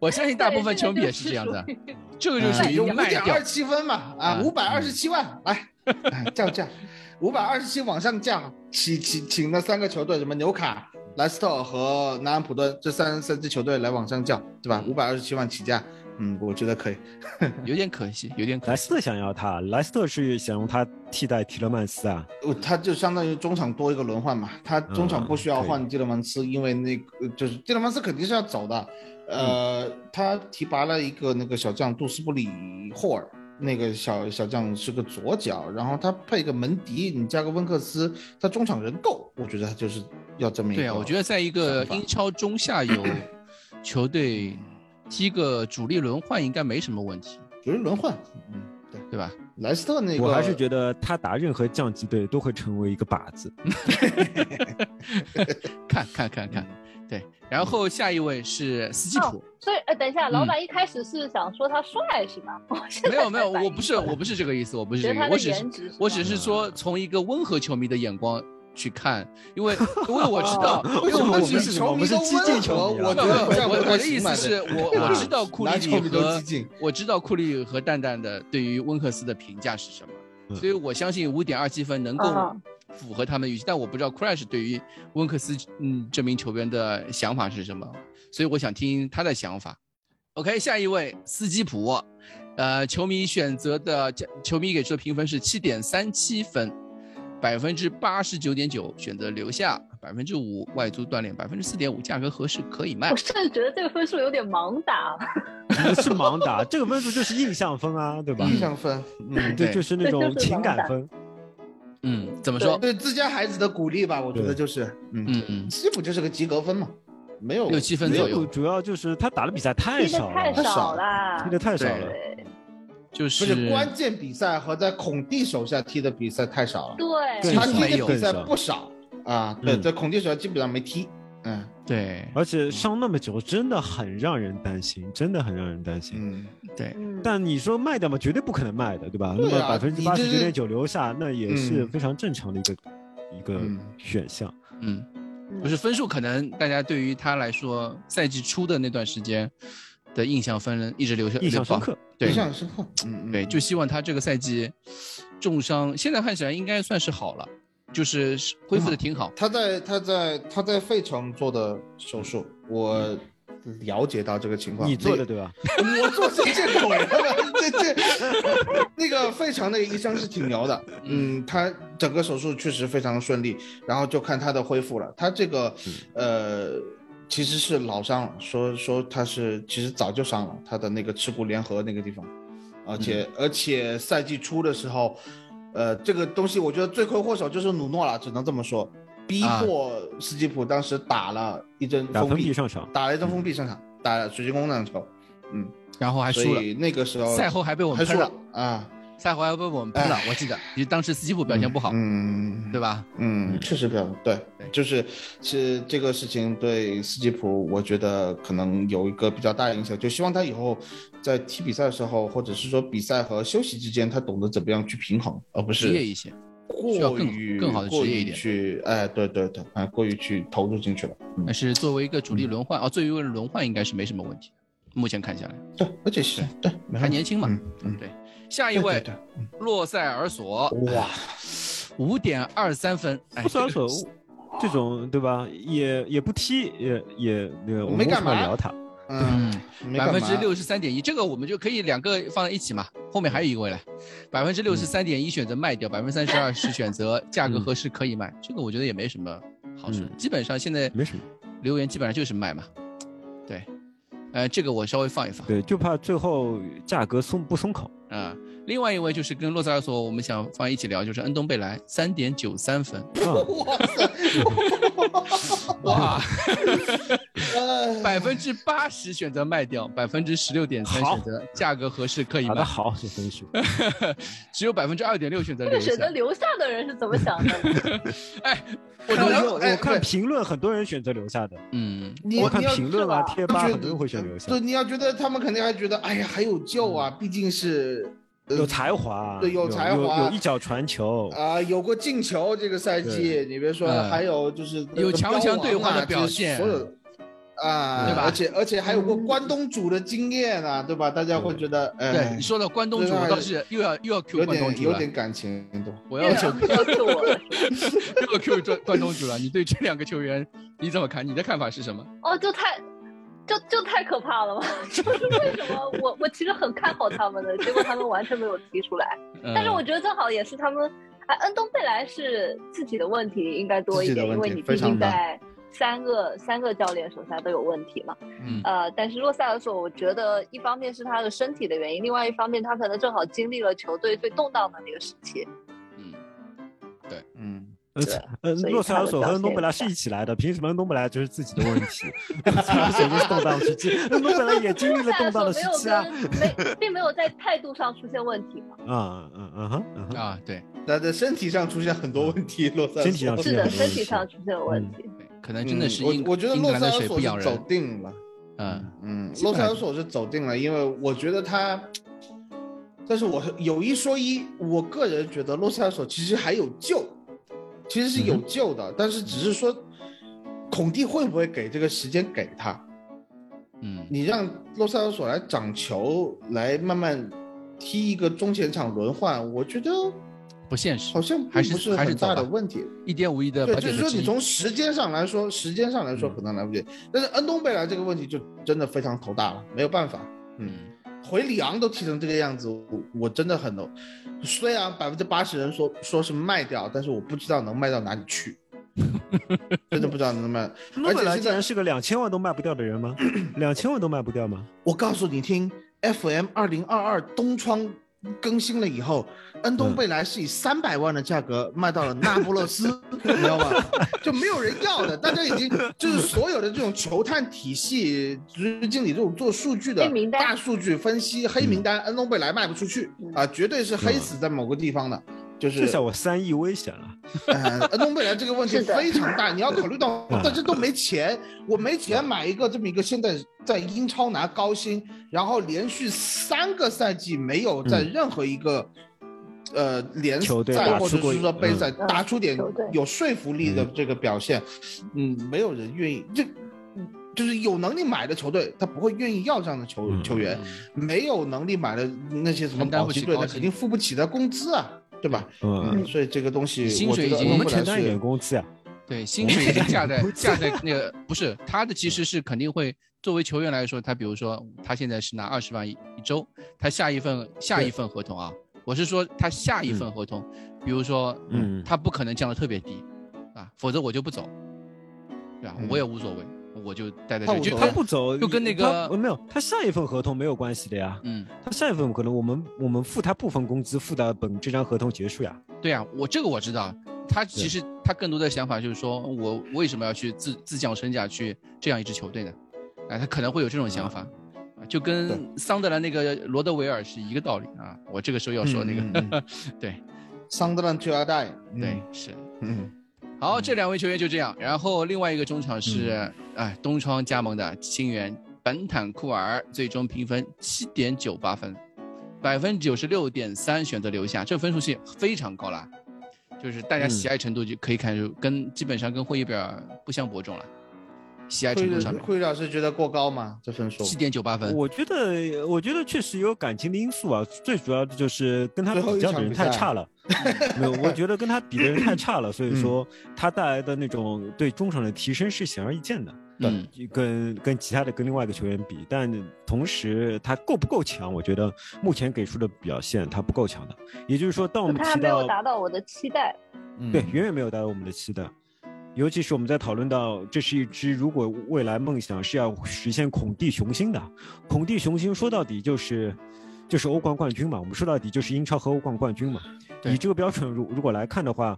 Speaker 6: 我相信大部分
Speaker 7: 对
Speaker 6: 球迷也是这样 的。 这个就
Speaker 7: 哎
Speaker 6: 属于
Speaker 8: 嗯五
Speaker 6: 卖
Speaker 8: 点
Speaker 6: 掉
Speaker 8: 二，七分嘛，啊，
Speaker 6: 嗯
Speaker 8: 五百二十七万，来，哎降价，五百二十七往上降，请请请那三个球队，什么纽卡、莱斯特和南安普顿这三三支球队来往上降，对
Speaker 6: 嗯
Speaker 8: 吧？五百二十七万起价，嗯，我觉得可以。
Speaker 6: 有点可惜，有点可
Speaker 5: 莱斯特想要他，莱斯特是想用他替代提勒曼斯啊。
Speaker 8: 我他呃就相当于中场多一个轮换嘛，他中场
Speaker 5: 嗯
Speaker 8: 不需要换蒂勒曼斯，因为那个就是蒂勒曼斯肯定是要走的，呃，
Speaker 5: 嗯
Speaker 8: 他提拔了一个那个小将杜斯布里霍尔，那个小小将是个左脚，然后他配个门迪，你加个温克斯，他中场人够，我觉得他就是要这么一个。
Speaker 6: 对啊，我觉得在一个
Speaker 8: 想法
Speaker 6: 英超中下游球队踢个主力轮换应该没什么问题，
Speaker 8: 主力轮换，嗯，对，
Speaker 6: 对吧？
Speaker 8: 莱斯特那个
Speaker 5: 我还是觉得他打任何降级队都会成为一个靶子。，
Speaker 6: 看看看看，对。然后下一位是斯基普，
Speaker 7: 所以呃，等一下，
Speaker 6: 嗯
Speaker 7: 老板一开始是想说他帅是吧？我 现在
Speaker 6: 没有没有，
Speaker 7: 才反应
Speaker 6: 我不是
Speaker 7: 过来
Speaker 6: 我不是这个意思，我不是
Speaker 7: 觉
Speaker 6: 这个
Speaker 7: 得
Speaker 6: 意思，我
Speaker 7: 他的
Speaker 6: 只是
Speaker 7: 颜值是
Speaker 6: 我
Speaker 7: 吧
Speaker 6: 只是说从一个温和球迷的眼光去看，因 为因为我知道
Speaker 8: 哦为
Speaker 6: 因
Speaker 8: 什么
Speaker 6: 我
Speaker 8: 我
Speaker 6: 只
Speaker 8: 们
Speaker 6: 是。
Speaker 8: 球迷都
Speaker 5: 我们是激进
Speaker 8: 温和？
Speaker 5: 球迷
Speaker 8: 我
Speaker 5: 啊
Speaker 6: 没
Speaker 8: 觉
Speaker 6: 有没有
Speaker 8: 得这样
Speaker 6: 我
Speaker 8: 不
Speaker 6: 我
Speaker 8: 太
Speaker 6: 的意
Speaker 8: 行
Speaker 6: 思
Speaker 8: 吧
Speaker 6: 是我我知 道库里
Speaker 8: 篮球
Speaker 6: 里
Speaker 8: 迷都
Speaker 6: 和
Speaker 8: 激进
Speaker 6: 我知道库里和蛋蛋的对于温克斯的评价是什么，
Speaker 5: 嗯
Speaker 6: 所以我相信五点二七分能够
Speaker 7: 啊
Speaker 6: 符合他们的预期，但我不知道 Crash 对于温克斯嗯这名球员的想法是什么，所以我想听他的想法。OK，下一位斯基普，呃，球迷选择的球迷给出的评分是七点三七分，百分之八十九点九选择留下，百分之五外租锻炼，百分之四点五价格合适可以卖
Speaker 7: 我。甚至觉得这个分数有点盲打，
Speaker 5: 是盲打，这个分数就是印象分啊，对吧？
Speaker 8: 印象分，嗯，
Speaker 5: 对，
Speaker 6: 对
Speaker 5: 就是那
Speaker 7: 对
Speaker 5: 种
Speaker 7: 就是
Speaker 5: 情
Speaker 7: 盲
Speaker 5: 感
Speaker 7: 打
Speaker 5: 分。
Speaker 6: 嗯，怎么说？
Speaker 8: 对自家孩子的鼓励吧，我觉得
Speaker 5: 对
Speaker 8: 就是，嗯，
Speaker 6: 嗯，
Speaker 8: 西普就是个及格分嘛，没有
Speaker 6: 六七分
Speaker 8: 没有
Speaker 6: 左右
Speaker 5: 主要就是他打的比赛太
Speaker 7: 踢的
Speaker 5: 少
Speaker 7: 太
Speaker 5: 了，
Speaker 7: 少啦，
Speaker 5: 踢的太少
Speaker 6: 对
Speaker 5: 了。
Speaker 7: 对
Speaker 6: 就
Speaker 8: 不
Speaker 6: 是
Speaker 8: 是关键比赛和在孔蒂手下踢的比赛太少了，
Speaker 5: 对
Speaker 7: 对，
Speaker 8: 他
Speaker 6: 更
Speaker 8: 踢
Speaker 6: 少
Speaker 8: 的比赛不少啊，对，
Speaker 5: 嗯
Speaker 8: 在孔蒂手下基本上没踢，嗯
Speaker 6: 对
Speaker 5: 而且伤那么久，真的很让人担心，真的很让人担心。
Speaker 8: 嗯，
Speaker 6: 对，
Speaker 7: 嗯，
Speaker 5: 但你说卖掉嘛，绝对不可能卖的，对吧？
Speaker 8: 对啊
Speaker 5: 那么百分之
Speaker 8: 你
Speaker 5: 八
Speaker 8: 这
Speaker 5: 十九
Speaker 8: 是
Speaker 5: 点九留下，那也是
Speaker 8: 嗯
Speaker 5: 非常正常的一个一个
Speaker 8: 嗯
Speaker 5: 选项。
Speaker 6: 嗯。
Speaker 7: 嗯
Speaker 6: 不是分数，可能大家对于他来说，赛季初的那段时间的印象分一直留下，
Speaker 5: 印象
Speaker 6: 留保
Speaker 5: 深。刻，
Speaker 6: 对
Speaker 8: 印象深刻，嗯嗯
Speaker 6: 对，就希望他这个赛季重伤，现在看起来应该算是好了，就是恢复的挺好。
Speaker 8: 他在他在他在费城做的手术，我
Speaker 6: 嗯
Speaker 8: 了解到这个情况，
Speaker 5: 你做的
Speaker 8: 那
Speaker 5: 对吧？
Speaker 8: 我做这这口人 了，这这那个费城那个医生是挺牛的，嗯，他整个手术确实非常顺利，然后就看他的恢复了。他这个呃其实是老伤了，说说他是其实早就伤了，他的那个耻骨联合那个地方，而且、而且赛季初的时候，呃，这个东西我觉得罪魁祸首就是努诺了，只能这么说，逼
Speaker 6: 啊
Speaker 8: 迫斯基普当时打了一针
Speaker 5: 打
Speaker 8: 封
Speaker 5: 分
Speaker 8: 闭
Speaker 5: 必上场，
Speaker 8: 打了一张封闭上场，打了水晶宫那场球，嗯，
Speaker 6: 然后还
Speaker 8: 所
Speaker 6: 输了，
Speaker 8: 以那个时候
Speaker 6: 赛后还被我
Speaker 8: 还
Speaker 6: 们
Speaker 8: 输
Speaker 6: 喷了
Speaker 8: 了，啊，
Speaker 6: 赛后还被我们喷了，我记得，因为当时斯基普表现不好，
Speaker 8: 嗯，
Speaker 6: 对吧？
Speaker 8: 嗯，确实比较对
Speaker 6: 对，
Speaker 8: 就是是这个事情对斯基普，我觉得可能有一个比较大的影响，就希望他以后在踢比赛的时候，或者是说比赛和休息之间，他懂得怎么样去平衡，而不
Speaker 6: 职业
Speaker 8: 是
Speaker 6: 一些，需要
Speaker 8: 过
Speaker 6: 更
Speaker 8: 于
Speaker 6: 更好地
Speaker 8: 过
Speaker 6: 职业一
Speaker 8: 于
Speaker 6: 点
Speaker 8: 去，哎，对对对，哎，过于去投入进去了。嗯
Speaker 6: 但是作为一个主力轮换，哦，作为一个轮换应该是没什么问题的，目前看下来
Speaker 8: 对，而且是对，没
Speaker 6: 还
Speaker 8: 问题
Speaker 6: 年轻嘛。
Speaker 8: 嗯嗯，
Speaker 6: 对，下一
Speaker 8: 对对
Speaker 6: 位
Speaker 8: 对，
Speaker 6: 洛塞尔索，
Speaker 8: 哇，
Speaker 6: 五点二三分，哎
Speaker 5: 不， 算所这种对吧？也也不踢，也也也我们
Speaker 8: 没干
Speaker 5: 为什么
Speaker 8: 嘛
Speaker 5: 要聊他。
Speaker 8: 嗯
Speaker 6: 嗯，，
Speaker 8: 没
Speaker 6: 百
Speaker 8: 干
Speaker 6: 分
Speaker 8: 嘛
Speaker 6: 之六十三点一，这个我们就可以两个放在一起嘛。后面还有一位嘞，百分之六十三点一选择卖掉，百分之三十二是选择价格合适可以卖，这个我觉得也没什么好说的，
Speaker 5: 嗯
Speaker 6: 基本上现在
Speaker 5: 没什么
Speaker 6: 留言基本上就是卖嘛。对，呃，这个我稍微放一放。
Speaker 5: 对，就怕最后价格松不松口。
Speaker 6: 啊，另外一位就是跟洛塞尔索，我们想放一起聊，就是恩东贝莱三点九三分，
Speaker 5: 嗯，
Speaker 8: 哇塞，
Speaker 6: 哇，
Speaker 8: 呃
Speaker 6: 百分之八十选择卖掉，百分之十六点三
Speaker 5: 好
Speaker 6: 选择价格合适可以
Speaker 5: 打得
Speaker 6: 卖，
Speaker 5: 好，这分 数。
Speaker 6: 只有百分之二点六选择
Speaker 7: 这
Speaker 6: 留
Speaker 7: 个选择
Speaker 6: 下。
Speaker 7: 留下的人是怎么想的？
Speaker 5: 我
Speaker 8: 看
Speaker 5: 我
Speaker 8: 哎
Speaker 5: 我看
Speaker 8: 对
Speaker 5: 评论，很多人选择留下的。
Speaker 6: 嗯，
Speaker 8: 你
Speaker 5: 我看
Speaker 8: 你要
Speaker 5: 评论啊、
Speaker 7: 是吧
Speaker 5: 贴吧，很多人会选留下
Speaker 6: 啊
Speaker 8: 对，。你要觉得他们肯定还觉得，哎呀，还有救啊，
Speaker 6: 嗯
Speaker 8: 毕竟是呃
Speaker 5: 有才华，啊
Speaker 8: 对有才华
Speaker 5: 有有一脚传球，
Speaker 8: 啊、有过进球这个赛季，
Speaker 5: 对
Speaker 8: 你别说，
Speaker 6: 嗯
Speaker 8: 还有就是
Speaker 6: 有强强对话的表现
Speaker 8: 所有啊，
Speaker 6: 对吧
Speaker 8: 而且而且还有过关东煮的经验啊，对吧？大家会觉得，
Speaker 6: 对，
Speaker 8: 哎
Speaker 6: 你，说到关东煮，
Speaker 8: 对哎
Speaker 6: 我倒是又要又要 Q
Speaker 8: 有
Speaker 6: 关东
Speaker 8: 点
Speaker 6: 煮
Speaker 8: 有
Speaker 6: 了，
Speaker 8: 点 感情，对吧？
Speaker 6: 我要
Speaker 7: 这
Speaker 6: 求
Speaker 7: 个要救 我了。
Speaker 6: 又要 Q 关关东煮了。你对这两个球员你怎么看？你的看法是什么？
Speaker 7: 哦，就太，就就太可怕了嘛！ 就是为什么我我其实很看好他们的，结果他们完全没有提出来。
Speaker 6: 呃嗯
Speaker 7: 但是我觉得正好也是他们，哎，恩东贝莱是自己的问题应该多一
Speaker 8: 自己
Speaker 7: 点，
Speaker 8: 的
Speaker 7: 因
Speaker 8: 问题
Speaker 7: 为你毕
Speaker 8: 非常
Speaker 7: 竟
Speaker 8: 大
Speaker 7: 在三个三个教练手下都有问题嘛。
Speaker 6: 嗯
Speaker 7: 呃，但是洛塞尔索，我觉得一方面是他的身体的原因，另外一方面他可能正好经历了球队最动荡的那个时期。
Speaker 6: 嗯
Speaker 8: 嗯，
Speaker 5: 嗯，
Speaker 7: 所以
Speaker 5: 洛塞尔索和恩东贝莱
Speaker 7: 他
Speaker 5: 是
Speaker 7: 的表现
Speaker 5: 一起来的，凭什么恩东贝莱就是自己的问题？ 洛塞尔索就是动荡时期，恩东贝莱也经历
Speaker 7: 洛
Speaker 5: 了
Speaker 7: 塞
Speaker 5: 动
Speaker 7: 尔索
Speaker 5: 荡的
Speaker 7: 没
Speaker 5: 时
Speaker 7: 有
Speaker 5: 期啊。
Speaker 7: 跟没，并没有在态度上出现问题 嘛。
Speaker 5: 嗯嗯嗯哼嗯哼，
Speaker 6: 啊，对，
Speaker 8: 他的身体上出现很多 问题，洛塞尔
Speaker 5: 身体上
Speaker 8: 索
Speaker 5: 出
Speaker 7: 是
Speaker 5: 现
Speaker 7: 的，
Speaker 5: 很多
Speaker 7: 身
Speaker 5: 问
Speaker 7: 体
Speaker 5: 题
Speaker 7: 上出现了问题。
Speaker 6: 对可能真的是
Speaker 8: 嗯
Speaker 6: 英
Speaker 8: 我我觉得
Speaker 6: 英
Speaker 8: 洛
Speaker 6: 格兰
Speaker 8: 塞
Speaker 6: 的
Speaker 8: 尔
Speaker 6: 水不
Speaker 8: 索
Speaker 6: 养
Speaker 8: 是走
Speaker 6: 人。
Speaker 8: 定了。
Speaker 6: 嗯
Speaker 8: 嗯，
Speaker 6: 基
Speaker 8: 洛
Speaker 6: 本
Speaker 8: 塞
Speaker 6: 上
Speaker 8: 尔索是走定了，因为我觉得他，但是我有一说一，我个人觉得洛塞尔索其实还有救，其实是
Speaker 6: 嗯
Speaker 8: 有救的，但是只是说，孔蒂会不会给这个时间给他？
Speaker 6: 嗯
Speaker 8: 你让洛塞尔索来掌球，来慢慢踢一个中前场轮换，我觉得
Speaker 6: 不现实
Speaker 8: 好，像并
Speaker 6: 还是
Speaker 8: 不是
Speaker 6: 还是
Speaker 8: 很
Speaker 6: 走
Speaker 8: 大的
Speaker 6: 吧
Speaker 8: 问题。
Speaker 6: 一点五亿的
Speaker 8: 哦对，
Speaker 6: 保
Speaker 8: 就
Speaker 6: 险
Speaker 8: 是
Speaker 6: 之
Speaker 8: 说你
Speaker 6: 一。
Speaker 8: 从时间上来说，时间上来说
Speaker 5: 嗯
Speaker 8: 可能来不及，但是恩东贝莱这个问题就真的非常头大了，没有办法。
Speaker 6: 嗯
Speaker 8: 回里昂都踢成这个样子，我我真的很，虽然百分之八十人说说是卖掉，但是我不知道能卖到哪里去，真的不知道能卖。
Speaker 5: 恩东贝
Speaker 8: 而
Speaker 5: 莱
Speaker 8: 且现
Speaker 5: 竟
Speaker 8: 在
Speaker 5: 然是个两千万都卖不掉的人吗？两千万都卖不掉吗？
Speaker 8: 我告诉你听，FM 二零二二东窗更新了以后，恩东贝莱是以三百万的价格卖到了那不勒斯，
Speaker 7: 嗯
Speaker 8: 你知道吗？就没有人要的，大家已经就是所有的这种球探体系、职业经理这种做数据的
Speaker 7: 黑名单
Speaker 8: 大数据分析黑名单，恩东贝莱卖不出去啊，绝对是黑死在某个地方的。就是
Speaker 5: 这下我三亿危险了。
Speaker 8: 呃，恩东贝莱这个问题
Speaker 7: 是的
Speaker 8: 非常大，你要考虑到
Speaker 5: 嗯
Speaker 8: 大家都没钱，我没钱买一个这么一个现在在英超拿高薪，然后连续三个赛季没有在
Speaker 5: 嗯
Speaker 8: 任何一个。呃，联
Speaker 5: 球队
Speaker 8: 赛
Speaker 5: 打
Speaker 8: 或
Speaker 5: 出
Speaker 8: 者
Speaker 5: 过
Speaker 8: 是说杯
Speaker 5: 嗯
Speaker 8: 赛打出点
Speaker 7: 球队
Speaker 8: 有说服力的这个表现，嗯，没有人愿意，就就是有能力买的球队，他不会愿意要这样的球
Speaker 5: 嗯
Speaker 8: 球员，没有能力买的那些什么
Speaker 6: 承担
Speaker 8: 保
Speaker 6: 不
Speaker 8: 级
Speaker 6: 起
Speaker 8: 队，
Speaker 6: 高
Speaker 8: 他
Speaker 6: 薪
Speaker 8: 肯定付不起的工资啊，对吧？
Speaker 5: 嗯，
Speaker 8: 嗯，所以这个东西，
Speaker 6: 薪
Speaker 8: 我
Speaker 6: 水
Speaker 8: 觉得
Speaker 6: 已经
Speaker 5: 我
Speaker 8: 恩
Speaker 5: 们
Speaker 8: 东贝莱
Speaker 5: 承担一
Speaker 8: 是
Speaker 5: 点工资呀。
Speaker 6: 对，薪水已经架在架在那个不是他的，其实是肯定会作为球员来说，他比如说他现在是拿二十万一一周，他下一份下一份合同啊，我是说他下一
Speaker 8: 嗯
Speaker 6: 份合同，比如说
Speaker 5: 嗯
Speaker 6: 他不可能降得特别低啊，否则我就不走，对吧？
Speaker 8: 嗯
Speaker 6: 我也无所谓，我就待在这
Speaker 8: 他
Speaker 6: 里，
Speaker 8: 无
Speaker 6: 就
Speaker 8: 所
Speaker 5: 他
Speaker 8: 谓
Speaker 5: 不走，
Speaker 6: 就跟那
Speaker 5: 他
Speaker 6: 个
Speaker 5: 没有，他下一份合同没有关系的呀。
Speaker 6: 嗯，
Speaker 5: 他下一份可能我们我们付他部分工资，付到本这张合同结束呀。
Speaker 6: 对啊，我这个我知道，他其
Speaker 5: 对
Speaker 6: 实他更多的想法就是说我为什么要去自自降身价去这样一支球队呢？哎，他可能会有这种想法，啊就跟桑德兰那个罗德维尔是一个道理啊。我这个时候要说那个，
Speaker 8: 嗯嗯
Speaker 6: 对
Speaker 8: 桑德兰第二代，嗯
Speaker 6: 对，是。
Speaker 8: 嗯，
Speaker 6: 好，这两位球员就这样。然后另外一个中场是哎东窗加盟的新援本坦库尔，最终评分七点九八分，百分之九十六点三选择留下，这分数是非常高了，就是大家喜爱程度就可以看出，跟基本上跟霍伊贝尔不相伯仲了，喜爱程度上
Speaker 8: 会
Speaker 6: 面
Speaker 8: 会老师觉得过高吗？这分数
Speaker 6: 七点九八
Speaker 8: 嗯
Speaker 6: 分，
Speaker 5: 我觉得，我觉得确实有感情的因素啊。最主要的就是跟他
Speaker 8: 最后
Speaker 5: 比
Speaker 8: 一
Speaker 5: 较
Speaker 8: 场
Speaker 5: 的人
Speaker 8: 比
Speaker 5: 太
Speaker 8: 赛
Speaker 5: 差了，没有，我觉得跟他比的人太差了，所
Speaker 8: 嗯
Speaker 5: 以说他带来的那种对中场的提升是显而易见的。
Speaker 6: 嗯，
Speaker 5: 跟跟其他的跟另外一个球员比，但同时他够不够强，我觉得目前给出的表现他不够强的。也就是说，当我
Speaker 7: 就
Speaker 5: 们
Speaker 7: 他还
Speaker 5: 提
Speaker 7: 没有
Speaker 5: 到
Speaker 8: 嗯
Speaker 7: 达到我的期待。
Speaker 5: 对远远没有达到我们的期待，尤其是我们在讨论到这是一支如果未来梦想是要实现孔蒂雄心的，孔蒂雄心说到底就是就是欧冠冠军嘛，我们说到底就是英超和欧冠冠军嘛。
Speaker 6: 对
Speaker 5: 以这个标准如如果来看的话，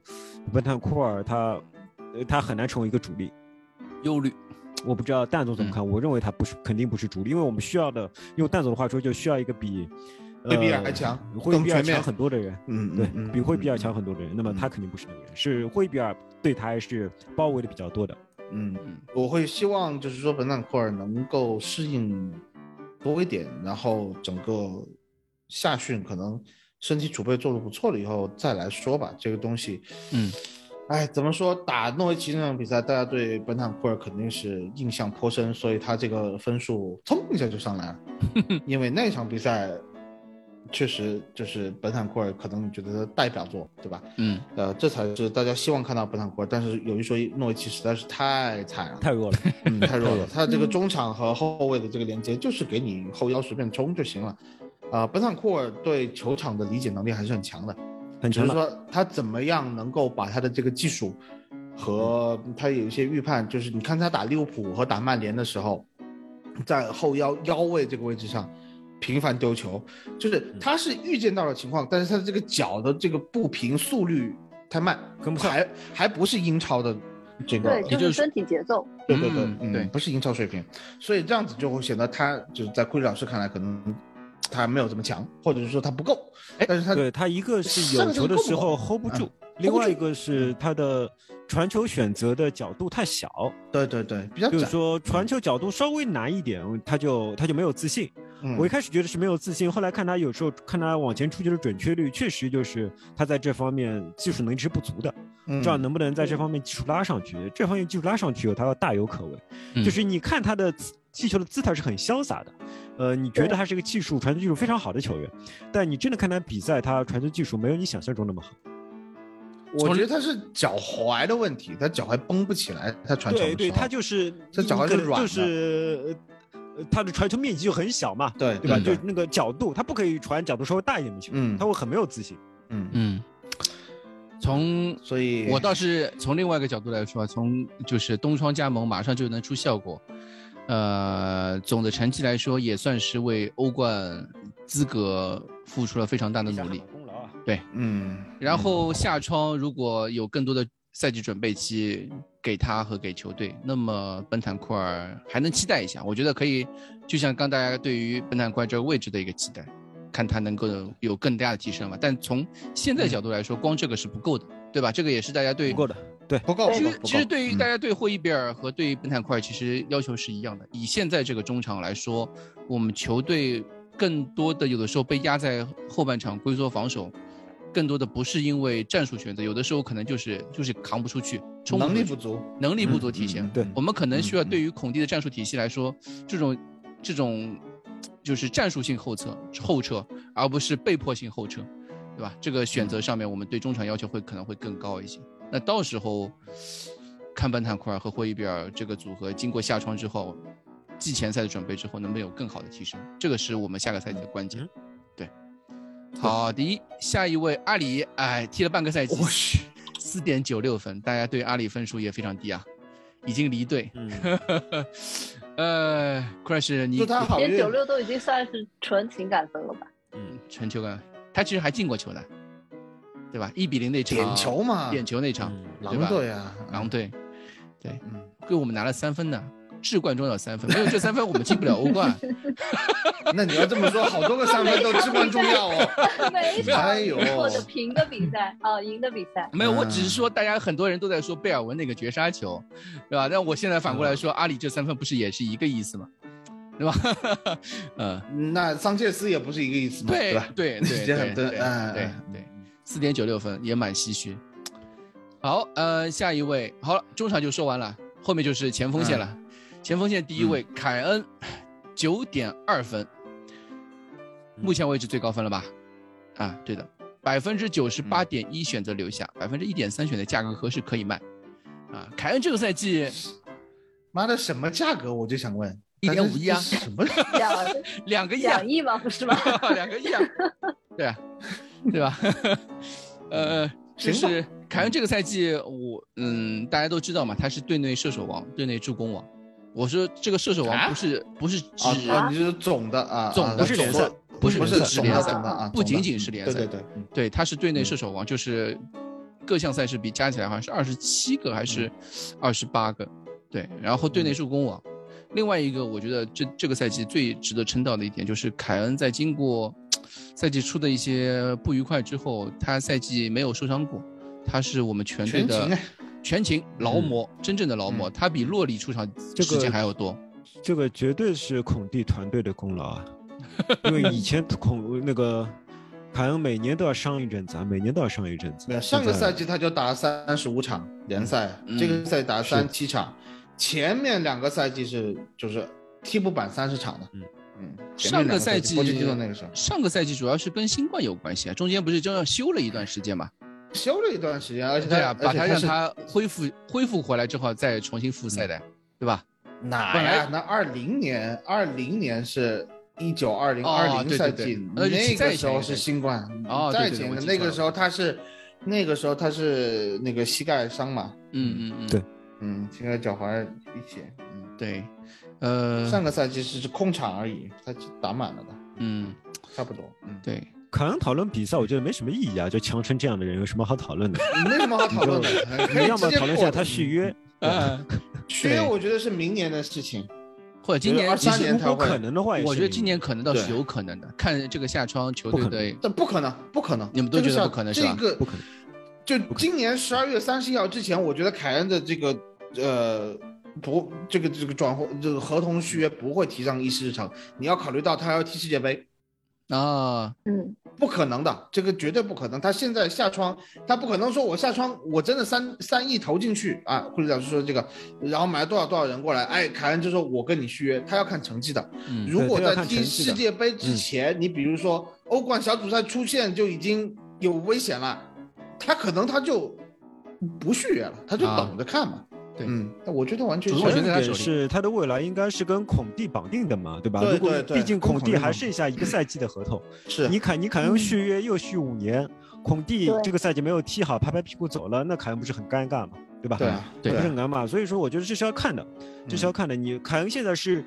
Speaker 5: 本坦库尔他呃他很难成为一个主力。
Speaker 6: 忧虑，
Speaker 5: 我不知道蛋总怎么
Speaker 8: 嗯
Speaker 5: 看，我认为他不是肯定不是主力，因为我们需要的用蛋总的话说，就需要一个比。
Speaker 8: 会比尔
Speaker 5: 呃
Speaker 8: 还强
Speaker 5: 会
Speaker 8: 更
Speaker 5: 比尔
Speaker 8: 全面
Speaker 5: 强很多的人，
Speaker 8: 嗯
Speaker 5: 对
Speaker 8: 嗯，嗯
Speaker 5: 比惠比尔
Speaker 8: 嗯
Speaker 5: 强很多的人，那么他
Speaker 6: 嗯
Speaker 5: 肯定不是那个人，是惠比尔对他还是包围的比较多的。
Speaker 8: 嗯
Speaker 6: 嗯，
Speaker 8: 我会希望就是说本坦库尔能够适应多一点，然后整个夏训可能身体储备做得不错了以后再来说吧。这个东西，
Speaker 6: 嗯，
Speaker 8: 哎，怎么说？打诺维奇那场比赛，大家对本坦库尔肯定是印象颇深，所以他这个分数噌一下就上 来了，因为那场比赛。确实，就是本坦库尔，可能你觉得他代表作，对吧？
Speaker 6: 嗯，
Speaker 8: 呃，这才是大家希望看到本坦库尔。但是有一说一，诺维奇实在是太惨了，
Speaker 5: 太 弱了，
Speaker 8: 嗯，太弱了。他这个中场和后卫的这个连接，就是给你后腰随便冲就行了。啊、本坦库尔对球场的理解能力还是很强的，
Speaker 5: 很
Speaker 8: 只
Speaker 5: 强
Speaker 8: 是
Speaker 5: 了。
Speaker 8: 说他怎么样能够把他的这个技术和他有一些预判，就是你看他打利物浦和打曼联的时候，在后腰腰位这个位置上频繁丢球，就是
Speaker 5: 嗯
Speaker 8: 他是预见到了情况，但是他的这个脚的这个步频速率太慢，
Speaker 5: 跟不上
Speaker 8: 还还不是英超的这个
Speaker 7: 对，
Speaker 6: 也
Speaker 7: 就
Speaker 6: 就是
Speaker 7: 是
Speaker 6: 说
Speaker 7: 身体节奏。
Speaker 8: 对对对，
Speaker 6: 嗯
Speaker 8: 嗯，
Speaker 6: 对
Speaker 8: 不是英超水平，所以这样子就会显得他就是在库里老师看来，可能他没有这么强，或者是说他不够，但是他
Speaker 5: 哎对他一个是
Speaker 8: 上
Speaker 5: 有
Speaker 8: 个
Speaker 5: 球的
Speaker 8: 够不
Speaker 5: 时候
Speaker 8: 够
Speaker 5: hold 不
Speaker 8: 嗯
Speaker 5: 住，另外一
Speaker 8: 住嗯
Speaker 5: 个是他的传球选择的角度太小，
Speaker 8: 对对对比较
Speaker 5: 就是
Speaker 8: 窄，
Speaker 5: 说传球角度稍微难一点，他就他就没有自信。
Speaker 8: 嗯
Speaker 5: 我一开始觉得是没有自信，后来看他有时候看他往前出球的准确率，确实就是他在这方面技术能力是不足的。不知道
Speaker 8: 嗯
Speaker 5: 能不能在这方面技术拉上去？这方面技术拉上去以后，他要大有可为。
Speaker 6: 嗯
Speaker 5: 就是你看他的姿踢球的姿态是很潇洒的，呃，你觉得他是一个技术传球技术非常好的球员，但你真的看他比赛，他传球技术没有你想象中那么好。
Speaker 8: 我觉得他是脚踝的问题，他脚踝绷不起来，他传球的
Speaker 5: 对对，
Speaker 8: 时候
Speaker 5: 他就是
Speaker 8: 这脚踝
Speaker 5: 就是
Speaker 8: 软的
Speaker 5: 就是呃他的传球面积就很小嘛，
Speaker 8: 对
Speaker 5: 对吧？
Speaker 8: 嗯
Speaker 5: 就那个角度，他不可以传角度稍微大一点的球，
Speaker 8: 嗯
Speaker 5: 他会很没有自信。
Speaker 8: 嗯，
Speaker 6: 嗯，从
Speaker 8: 所以
Speaker 6: 我倒是从另外一个角度来说啊，从就是东窗加盟马上就能出效果，呃，总的成绩来说也算是为欧冠资格付出了非常大的努力。
Speaker 5: 功劳啊！
Speaker 8: 嗯，
Speaker 6: 然后夏窗如果有更多的赛季准备期给他和给球队，那么本坦库尔还能期待一下。我觉得可以，就像刚大家对于本坦库尔这个位置的一个期待，看他能够有更大的提升嘛。但从现在角度来说，光这个是不够的，对吧？这个也是大家对
Speaker 5: 不够的，
Speaker 8: 不够，
Speaker 6: 其
Speaker 8: 不够
Speaker 6: 实，其实对于
Speaker 8: 嗯
Speaker 6: 大家对霍伊比尔和对于本坦库尔，其实要求是一样的。以现在这个中场来说，我们球队更多的有的时候被压在后半场龟缩防守，更多的不是因为战术选择，有的时候可能就是就是扛不出去，冲
Speaker 8: 能力
Speaker 6: 出
Speaker 8: 不
Speaker 6: 去
Speaker 8: 足，
Speaker 6: 能力不足
Speaker 8: 嗯
Speaker 6: 体现。
Speaker 8: 嗯嗯
Speaker 5: 对
Speaker 6: 我们可能需要
Speaker 8: 嗯嗯
Speaker 6: 对于孔蒂的战术体系来说，这种这种就是战术性后撤后撤，而不是被迫性后撤，对吧？这个选
Speaker 8: 嗯
Speaker 6: 择上面，我们对中场要求会可能会更高一些。那到时候看本坦库尔和霍伊比尔这个组合经过下窗之后，季前赛的准备之后，能不能有更好的提升？这个是我们下个赛季的关键
Speaker 5: 嗯。
Speaker 6: 对，好的，下一位阿里，哎，踢了半个赛季，
Speaker 8: 我去，
Speaker 6: 四点九六分，大家对阿里分数也非常低啊，已经离队。
Speaker 5: 嗯，
Speaker 6: 呃，Crash，你
Speaker 8: 祝他好
Speaker 7: 连
Speaker 8: 运
Speaker 7: 九。六都已经算是纯情感分了吧？
Speaker 6: 传嗯球感，他其实还进过球的，对吧？一比零那场
Speaker 8: 点球嘛，
Speaker 6: 啊点球那场，
Speaker 5: 嗯
Speaker 6: 对
Speaker 8: 狼
Speaker 6: 吧？
Speaker 8: 队啊，
Speaker 6: 狼队，对，
Speaker 8: 嗯，
Speaker 6: 给我们拿了三分呢，至关重要的三分，没有这三分我们进不了欧 冠。
Speaker 8: 那你要这么说，好多个三分都至关重要 哦。
Speaker 7: 每一
Speaker 8: 哎
Speaker 7: 场
Speaker 8: 呦
Speaker 7: 或者平的比赛，哦，赢的比赛，
Speaker 6: 没有，我
Speaker 8: 嗯
Speaker 6: 只是说大家很多人都在说贝尔文那个绝杀球，对吧？但我现在反过来说，阿里这三分不是也是一个意思吗？对吧？ 呃，
Speaker 8: 那桑切斯也不是一个意思嘛，
Speaker 6: 对
Speaker 8: 嗯吧？
Speaker 6: 对
Speaker 8: 时
Speaker 6: 对对
Speaker 8: 间很
Speaker 6: 对
Speaker 8: 短哎
Speaker 6: 对
Speaker 8: 哎
Speaker 6: 对，四点九六分也蛮唏嘘。好，呃，下一位，好了，中场就说完了，后面就是前锋线了。前锋线第一位凯恩，九点二分，目前为止最高分了吧？啊，对的，百分之九十八点一选择留下，百分之一点三选择价格合适可以卖。啊，凯恩这个赛季
Speaker 8: 妈的，什么价格？我就想问，
Speaker 6: 1.5亿啊
Speaker 8: 但是这什么？
Speaker 7: 两
Speaker 6: 两个亿啊
Speaker 7: 两，亿嘛，不是吗？
Speaker 6: 两个亿啊，对啊，对吧？呃，这
Speaker 8: 行吧
Speaker 6: 是凯恩这个赛季，我嗯，大家都知道嘛，他是队内射手王，队内助攻王。我说这个射手王不是、不是指、
Speaker 8: 啊，你就是总的啊，
Speaker 6: 总的
Speaker 8: 啊
Speaker 5: 不是联赛
Speaker 6: 不是
Speaker 8: 不
Speaker 6: 联赛
Speaker 8: 总
Speaker 6: 联
Speaker 8: 的
Speaker 6: 赛
Speaker 8: 总的啊，
Speaker 6: 不仅
Speaker 8: 总的
Speaker 6: 仅是联赛
Speaker 8: 对对对，嗯
Speaker 6: 对，他是队内射手王，就是各项赛事比加起来好像是二十七个还
Speaker 8: 嗯
Speaker 6: 是二十八个，对，然后队内助攻王。另外一个，我觉得这这个赛季最值得称道的一点就是凯恩在经过赛季初的一些不愉快之后，他赛季没有受伤过，他是我们全队
Speaker 8: 全勤嗯
Speaker 6: 的
Speaker 8: 啊
Speaker 6: 全勤劳模，真正的劳模，他比洛里出场
Speaker 5: 这
Speaker 6: 时间
Speaker 5: 个
Speaker 6: 还要多。
Speaker 5: 这个绝对是孔蒂团队的功劳啊， 因为以前孔那个凯恩每年都要伤一阵子啊，每年都要伤一阵子
Speaker 8: 没有。上个
Speaker 5: 现在
Speaker 8: 赛季他就打三十五场联赛，
Speaker 6: 嗯
Speaker 8: 这个赛季打三七场，前面两个赛季是就是替补版三十场的，
Speaker 5: 嗯
Speaker 8: 嗯，前面
Speaker 6: 上
Speaker 8: 两
Speaker 6: 个
Speaker 8: 赛
Speaker 6: 赛季
Speaker 8: 波切蒂诺那个时候
Speaker 6: 上个赛季主要是跟新冠有关系啊，中间不是就要休了一段时间嘛？
Speaker 8: 休了一段时间，而且他
Speaker 6: 对啊，把
Speaker 8: 而且
Speaker 6: 他让
Speaker 8: 是嗯
Speaker 6: 他恢复恢复回来之后再重新复赛的，对吧？
Speaker 8: 哪
Speaker 6: 本来
Speaker 8: 呀？那二零年，二零年是一九二零
Speaker 6: 哦
Speaker 8: 二零
Speaker 6: 对对
Speaker 8: 赛
Speaker 6: 对
Speaker 8: 季，
Speaker 6: 那就
Speaker 8: 那
Speaker 6: 再前
Speaker 8: 个时
Speaker 6: 一
Speaker 8: 候
Speaker 6: 个赛
Speaker 8: 是
Speaker 6: 季
Speaker 8: 新冠
Speaker 6: 哦对
Speaker 8: 再
Speaker 6: 对对
Speaker 8: 前
Speaker 6: 我
Speaker 8: 一个
Speaker 6: 记
Speaker 8: 那
Speaker 6: 错了
Speaker 8: 个时候他是那个时候他是那个膝盖伤嘛，
Speaker 6: 嗯嗯嗯，
Speaker 5: 对
Speaker 8: 嗯，膝盖脚踝一起，嗯，
Speaker 6: 对，呃，
Speaker 8: 上个赛季是是空场而已，他打满了的，
Speaker 6: 嗯
Speaker 8: 差不多，嗯。
Speaker 6: 对，
Speaker 5: 凯恩讨论比赛，我觉得没什么意义啊，就强成这样的人有什么好讨 论的？
Speaker 8: 没什么好讨论的，可
Speaker 5: 你
Speaker 8: 以
Speaker 5: 要么
Speaker 8: 直接
Speaker 5: 讨论一
Speaker 8: 过的
Speaker 5: 下他续，约，
Speaker 6: 呃，
Speaker 5: 嗯
Speaker 8: 续约我觉得是明年的事情。
Speaker 6: 或者今
Speaker 8: 觉得
Speaker 6: 年
Speaker 8: 二
Speaker 6: 其
Speaker 8: 三
Speaker 6: 实
Speaker 8: 年
Speaker 5: 如
Speaker 8: 他
Speaker 5: 果
Speaker 8: 会
Speaker 5: 可能的话也是，
Speaker 6: 我觉得今年可能倒是
Speaker 8: 对
Speaker 6: 有可能的，看这个夏窗球队
Speaker 5: 不可
Speaker 6: 的
Speaker 8: 但不可能，不可能，
Speaker 6: 你们都觉得
Speaker 8: 这个是
Speaker 6: 不可能是吧
Speaker 8: 这个
Speaker 5: 不可能
Speaker 8: 就今年十二月三十一号之前，我觉得凯恩的这个呃不这个这个转会这个合同续约不会提上议事日程。你要考虑到他要踢世界杯，
Speaker 6: 啊，
Speaker 7: 嗯，
Speaker 8: 不可能的，这个绝对不可能。他现在下窗，他不可能说我下窗我真的三三亿投进去啊，或者老师说这个，然后买多少多少人过来，哎，凯恩就说我跟你续约，他要看成绩的。
Speaker 6: 嗯
Speaker 8: 如果
Speaker 5: 对他要
Speaker 8: 在
Speaker 5: 看
Speaker 8: 踢
Speaker 5: 成绩的
Speaker 8: 世界杯之前，你比如说欧冠小组赛出现就已经有危险了，他可能他就不续约了，他就
Speaker 6: 啊
Speaker 8: 等着看嘛。
Speaker 6: 对
Speaker 8: 嗯，那我觉得完全
Speaker 6: 主
Speaker 8: 是
Speaker 6: 动权
Speaker 5: 这
Speaker 6: 在他手
Speaker 5: 点
Speaker 6: 里
Speaker 5: 是他的未来应该是跟孔蒂绑定的嘛，对吧？
Speaker 8: 对
Speaker 5: 如果
Speaker 8: 对对
Speaker 5: 毕竟
Speaker 8: 跟
Speaker 5: 孔
Speaker 8: 孔
Speaker 5: 蒂
Speaker 8: 蒂
Speaker 5: 还
Speaker 8: 绑
Speaker 5: 剩下一个赛季的合同，
Speaker 8: 是
Speaker 5: 你凯你凯恩续约又续五年，孔蒂
Speaker 7: 对
Speaker 5: 这个赛季没有踢好，拍拍屁股走了，那凯恩不是很尴尬嘛，对吧？
Speaker 8: 对啊，
Speaker 6: 对
Speaker 5: 不
Speaker 8: 啊嗯
Speaker 5: 是很难嘛，所以说我觉得这是要看的，这是要看的。你凯恩现在是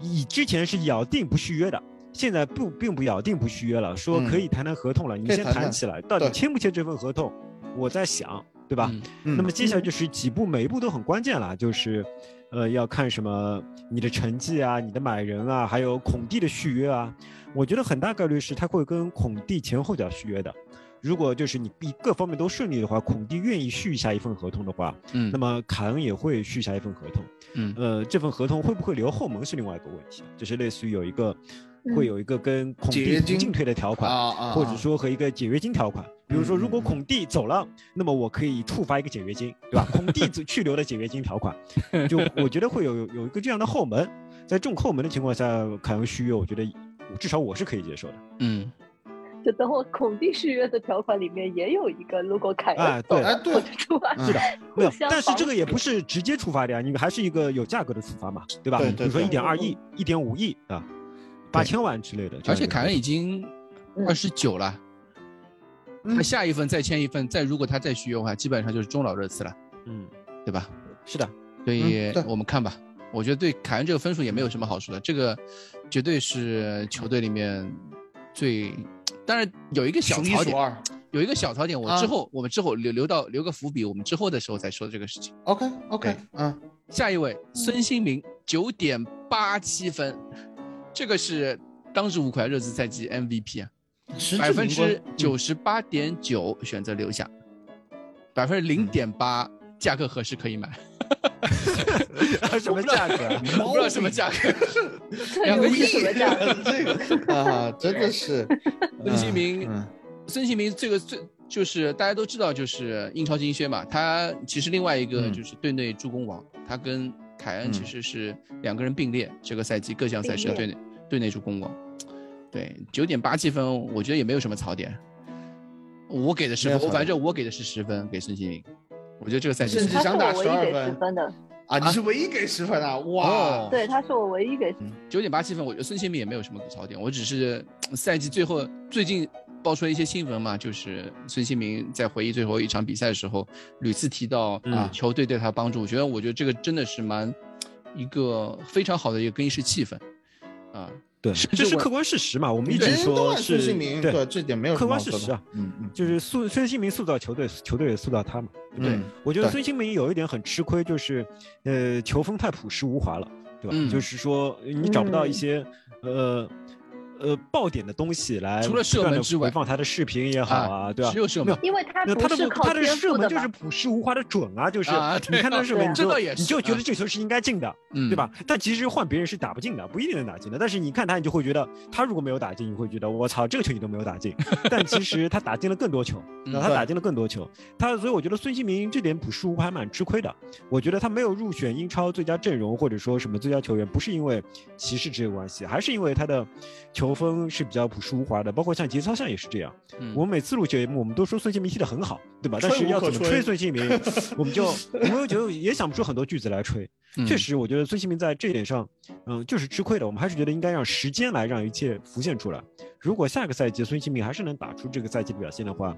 Speaker 5: 以之前是咬定不续约的，现在不并不咬定不续约了，说
Speaker 8: 嗯
Speaker 5: 可以谈谈合同了，你
Speaker 8: 可以
Speaker 5: 先
Speaker 8: 谈谈
Speaker 5: 谈起来，到底
Speaker 8: 对
Speaker 5: 签不签这份合同，我在想，对吧？
Speaker 6: 嗯
Speaker 8: 嗯
Speaker 5: 那么接下来就是几步，每一步都很关键了，就是，呃，要看什么你的成绩啊，你的买人啊，还有孔蒂的续约啊。我觉得很大概率是他会跟孔蒂前后脚续约的。如果就是你一各方面都顺利的话，孔蒂愿意续下一份合同的话，
Speaker 6: 嗯
Speaker 5: 那么凯恩也会续下一份合同。
Speaker 6: 嗯
Speaker 5: 呃，这份合同会不会留后门是另外一个问题，就是类似于有一个会有一个跟孔
Speaker 8: 解
Speaker 5: 蒂
Speaker 8: 约
Speaker 5: 同
Speaker 8: 金
Speaker 5: 进退的条款，
Speaker 8: 啊啊，
Speaker 5: 或者说和一个解约金条款。比如说，
Speaker 8: 嗯
Speaker 5: 如果
Speaker 8: 嗯
Speaker 5: 孔蒂走了，那么我可以触发一个解约金，对吧？孔蒂去留的解约金条款，就我觉得会有有一个这样的后门。在这种后门的情况下，凯恩续约，我觉得至少我是可以接受的。
Speaker 6: 嗯，
Speaker 7: 就等我孔蒂续约的条款里面也有一个，如果凯
Speaker 5: 哎
Speaker 7: 恩走
Speaker 5: 对
Speaker 7: 了
Speaker 8: 哎对
Speaker 7: 我就出来
Speaker 8: 嗯
Speaker 5: 是的，没有
Speaker 7: 互相，
Speaker 5: 但是这
Speaker 7: 防
Speaker 5: 个也不是直接触发的呀，你还是一个有价格的触发嘛，对吧？
Speaker 8: 对
Speaker 5: 比
Speaker 8: 对
Speaker 5: 如说一
Speaker 8: 对
Speaker 5: 点二亿、一点五亿啊，八千万之类的。这
Speaker 6: 而
Speaker 5: 样一
Speaker 6: 且
Speaker 5: 个
Speaker 6: 凯
Speaker 5: 合
Speaker 6: 恩
Speaker 5: 同
Speaker 6: 已经
Speaker 7: 嗯
Speaker 6: 二十九了，
Speaker 8: 嗯
Speaker 6: 他下一份再签一份，再如果他再续约的话，基本上就是中老热刺了，
Speaker 5: 嗯，
Speaker 6: 对吧？
Speaker 5: 是的，
Speaker 6: 所以
Speaker 8: 嗯对
Speaker 6: 我们看吧。我觉得对凯恩这个分数也没有什么好处的，这个绝对是球队里面最，当然有一个小
Speaker 8: 数啊一
Speaker 6: 槽
Speaker 8: 数
Speaker 6: 点，
Speaker 8: 二。
Speaker 6: 有一个小槽点，我
Speaker 8: 啊
Speaker 6: 之后、我们之后留留到留个伏笔，我们之后的时候再说这个事情。
Speaker 8: OK OK，嗯，
Speaker 6: 下一位孙兴民九点八七分，这个是当之无愧啊热刺赛季 MVP 啊，
Speaker 8: 实
Speaker 6: 百
Speaker 8: 至
Speaker 6: 分
Speaker 8: 名归嗯
Speaker 6: 之九十八点九选择留下，百分之
Speaker 8: 嗯
Speaker 6: 零点八价格合适可以买，
Speaker 5: 什么价格啊？
Speaker 6: 我不知道什么价格。
Speaker 7: 这
Speaker 6: 两个
Speaker 7: 又
Speaker 6: 亿
Speaker 7: 是什么价格？
Speaker 8: 这个啊，真的是
Speaker 6: 孙兴民
Speaker 8: 嗯
Speaker 6: 孙兴民这个最就是大家都知道，就是英超金靴嘛，他其实另外一个
Speaker 8: 嗯
Speaker 6: 就是队内助攻王，他跟凯恩
Speaker 8: 嗯
Speaker 6: 其实是两个人并列，这个赛季各项赛事的队
Speaker 7: 并
Speaker 6: 内队内助攻王。对，九点八七分，我觉得也没有什么槽点。我给的十
Speaker 8: 没有
Speaker 6: 分，
Speaker 8: 槽
Speaker 6: 我
Speaker 8: 点
Speaker 6: 反正我给的是十分给孙兴民，我觉得这个赛季
Speaker 8: 甚至
Speaker 7: 他
Speaker 6: 是
Speaker 7: 是
Speaker 8: 想打
Speaker 7: 我唯一
Speaker 8: 12
Speaker 7: 给
Speaker 8: 分
Speaker 7: 十分的，
Speaker 8: 啊，你是唯一给十分啊，哇
Speaker 6: 哦，
Speaker 7: 对，他是我唯一给
Speaker 6: 九点八七分，我觉得孙兴民也没有什么槽点，我只是赛季最后最近爆出了一些新闻嘛，就是孙兴民在回忆最后一场比赛的时候，屡次提到啊
Speaker 5: 嗯
Speaker 6: 球队对他帮助，我觉得我觉得这个真的是蛮一个非常好的一个更衣室气氛啊。
Speaker 5: 对，
Speaker 6: 是
Speaker 5: 这是
Speaker 6: 我
Speaker 5: 客观事实嘛？我们一
Speaker 8: 人
Speaker 5: 直
Speaker 8: 人都
Speaker 5: 说
Speaker 8: 爱孙
Speaker 5: 是
Speaker 8: 兴民，
Speaker 5: 对，
Speaker 8: 这点没有
Speaker 5: 客
Speaker 8: 什么
Speaker 5: 观
Speaker 8: 好
Speaker 5: 事
Speaker 8: 说
Speaker 5: 实
Speaker 8: 的
Speaker 5: 啊。，
Speaker 8: 嗯嗯，
Speaker 5: 就是孙孙兴民塑造球队，球队也塑造他嘛，对不对？
Speaker 8: 嗯
Speaker 5: 我觉得
Speaker 8: 对
Speaker 5: 孙兴民有一点很吃亏，就是呃，球风太朴实无华了，对吧？
Speaker 6: 嗯
Speaker 5: 就是说你找不到一
Speaker 7: 嗯
Speaker 5: 些、呃。呃，爆点的东西来，
Speaker 6: 除了射门之外
Speaker 5: 放他的视频也好啊，对吧？
Speaker 6: 只有射门
Speaker 5: 没有
Speaker 7: 因为他
Speaker 5: 那他
Speaker 7: 不
Speaker 5: 的
Speaker 7: 是靠
Speaker 5: 他的
Speaker 7: 天
Speaker 5: 射
Speaker 7: 赋
Speaker 5: 门
Speaker 7: 的
Speaker 5: 就是
Speaker 7: 嘛，
Speaker 5: 朴实无华的准啊，就是
Speaker 6: 啊对
Speaker 5: 你看他的射门，
Speaker 7: 对
Speaker 5: 你
Speaker 6: 这
Speaker 5: 就
Speaker 6: 倒也
Speaker 5: 你
Speaker 6: 是
Speaker 5: 就觉
Speaker 6: 啊
Speaker 5: 得这球是应该进的，
Speaker 6: 嗯，
Speaker 5: 对吧？但其实换别人是打不进的，不一定能打进的。但是你看他，你就会觉得他如果没有打进，你会觉得我操，这个球你都没有 打进。但其实他打进了更多球，
Speaker 6: 嗯
Speaker 5: 然后他打进了更多球。他所以我觉得孙兴民这点朴实无华还蛮吃亏的。我觉得他没有入选英超最佳阵容或者说什么最佳球员，不是因为歧视职业关系，还是因为他的球风是比较朴实无华的。包括像节操上也是这样。
Speaker 6: 嗯？
Speaker 5: 我们每次录节目，我们都说孙兴民踢得很好，对吧？但
Speaker 8: 吹
Speaker 5: 是
Speaker 8: 无
Speaker 5: 要
Speaker 8: 可
Speaker 5: 怎么
Speaker 8: 吹
Speaker 5: 吹孙兴民，我们就我又觉得也想不出很多句子来吹。
Speaker 6: 嗯
Speaker 5: 确，实，我觉得孙兴民在这一点上，嗯，就是吃亏的。我们还是觉得应该让时间来让一切浮现出来。如果下个赛季孙兴民还是能打出这个赛季的表现的话，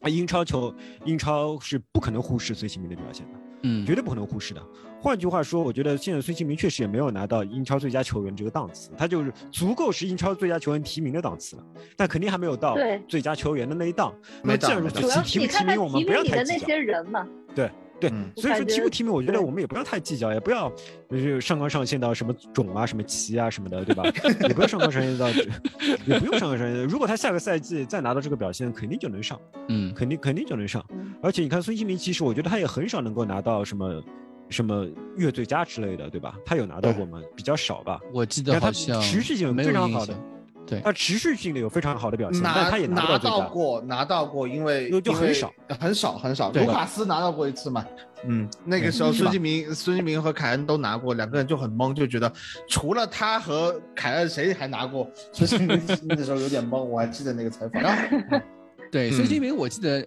Speaker 5: 啊，英超球英超是不可能忽视孙兴民的表现的，
Speaker 6: 嗯，
Speaker 5: 绝对不可能忽视的。换句话说，我觉得现在孙兴民确实也没有拿到英超最佳球员这个档次，他就是足够是英超最佳球员提名的档次了，但肯定还没有到
Speaker 7: 对
Speaker 5: 最佳球员的那一档。那
Speaker 8: 没
Speaker 5: 么既
Speaker 8: 到
Speaker 5: 然
Speaker 8: 没
Speaker 5: 如
Speaker 8: 到
Speaker 5: 此
Speaker 7: 主，要
Speaker 5: 提
Speaker 7: 是
Speaker 5: 不
Speaker 7: 你
Speaker 5: 提
Speaker 7: 看他
Speaker 5: 名我们
Speaker 7: 提
Speaker 5: 不要
Speaker 7: 名你
Speaker 5: 太
Speaker 7: 的
Speaker 5: 计
Speaker 7: 那
Speaker 5: 较。
Speaker 7: 些人嘛，
Speaker 5: 对
Speaker 8: 嗯，
Speaker 5: 所以说
Speaker 7: 感
Speaker 5: 提
Speaker 7: 觉
Speaker 5: 不提名，我觉得
Speaker 7: 对
Speaker 5: 我们也不要太计较，也不要就是上纲上线到什么种啊、什么旗啊、什么的，对吧？ 也不要上纲上线到，也不用上纲上线。如果他下个赛季再拿到这个表现，肯定就能上，
Speaker 6: 嗯，
Speaker 5: 肯定肯定就能上
Speaker 7: 嗯。
Speaker 5: 而且你看孙兴民，其实我觉得他也很少能够拿到什么什么月最佳之类的，对吧？他有拿到过吗？比较少吧。
Speaker 6: 我记得
Speaker 5: 然后
Speaker 6: 好
Speaker 5: 他
Speaker 6: 像
Speaker 5: 持续性
Speaker 6: 没
Speaker 5: 非
Speaker 6: 有
Speaker 5: 常
Speaker 6: 印
Speaker 5: 好的
Speaker 6: 象，对
Speaker 5: 他持续性的有非常好的表现，但
Speaker 8: 拿
Speaker 5: 啊他也
Speaker 8: 拿
Speaker 5: 不到最
Speaker 8: 到
Speaker 5: 佳。
Speaker 8: 过，拿到过，因为
Speaker 5: 就就
Speaker 8: 因
Speaker 5: 很
Speaker 8: 为
Speaker 5: 少，
Speaker 8: 很少，很少。
Speaker 5: 对
Speaker 8: 卢
Speaker 5: 吧
Speaker 8: 卡斯拿到过一次嘛，嗯，那个时
Speaker 6: 嗯
Speaker 8: 候
Speaker 6: 是吧
Speaker 8: 孙兴民、孙兴民和凯恩都拿过，两个人就很懵，就觉得除了他和凯恩，谁还拿过？孙兴民那个时候有点懵，我还记得那个采访。然后
Speaker 6: 对，
Speaker 8: 嗯
Speaker 6: 孙兴民，我记得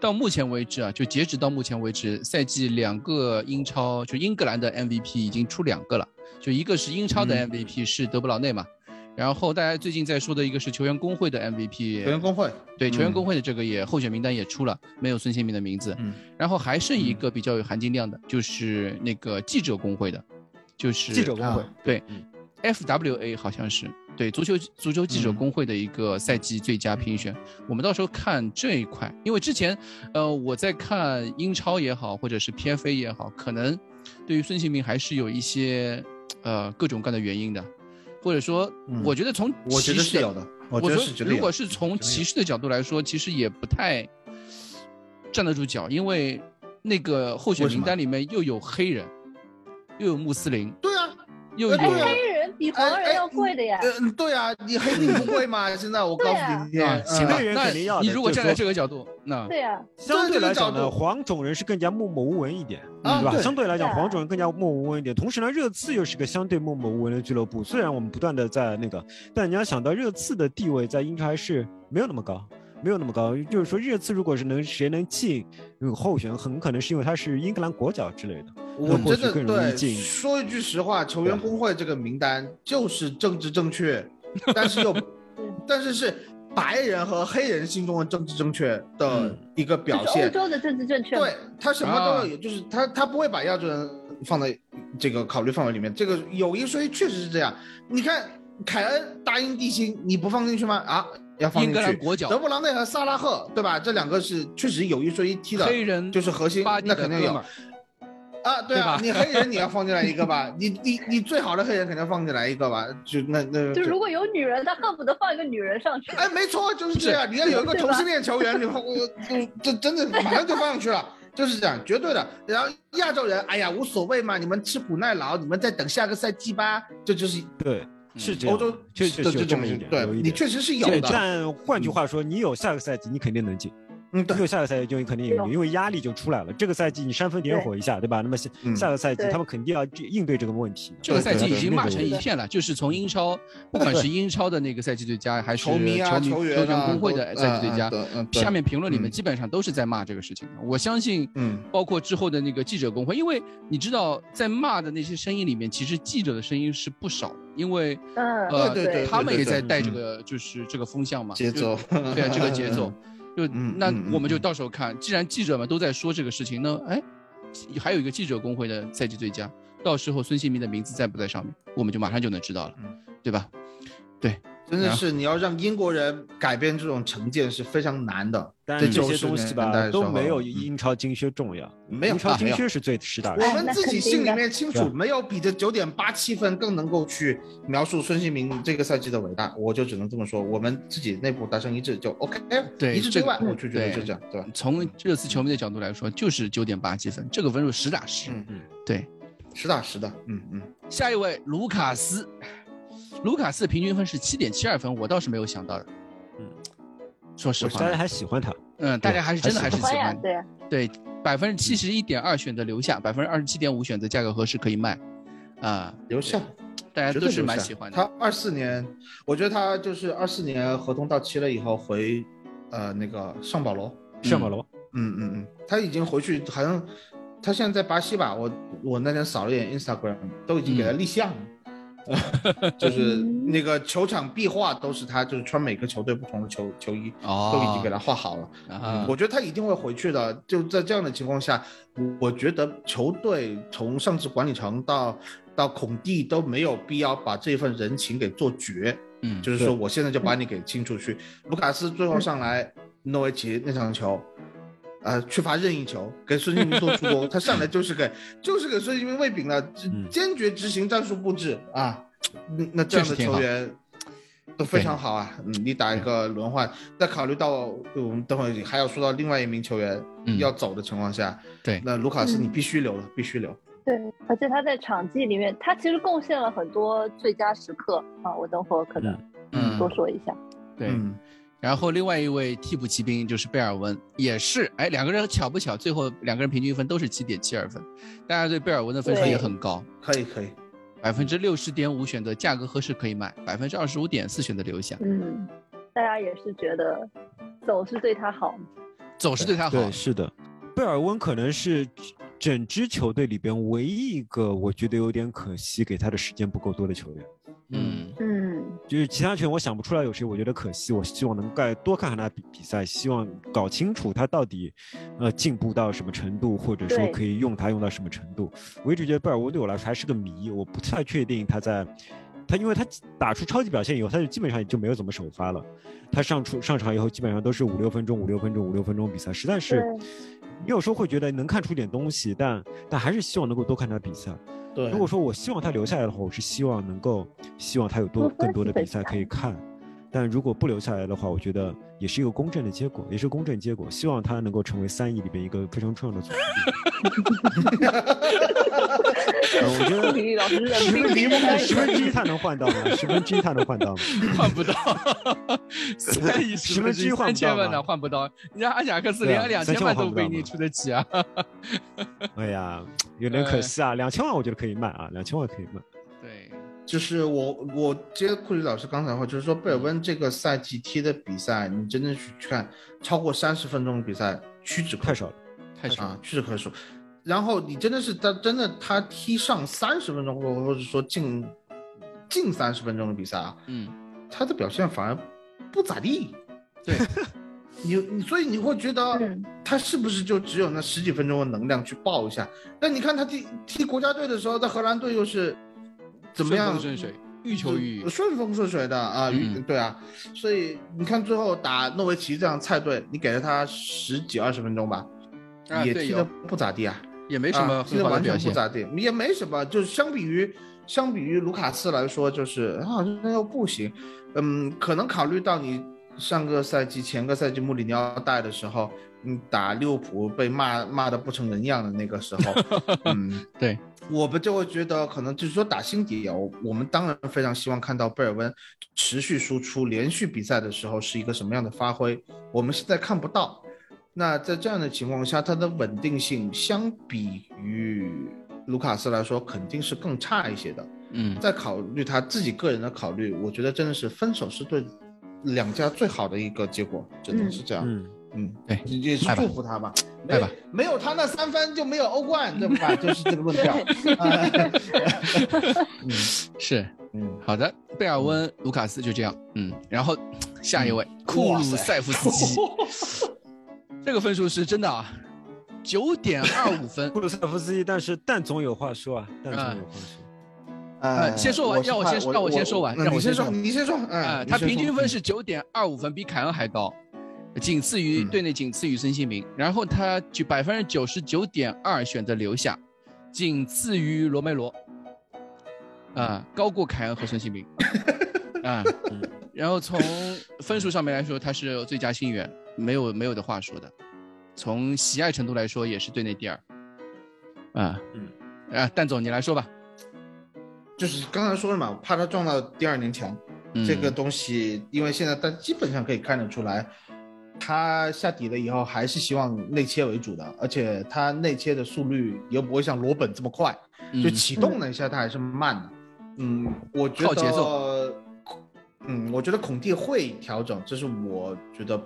Speaker 6: 到目前为止啊，就截止到目前为止，赛季两个英超，就英格兰的 MVP 已经出两个了，就一个是英超的
Speaker 8: 嗯
Speaker 6: MVP 是德布劳内嘛，然后大家最近在说的一个是球员工会的 MVP，
Speaker 8: 球员工会，
Speaker 6: 对球员工
Speaker 8: 会，
Speaker 6: 会的这个也候选名单也出了，没有孙兴民的名字，
Speaker 8: 嗯
Speaker 6: 然后还剩一个比较有含金量的，就是那个记者工会的，就是
Speaker 5: 记者工会
Speaker 8: 啊，
Speaker 6: 对，FWA 好像是对足球足球
Speaker 8: 嗯
Speaker 6: 记者工会的一个赛季最佳评选。我们到时候看这一块，因为之前呃我在看英超也好，或者是 PFA 也好，可能对于孙兴民还是有一些呃各种各样的原因的，或者说
Speaker 8: 嗯
Speaker 6: 我觉得从
Speaker 8: 我觉
Speaker 6: 骑士
Speaker 8: 得是
Speaker 6: 的
Speaker 8: 有的，我觉
Speaker 6: 我
Speaker 8: 得
Speaker 6: 说
Speaker 8: 是绝对
Speaker 6: 如
Speaker 8: 有
Speaker 6: 果
Speaker 8: 的。
Speaker 6: 是从骑士的角度来说，其实也不太站得住脚，因为那个候选
Speaker 8: 为什
Speaker 6: 名
Speaker 8: 么
Speaker 6: 单里面又有黑人，又有穆斯林，
Speaker 8: 对啊，
Speaker 6: 又有
Speaker 8: 呃
Speaker 7: 哎，
Speaker 8: 对啊
Speaker 7: 黑人比黄哎人要贵的呀。
Speaker 8: 嗯，对啊，你黑定不会嘛？现在我告诉
Speaker 7: 对啊
Speaker 8: 你，嗯今天
Speaker 6: 行吧
Speaker 5: 黑人
Speaker 6: 那
Speaker 5: 肯定要
Speaker 6: 你
Speaker 5: 的
Speaker 6: 如果
Speaker 5: 就是
Speaker 6: 站在
Speaker 5: 说
Speaker 6: 这个角度，那
Speaker 7: 对呀、
Speaker 5: 相对来
Speaker 8: 这个
Speaker 5: 讲
Speaker 8: 角
Speaker 5: 呢，
Speaker 8: 度
Speaker 5: 黄种人是更加默默无闻一点，嗯
Speaker 8: 啊
Speaker 5: 对吧？
Speaker 8: 对
Speaker 5: 相对来讲，
Speaker 7: 是啊
Speaker 5: 黄种人更加默默无闻一点。同时呢，热刺又是个相对默默无闻的俱乐部。虽然我们不断的在那个，但你要想到热刺的地位在英超还是没有那么高，没有那么高。就是说，热刺如果是能谁能进嗯候选，很可能是因为他是英格兰国脚之类的。
Speaker 8: 我
Speaker 5: 或
Speaker 8: 真
Speaker 5: 许
Speaker 8: 的
Speaker 5: 更容易
Speaker 8: 对
Speaker 5: 进
Speaker 8: 说一句实话，球员工会这个名单就是政治正 确，但是又但是是白人和黑人心中的政治正确的一个表
Speaker 7: 就是欧
Speaker 8: 现。
Speaker 7: 洲的政治正确嘛。
Speaker 8: 对他什么
Speaker 6: 嗯啊
Speaker 8: 都有，就是他他不会把亚洲人放在这个考虑范围里面。这个有一说一，确实是这样。你看凯恩大英帝星，你不放进去吗？啊，要放
Speaker 6: 英
Speaker 8: 进
Speaker 6: 格兰
Speaker 8: 去。
Speaker 6: 国
Speaker 8: 德
Speaker 6: 脚
Speaker 8: 布劳内和萨拉赫，对吧？这两个是确实有一说一踢的，
Speaker 6: 黑人
Speaker 8: 就是核心
Speaker 6: 巴蒂
Speaker 8: 那
Speaker 6: 的
Speaker 8: 肯定
Speaker 6: 哥
Speaker 8: 有
Speaker 6: 们儿
Speaker 8: 啊，对啊，
Speaker 6: 对
Speaker 8: 你黑人你要放进来一个吧，你你你最好的黑人肯定要放进来一个吧，就那那
Speaker 7: 就如果有女人，他恨不得放一个女人上去。
Speaker 8: 哎，没错，就是这样。你要有一个同性恋球员，你放我嗯这真的马上就放上去了，就是这样，绝对的。然后亚洲人，哎呀，无所谓嘛，你们吃苦耐劳，你们再等下个赛季吧。这就是
Speaker 5: 对，
Speaker 6: 嗯
Speaker 5: 是这样
Speaker 8: 欧
Speaker 5: 的。
Speaker 8: 洲
Speaker 5: 确
Speaker 8: 的
Speaker 5: 实有
Speaker 8: 这
Speaker 5: 这
Speaker 8: 种
Speaker 5: 么一点，
Speaker 8: 对
Speaker 5: 有一
Speaker 8: 你
Speaker 5: 点。
Speaker 8: 确实是有
Speaker 5: 对
Speaker 8: 的。
Speaker 5: 但换句话说，你有下个赛季，你肯定能进。
Speaker 8: 嗯，对
Speaker 5: 又下个赛季就肯定有用，因为压力就出来了。这个赛季你煽风点火一下，对吧？那么下
Speaker 8: 嗯
Speaker 5: 下个赛季
Speaker 7: 对
Speaker 5: 他们肯定要应对这个问题。
Speaker 6: 这个赛季已经骂成一
Speaker 5: 对
Speaker 6: 片了，就是从英超，不管是英超的那个赛季最佳，还是
Speaker 8: 球迷啊、
Speaker 6: 球
Speaker 8: 员啊、
Speaker 6: 工会的
Speaker 8: 都
Speaker 6: 赛季最佳，，
Speaker 8: 嗯嗯对
Speaker 6: 下面评论里面
Speaker 8: 嗯
Speaker 6: 基本上都是在骂这个事情的。我相信，
Speaker 8: 嗯
Speaker 6: 包括之后的那个记者工会，因为你知道，在骂的那些声音里面，其实记者的声音是不少的，因为
Speaker 7: 嗯，
Speaker 6: 呃，
Speaker 8: 对对对
Speaker 6: 他们也在带这
Speaker 8: 嗯
Speaker 6: 个就是这个风向嘛，
Speaker 8: 节
Speaker 6: 就
Speaker 8: 奏，
Speaker 6: 对啊，这个节 奏，就
Speaker 8: 嗯
Speaker 6: 那
Speaker 8: 嗯
Speaker 6: 我们就
Speaker 8: 嗯
Speaker 6: 到时候看。既然记者们都在说这个事情呢，哎，还有一个记者工会的赛季最佳，到时候孙兴民的名字在不在上面，我们就马上就能知道了
Speaker 8: 嗯，
Speaker 6: 对吧？
Speaker 8: 真的是你要让英国人改变这种成见是非常难的。
Speaker 5: 但
Speaker 8: 这
Speaker 5: 是这些
Speaker 8: 90
Speaker 5: 东西
Speaker 8: 年代
Speaker 5: 吧
Speaker 8: 的时候
Speaker 5: 都没有
Speaker 8: 嗯
Speaker 5: 英超金靴重要，
Speaker 8: 没有
Speaker 5: 英超
Speaker 8: 啊，没
Speaker 5: 金
Speaker 8: 有。
Speaker 5: 靴是最实打的。
Speaker 8: 我们自己心里面清
Speaker 5: 哎那
Speaker 8: 楚，
Speaker 5: 肯
Speaker 8: 没有比这九点八七分更能够去描述孙兴民这个赛季的伟大，我就只能这么说。我们自己内部达成一致就 OK，
Speaker 6: 对
Speaker 8: 一致对外，
Speaker 6: 这个
Speaker 8: 我就觉得
Speaker 6: 对
Speaker 8: 就这样，对吧？
Speaker 6: 从热刺球迷的角度来说，就是九点八积分，这个分数实打实。
Speaker 8: 嗯
Speaker 5: 嗯
Speaker 6: 对。
Speaker 8: 实打实的，嗯嗯，
Speaker 6: 下一位卢卡斯，卢卡斯的平均分是七点七二分，我倒是没有想到的。
Speaker 5: 嗯，
Speaker 6: 说实
Speaker 5: 大
Speaker 6: 话
Speaker 5: 家
Speaker 6: 呢，
Speaker 5: 还喜欢他，
Speaker 6: 嗯，大家还是真的还是喜
Speaker 7: 欢呀
Speaker 6: 欢，
Speaker 7: 对，
Speaker 6: 对，百分之七十一点二选择留下，百分之二十七点五选择价格合适可以卖，啊、
Speaker 8: 留下，
Speaker 6: 大家
Speaker 8: 绝
Speaker 6: 都
Speaker 8: 对
Speaker 6: 是
Speaker 8: 留
Speaker 6: 蛮
Speaker 8: 下
Speaker 6: 喜欢的。
Speaker 8: 他二四年，我觉得他就是二四年合同到期了以后回，呃，那个上保罗，
Speaker 5: 上马罗。
Speaker 8: 嗯嗯嗯，他已经回去，好像他现在在巴西吧？我我那天扫了一眼 Instagram，都已经给
Speaker 6: 嗯
Speaker 8: 他立项了。 就是那个球场壁画都是他，就是穿每个球队不同的球球衣，
Speaker 6: 哦
Speaker 8: 都已经给他画好了。嗯
Speaker 6: 啊，
Speaker 8: 我觉得他一定会回去的。就在这样的情况下，我觉得球队从上至管理层到到孔蒂都没有必要把这份人情给做绝。
Speaker 6: 嗯，
Speaker 8: 就是说我现在就把你给清出去。卢卡斯最后上来，诺维奇那场球，呃，缺乏任意球，给孙兴民做助攻，他上来就是给就是给孙兴民喂饼了，这
Speaker 5: 嗯
Speaker 8: 坚决执行战术布置啊。嗯那这样的
Speaker 6: 确实挺好
Speaker 8: 球员都非常好啊，嗯你打一个轮换，再考虑到呃我们等会儿还要说到另外一名球员
Speaker 6: 嗯
Speaker 8: 要走的情况下，
Speaker 6: 对
Speaker 8: 那卢卡斯
Speaker 7: 嗯
Speaker 8: 你必须留了，必须留。
Speaker 7: 对，而且他在场记里面，他其实贡献了很多最佳时刻啊，我等会儿可能
Speaker 6: 嗯
Speaker 7: 多说一下。
Speaker 6: 对。
Speaker 8: 嗯，
Speaker 6: 然后另外一位替补骑兵就是贝尔温，也是哎，两个人巧不巧，最后两个人平均分都是七点七二分，大家对贝尔温的分数
Speaker 7: 对
Speaker 6: 也很高，
Speaker 8: 可以可以，
Speaker 6: 百分之六十点五选择价格合适可以卖，百分之二十五点四选择留下，
Speaker 7: 嗯，大家也是觉得总是对他好，
Speaker 6: 总是对他好
Speaker 5: 对，。是的，贝尔温可能是整支球队里边唯一一个我觉得有点可惜给他的时间不够多的球员。
Speaker 6: 嗯，
Speaker 7: 嗯，
Speaker 5: 就是其他球员我想不出来有谁，我觉得可惜。我希望能盖多看看他比比赛，希望搞清楚他到底，呃，进步到什么程度，或者说
Speaker 7: 对
Speaker 5: 可以用他用到什么程度。我一直觉得贝尔温对我来说还是个谜，我不太确定他在，他因为他打出超级表现以后，他就基本上也就没有怎么首发了。他上出上场以后，基本上都是五六分钟、五六分钟、五六分钟比赛，实在是
Speaker 7: 对，
Speaker 5: 你有时候会觉得能看出点东西，但但还是希望能够多看他比赛。
Speaker 8: 对。
Speaker 5: 如果说我希望他留下来的话，我是希望能够希望他有多
Speaker 7: 多
Speaker 5: 更多的比
Speaker 7: 分析
Speaker 5: 赛可以看。但如果不留下来的话，我觉得也是一个公正的结果，也是公正结果。希望他能够成为三亿里边一个非常重要 的组织。呃我
Speaker 7: 体
Speaker 5: 觉得
Speaker 7: 育老师冷
Speaker 5: 十
Speaker 7: 冰
Speaker 5: 分之
Speaker 7: 冰
Speaker 5: 一
Speaker 7: 的
Speaker 5: 他，
Speaker 7: 看
Speaker 5: 十
Speaker 7: 着，
Speaker 5: 分之一他能换到吗？十分之一他能换到吗？
Speaker 6: 换不到，三亿
Speaker 5: 十分之一换不
Speaker 6: 三
Speaker 5: 到
Speaker 6: 千万
Speaker 5: 吗
Speaker 6: 呢换不到，人家阿贾克斯
Speaker 5: 对啊
Speaker 6: 连两
Speaker 5: 三
Speaker 6: 千
Speaker 5: 千
Speaker 6: 万
Speaker 5: 万
Speaker 6: 都
Speaker 5: 换不
Speaker 6: 被
Speaker 5: 到
Speaker 6: 你
Speaker 5: 嘛
Speaker 6: 出得起啊！
Speaker 5: 哎呀，有点可惜啊！两千万我觉得可以卖啊，两千万可以卖。
Speaker 6: 对，
Speaker 8: 就是我我接库里老师刚才的话，就是说贝尔
Speaker 6: 嗯
Speaker 8: 温这个赛季踢的比赛，你真正去看超过三十分钟的比赛屈指
Speaker 5: 太
Speaker 8: 可数
Speaker 5: 少了，
Speaker 6: 太爽了。
Speaker 8: 啊，屈指可数。然后你真的是他真的他踢上三十分钟，或或者说近近三十分钟的比赛啊，
Speaker 6: 嗯，
Speaker 8: 他的表现反而不咋地。
Speaker 6: 对，
Speaker 8: 你你所以你会觉得
Speaker 7: 嗯，
Speaker 8: 他是不是就只有那十几分钟的能量去爆一下？但你看他踢踢国家队的时候，在荷兰队又是怎么样？
Speaker 6: 顺风顺水，欲求欲
Speaker 8: 就呃顺风顺水的啊，
Speaker 6: 嗯
Speaker 8: 对啊，所以你看最后打诺维奇这样菜队，你给了他十几二十分钟吧，
Speaker 6: 啊，
Speaker 8: 也
Speaker 6: 对，
Speaker 8: 踢的
Speaker 6: 有
Speaker 8: 不咋地啊，
Speaker 6: 也没什么
Speaker 8: 啊踢
Speaker 6: 很
Speaker 8: 的
Speaker 6: 好的
Speaker 8: 完
Speaker 6: 表
Speaker 8: 全不
Speaker 6: 现。
Speaker 8: 咋地，也没什么，就是相比于相比于卢卡斯来说，就是好像又不行，嗯，可能考虑到你上个赛季、前个赛季穆里尼奥带的时候，你打利物浦被骂骂的不成人样的那个时 候，嗯，
Speaker 6: 对，
Speaker 8: 我们就会觉得可能就是说打心底啊，我我们当然非常希望看到贝尔温持续输出，连续比赛的时候是一个什么样的发挥，我们现在看不到。那在这样的情况下，它的稳定性相比于卢卡斯来说，肯定是更差一些的。
Speaker 6: 嗯
Speaker 8: 再考虑他自己个人的考虑，我觉得真的是分手是对两家最好的一个结果，真的是这样。
Speaker 5: 嗯，
Speaker 8: 嗯，
Speaker 6: 对
Speaker 8: 也是
Speaker 6: 哎拜吧
Speaker 8: 祝福他吧。
Speaker 6: 拜吧
Speaker 8: 没，没有他那三分就没有欧冠，对吧？就是这个论调。啊 嗯
Speaker 6: 是
Speaker 8: 嗯，
Speaker 6: 好的，贝尔温、卢卡斯就这样，嗯，然后下一位库鲁塞夫斯基，这个分数是真的啊，九点二五分
Speaker 5: 布。鲁塞夫斯基，但是蛋总有话说啊，蛋总有话说。
Speaker 8: 呃，
Speaker 6: 先说完
Speaker 8: 是
Speaker 6: 让我
Speaker 8: 怕
Speaker 6: 先让我先说完
Speaker 8: 嗯
Speaker 6: 让
Speaker 8: 你
Speaker 6: 我
Speaker 8: 先
Speaker 6: 先说
Speaker 8: 你先说。嗯
Speaker 6: 啊，，
Speaker 8: 你
Speaker 6: 他
Speaker 8: 先
Speaker 6: 平
Speaker 8: 说
Speaker 6: 均分是九点二五分，比凯恩还高，仅次于
Speaker 8: 嗯
Speaker 6: 队内仅次于孙兴民。然后他就百分之九十九点二选择留下，仅次于罗梅罗，啊，高过凯恩和孙兴 民，啊
Speaker 5: 嗯，
Speaker 6: 然后从分数上面来说，他是最佳新援，没有没有的话说的。从喜爱程度来说，也是队内第二，啊，
Speaker 5: 嗯
Speaker 6: 啊，蛋总你来说吧，
Speaker 8: 就是刚才说了嘛，怕他撞到第二年墙。
Speaker 6: 嗯
Speaker 8: 这个东西，因为现在大家基本上可以看得出来，他下底了以后还是希望内切为主的，而且他内切的速率又不会像罗本这么快，就
Speaker 6: 嗯
Speaker 8: 启动了一下他还是慢的。嗯，我觉得
Speaker 6: 靠节奏
Speaker 8: 嗯，我觉得孔蒂会调整，这是我觉得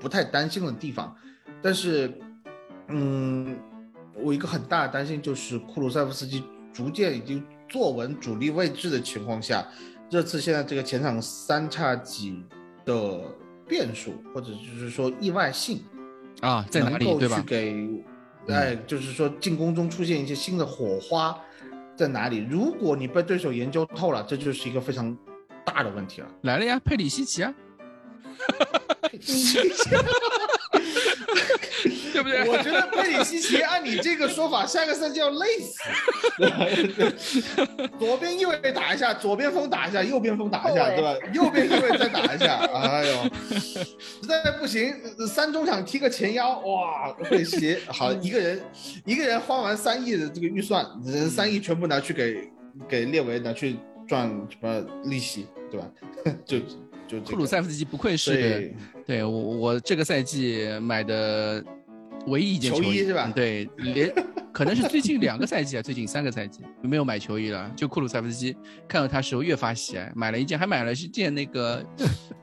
Speaker 8: 不太担心的地方。但是，嗯，我一个很大的担心就是库鲁塞夫斯基逐渐已经坐稳主力位置的情况下，热刺现在这个前场三叉戟的变数，或者就是说意外性，
Speaker 6: 啊在哪里
Speaker 8: 能够
Speaker 6: 对吧嗯
Speaker 8: 去？给，哎，就是说进攻中出现一些新的火花在哪里？如果你被对手研究透了，这就是一个非常大的问题了。
Speaker 6: 来了呀，佩里西奇啊，对不对？
Speaker 8: 我觉得贝里西奇按你这个说法，下个赛季要累死。左边右卫打一下，左边锋打一下，右边锋打一下，
Speaker 7: 后卫
Speaker 8: 对吧？右边右卫再打一下， 哎呦，实在不行，三中场踢个前腰，哇，贝里西奇好一个人，一个人花完三亿的这个预算，人三亿全部拿去给给列维拿去赚什么利息，对吧？ 就就这个
Speaker 6: 库鲁塞夫斯基不愧是
Speaker 8: 对
Speaker 6: 对我我这个赛季买的唯一一件
Speaker 8: 球衣
Speaker 6: 衣
Speaker 8: 是吧
Speaker 6: 嗯对，连可能是最近两个赛季啊，最近三个赛季没有买球衣了。就库鲁塞夫斯基看到他时候越发喜爱，买了一件，还买了一件那个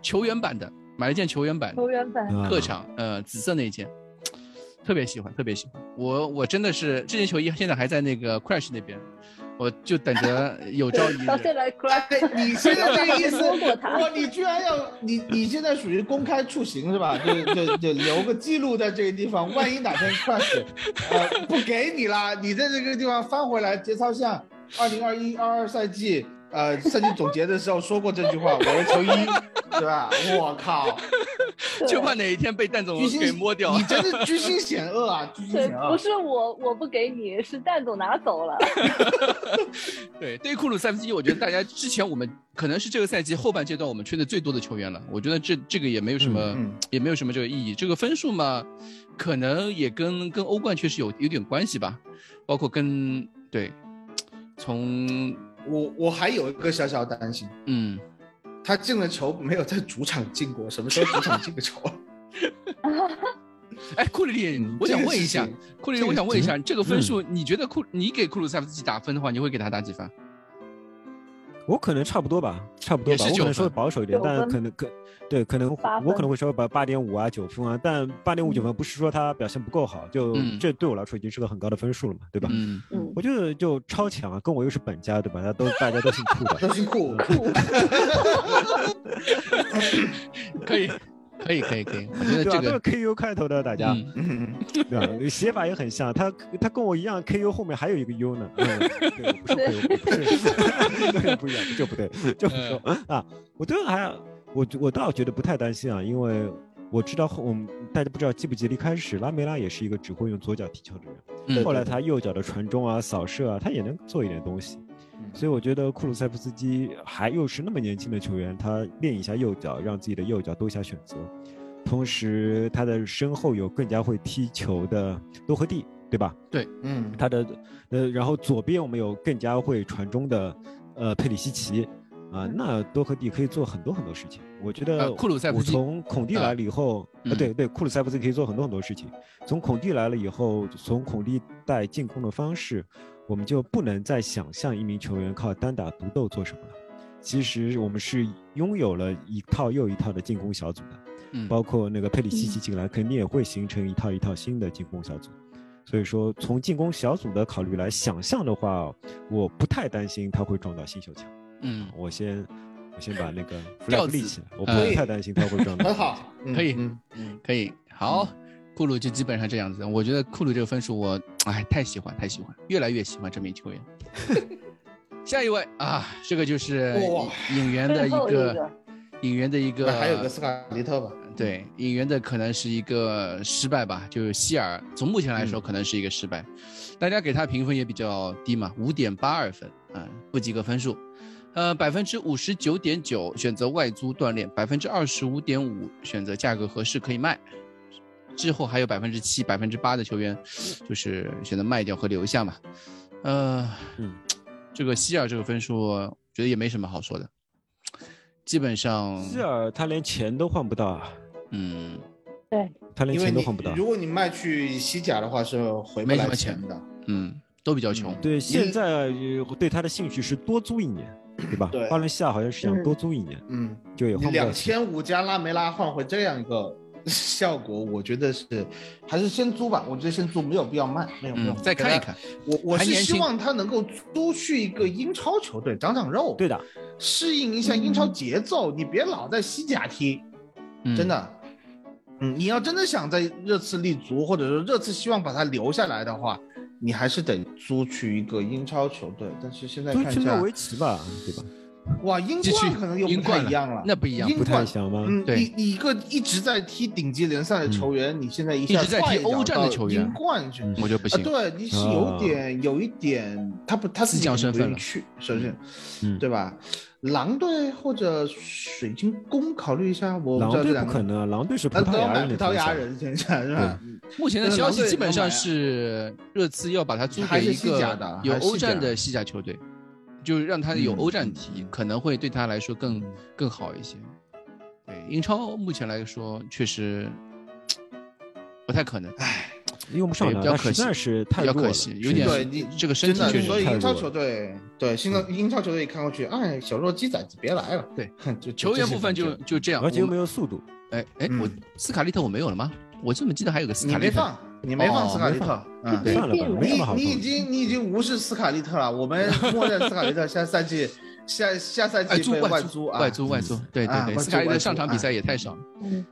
Speaker 6: 球员版的，买了一件球员版的
Speaker 7: 球员版
Speaker 8: 嗯
Speaker 5: 啊
Speaker 6: 客场，呃，紫色那件，特别喜欢，特别喜欢。我我真的是这件球衣现在还在那个 Crash 那边，我就等着有朝一
Speaker 7: 到现
Speaker 6: 日。
Speaker 7: 在 c r a
Speaker 8: 哎
Speaker 7: c，
Speaker 8: 你现在这个意思，
Speaker 7: 说过他
Speaker 8: 哇，你居然要你你现在属于公开处刑是吧？就就就留个记录在这个地方，万一哪天 crash，呃，不给你啦，你在这个地方翻回来节操像二零二一二二赛季呃赛季总结的时候说过这句话，我的球衣，对吧？我靠，
Speaker 6: 就怕哪一天被蛋总
Speaker 8: 居心
Speaker 6: 给摸掉。
Speaker 8: 你真是居心险恶啊，居心
Speaker 7: 对
Speaker 8: 险，
Speaker 7: 不
Speaker 8: 恶。
Speaker 7: 是我我不给你，是蛋总拿走了。
Speaker 6: 对，对于库鲁塞夫斯基，我觉得大家之前我们可能是这个赛季后半阶段我们吹的最多的球员了。我觉得这这个也没有什么，
Speaker 8: 嗯嗯
Speaker 6: 也没有什么这个意义。这个分数嘛，可能也跟跟欧冠确实有有点关系吧，包括跟对，从
Speaker 8: 我我还有一个小小担心，
Speaker 6: 嗯，
Speaker 8: 他进了球没有在主场进过，什么时候主场进个球？
Speaker 6: 哎，库里
Speaker 8: 嗯，
Speaker 6: 我
Speaker 8: 这
Speaker 6: 想
Speaker 8: 个
Speaker 6: 问一
Speaker 8: 事
Speaker 6: 下
Speaker 8: 情，
Speaker 6: 库里，
Speaker 8: 这个嗯
Speaker 6: 我想问一
Speaker 8: 挺
Speaker 6: 下，这个分数你觉得库你给库鲁塞夫斯基打分的话，你会给他打几分？
Speaker 8: 啊
Speaker 5: 我可能差不多吧，差不多
Speaker 6: 也
Speaker 5: 吧。
Speaker 6: 是
Speaker 5: 我
Speaker 6: 九
Speaker 5: 可能稍微
Speaker 6: 分
Speaker 5: 保守一点，
Speaker 7: 九
Speaker 5: 但
Speaker 7: 分
Speaker 5: 可能可对可能
Speaker 7: 八
Speaker 5: 我
Speaker 7: 分
Speaker 5: 可
Speaker 7: 嗯
Speaker 5: 能会稍微把八点五啊九分啊，但八点五九分不是说他表现不够好，就、
Speaker 6: 嗯
Speaker 5: 这对我来说已经是个很高的分数了嘛，对吧？
Speaker 6: 嗯，
Speaker 7: 嗯，
Speaker 5: 我觉得就超强啊，跟我又是本家，对吧？大家都大家都姓库
Speaker 8: 都
Speaker 5: 的，
Speaker 8: 姓库，
Speaker 6: 可以，可以，可以，可以，我觉得
Speaker 5: 对
Speaker 8: 啊
Speaker 6: 这
Speaker 5: 吧？都
Speaker 6: 个
Speaker 5: 是 KU 开头的，大家、
Speaker 6: 嗯
Speaker 8: 嗯，
Speaker 5: 对吧？写法也很像，他他跟我一样，KU 后面还有一个 U 呢。嗯，对，我不是 KU，我不是， 有点不一样，这不对，这不说啊。我对还我我倒觉得不太担心啊，因为我知道后我们大家不知道记不记得一开始拉梅拉也是一个只会用左脚踢球的人，
Speaker 6: 嗯
Speaker 5: 后来他右脚的传中啊、扫射啊，他也能做一点东西。所以我觉得库鲁塞夫斯基还又是那么年轻的球员，他练一下右脚，让自己的右脚多一下选择。同时，他的身后有更加会踢球的洛赫蒂，对吧？
Speaker 8: 嗯，
Speaker 5: 他的呃，然后左边我们有更加会传中的呃佩里西奇啊、啊，那多克蒂可以做很多很多事情。我觉得
Speaker 6: 呃库鲁塞夫
Speaker 5: 我
Speaker 6: 斯基
Speaker 5: 从孔蒂
Speaker 6: 啊
Speaker 5: 来了以后，啊
Speaker 6: 嗯
Speaker 5: 对对，库鲁塞夫斯基可以做很多很多事情。从孔蒂来了以后，从孔蒂带进攻的方式，我们就不能再想象一名球员靠单打独斗做什么了。其实我们是拥有了一套又一套的进攻小组的，
Speaker 6: 嗯，
Speaker 5: 包括那个佩里西奇进来，肯定也会形成一套一套新的进攻小组。所以说，从进攻小组的考虑来想象的话，我不太担心他会撞到新秀墙。
Speaker 6: 嗯，
Speaker 5: 我先我先把 那个
Speaker 6: 调
Speaker 5: flag 立
Speaker 6: 子
Speaker 5: 起来，我
Speaker 6: 嗯
Speaker 5: 不太担心他会撞到。
Speaker 8: 哎很好，嗯
Speaker 6: 可以
Speaker 8: 嗯嗯，
Speaker 6: 可以，好，
Speaker 7: 嗯
Speaker 6: 库鲁就基本上这样子。我觉得库鲁这个分数我，哎太喜欢，太喜欢，越来越喜欢这名 球员。下一位啊，这个就是
Speaker 8: 哇
Speaker 6: 引引援的一
Speaker 7: 最后一
Speaker 6: 个
Speaker 7: 个，
Speaker 6: 引援的一个，
Speaker 8: 那还有个斯卡利特吧，
Speaker 5: 嗯
Speaker 6: 对引援的可能是一个失败吧，就是希尔从目前来
Speaker 5: 嗯
Speaker 6: 说可能是一个失败，大家给他评分也比较低嘛，五点八二分啊、不及格分数。呃，百分之五十九点九选择外租锻炼，百分之二十五点五选择价格合适可以卖，之后还有百分之七、百分之八的球员就是选择卖掉和留下嘛。呃，
Speaker 5: 嗯
Speaker 6: 这个希尔这个分数，觉得也没什么好说的，基本上，
Speaker 5: 希尔啊他连钱都换不到啊，
Speaker 6: 嗯，
Speaker 7: 对，
Speaker 5: 他连
Speaker 8: 因为
Speaker 5: 钱都
Speaker 8: 你
Speaker 5: 换不到。
Speaker 8: 如果你卖去西甲的话是回不
Speaker 6: 没什
Speaker 8: 来
Speaker 6: 么
Speaker 8: 钱的，
Speaker 6: 嗯，都比较穷。
Speaker 8: 嗯
Speaker 5: 对，
Speaker 8: 因为
Speaker 5: 现在呃对他的兴趣是多租一年，对吧？
Speaker 8: 对
Speaker 5: 巴伦西亚好像是想
Speaker 7: 嗯
Speaker 5: 多租一年，
Speaker 8: 嗯，
Speaker 5: 就也
Speaker 8: 你
Speaker 5: 换不
Speaker 8: 两
Speaker 5: 到钱。
Speaker 8: 千五加拉梅拉换回这样一个 效果，我觉得是还是先租吧，我觉得先租没有必要卖，没有必要
Speaker 6: 嗯
Speaker 8: 卖，，
Speaker 6: 再看一看，
Speaker 8: 我我
Speaker 6: 还
Speaker 8: 是
Speaker 6: 年轻
Speaker 8: 希望他能够租去一个英超球队长长肉，
Speaker 5: 对，的，
Speaker 8: 适应一下英超节奏，你别老在西甲踢，
Speaker 6: 嗯
Speaker 8: 真，的。嗯，你要真的想在热刺立足，或者说热刺希望把他留下来的话，你还是得租去一个英超球队。但是现在
Speaker 5: 租
Speaker 8: 看
Speaker 5: 去
Speaker 8: 一
Speaker 5: 诺
Speaker 8: 下，
Speaker 5: 维奇吧，对吧？
Speaker 8: 哇，英
Speaker 6: 继续
Speaker 8: 冠可能又
Speaker 6: 英
Speaker 8: 不太
Speaker 6: 冠了
Speaker 8: 一样了，
Speaker 6: 那不一样
Speaker 8: 英
Speaker 5: 不
Speaker 8: 冠
Speaker 5: 太想吗？
Speaker 8: 嗯，
Speaker 6: 对
Speaker 8: 你你一个一直在踢顶级联赛的球员，你现在一下
Speaker 6: 一直在踢
Speaker 8: 踹脚
Speaker 6: 欧战的
Speaker 8: 到
Speaker 6: 球员
Speaker 8: 英冠去，
Speaker 5: 嗯
Speaker 6: 我觉得不
Speaker 8: 啊，
Speaker 6: 行。
Speaker 8: 对，你是
Speaker 5: 啊
Speaker 8: 有点有一点，他不他自
Speaker 6: 自
Speaker 8: 己
Speaker 6: 降身
Speaker 8: 不愿
Speaker 6: 份
Speaker 8: 意
Speaker 6: 了
Speaker 8: 去，首先，
Speaker 5: 嗯
Speaker 8: 对吧？狼队或者水晶宫考虑一下，我不
Speaker 5: 狼
Speaker 8: 知道这
Speaker 5: 队
Speaker 8: 两
Speaker 5: 不
Speaker 8: 个
Speaker 5: 可，能啊，狼队是葡
Speaker 8: 那都
Speaker 5: 萄
Speaker 8: 要
Speaker 5: 牙
Speaker 8: 买
Speaker 5: 人
Speaker 8: 葡
Speaker 5: 的
Speaker 8: 萄
Speaker 5: 天
Speaker 8: 牙
Speaker 5: 下。
Speaker 8: 人现在是吧？
Speaker 6: 目前的消息基本上是热刺要把它租给一
Speaker 8: 还是西甲
Speaker 6: 个
Speaker 8: 的
Speaker 6: 有
Speaker 8: 还是西甲
Speaker 6: 欧战的西甲球队，就是让他有欧战踢，可能会对他来说更
Speaker 8: 嗯
Speaker 6: 更好一些。对，英超目前来说确实不太可能，
Speaker 8: 哎
Speaker 6: 唉，
Speaker 5: 用不上
Speaker 6: 对
Speaker 5: 的，
Speaker 6: 比较
Speaker 5: 他
Speaker 6: 可
Speaker 5: 实在
Speaker 6: 惜
Speaker 5: 是
Speaker 6: 比
Speaker 5: 太
Speaker 6: 较
Speaker 5: 弱
Speaker 6: 可
Speaker 5: 了，
Speaker 6: 惜，
Speaker 5: 实
Speaker 6: 有点
Speaker 5: 在
Speaker 8: 对
Speaker 5: 是
Speaker 8: 你
Speaker 6: 这个身
Speaker 8: 嗯真
Speaker 6: 体
Speaker 8: 的，
Speaker 6: 确实
Speaker 8: 所以
Speaker 5: 太
Speaker 8: 英超
Speaker 5: 弱
Speaker 8: 球队，对，现在英超球队一看过去，哎，小弱鸡崽子别来了。
Speaker 6: 对，
Speaker 8: 就就
Speaker 6: 球员
Speaker 8: 这
Speaker 6: 部
Speaker 8: 些
Speaker 6: 分就
Speaker 8: 感觉
Speaker 6: 就这样。
Speaker 5: 而且又
Speaker 6: 我
Speaker 5: 没有速度。
Speaker 6: 哎哎，我
Speaker 8: 嗯
Speaker 6: 斯卡利特我没有了吗？我怎么记得还有个斯
Speaker 8: 你
Speaker 6: 卡
Speaker 8: 没
Speaker 6: 利特？
Speaker 8: 放，你没放
Speaker 6: 哦
Speaker 8: 斯卡
Speaker 5: 没
Speaker 8: 利
Speaker 5: 放
Speaker 8: 特，嗯，
Speaker 7: 对
Speaker 5: 算了吧，没什
Speaker 8: 你
Speaker 5: 么好
Speaker 8: 你已
Speaker 5: 说的。
Speaker 8: 经你已经无视斯卡利特了，我们默认斯卡利特下赛季下下赛
Speaker 6: 哎，
Speaker 8: 季
Speaker 6: 租
Speaker 8: 被
Speaker 6: 外
Speaker 8: 租啊，
Speaker 6: 外租外租，对对
Speaker 8: 啊
Speaker 6: 对，
Speaker 8: 外
Speaker 6: 斯
Speaker 8: 租
Speaker 6: 卡利特
Speaker 8: 外
Speaker 6: 上
Speaker 8: 租
Speaker 6: 场比
Speaker 8: 啊嗯
Speaker 6: 赛也太少了。
Speaker 7: 嗯，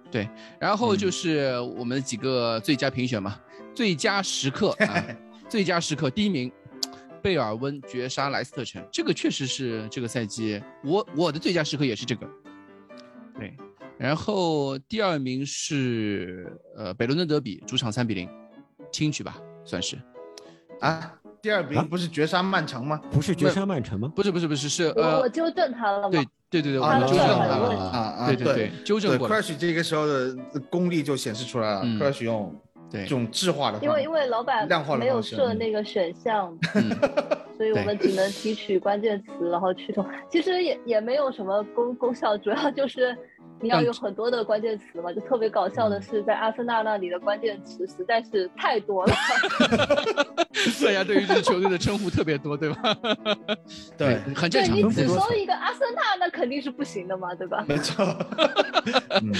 Speaker 6: 然后就是我们几个最佳评选嘛，最佳时刻 啊，最佳时刻第一名，贝尔温绝杀莱斯特城，这个确实是这个赛季我我的最佳时刻也是这个，对。然后第二名是呃北伦敦德比主场三比零，轻取吧算是，
Speaker 8: 啊。第二名不是绝杀曼城吗？
Speaker 5: 不是绝杀曼城吗？
Speaker 6: 不是不是不是是
Speaker 7: 我
Speaker 6: 呃
Speaker 7: 我纠正他了嘛
Speaker 6: 对，对对对，我
Speaker 8: 啊，
Speaker 6: 们
Speaker 7: 那
Speaker 6: 纠正
Speaker 7: 这
Speaker 8: 了
Speaker 7: 个
Speaker 6: 他
Speaker 7: 很
Speaker 6: 了
Speaker 7: 问，
Speaker 8: 啊啊！
Speaker 6: 对对
Speaker 8: 对，
Speaker 6: 纠正过了，
Speaker 8: ，Crash 这个时候的功力就显示出来了。
Speaker 6: 嗯
Speaker 8: Crash 用
Speaker 6: 对
Speaker 8: 这种智化的方法，
Speaker 7: 因为因为老板
Speaker 8: 量化的
Speaker 7: 没有
Speaker 8: 方式
Speaker 7: 设那个选项，
Speaker 6: 嗯
Speaker 7: 所以我们只能提取关键词，然后驱动。其实也也没有什么功功效，主要就是你要
Speaker 5: 嗯
Speaker 6: 但
Speaker 7: 有很多的关键词嘛。就特别搞笑的是，在阿森纳那里的关键词实在是太多 了。
Speaker 6: 大家 对于这支球队的称呼特别多，对 吧？哎
Speaker 8: 对，
Speaker 6: 很正
Speaker 7: 对
Speaker 6: 常
Speaker 7: 你
Speaker 5: 能。
Speaker 7: 只
Speaker 5: 不多
Speaker 7: 说一个阿森纳，那肯定是不行的嘛，对 吧？
Speaker 8: 没 错。嗯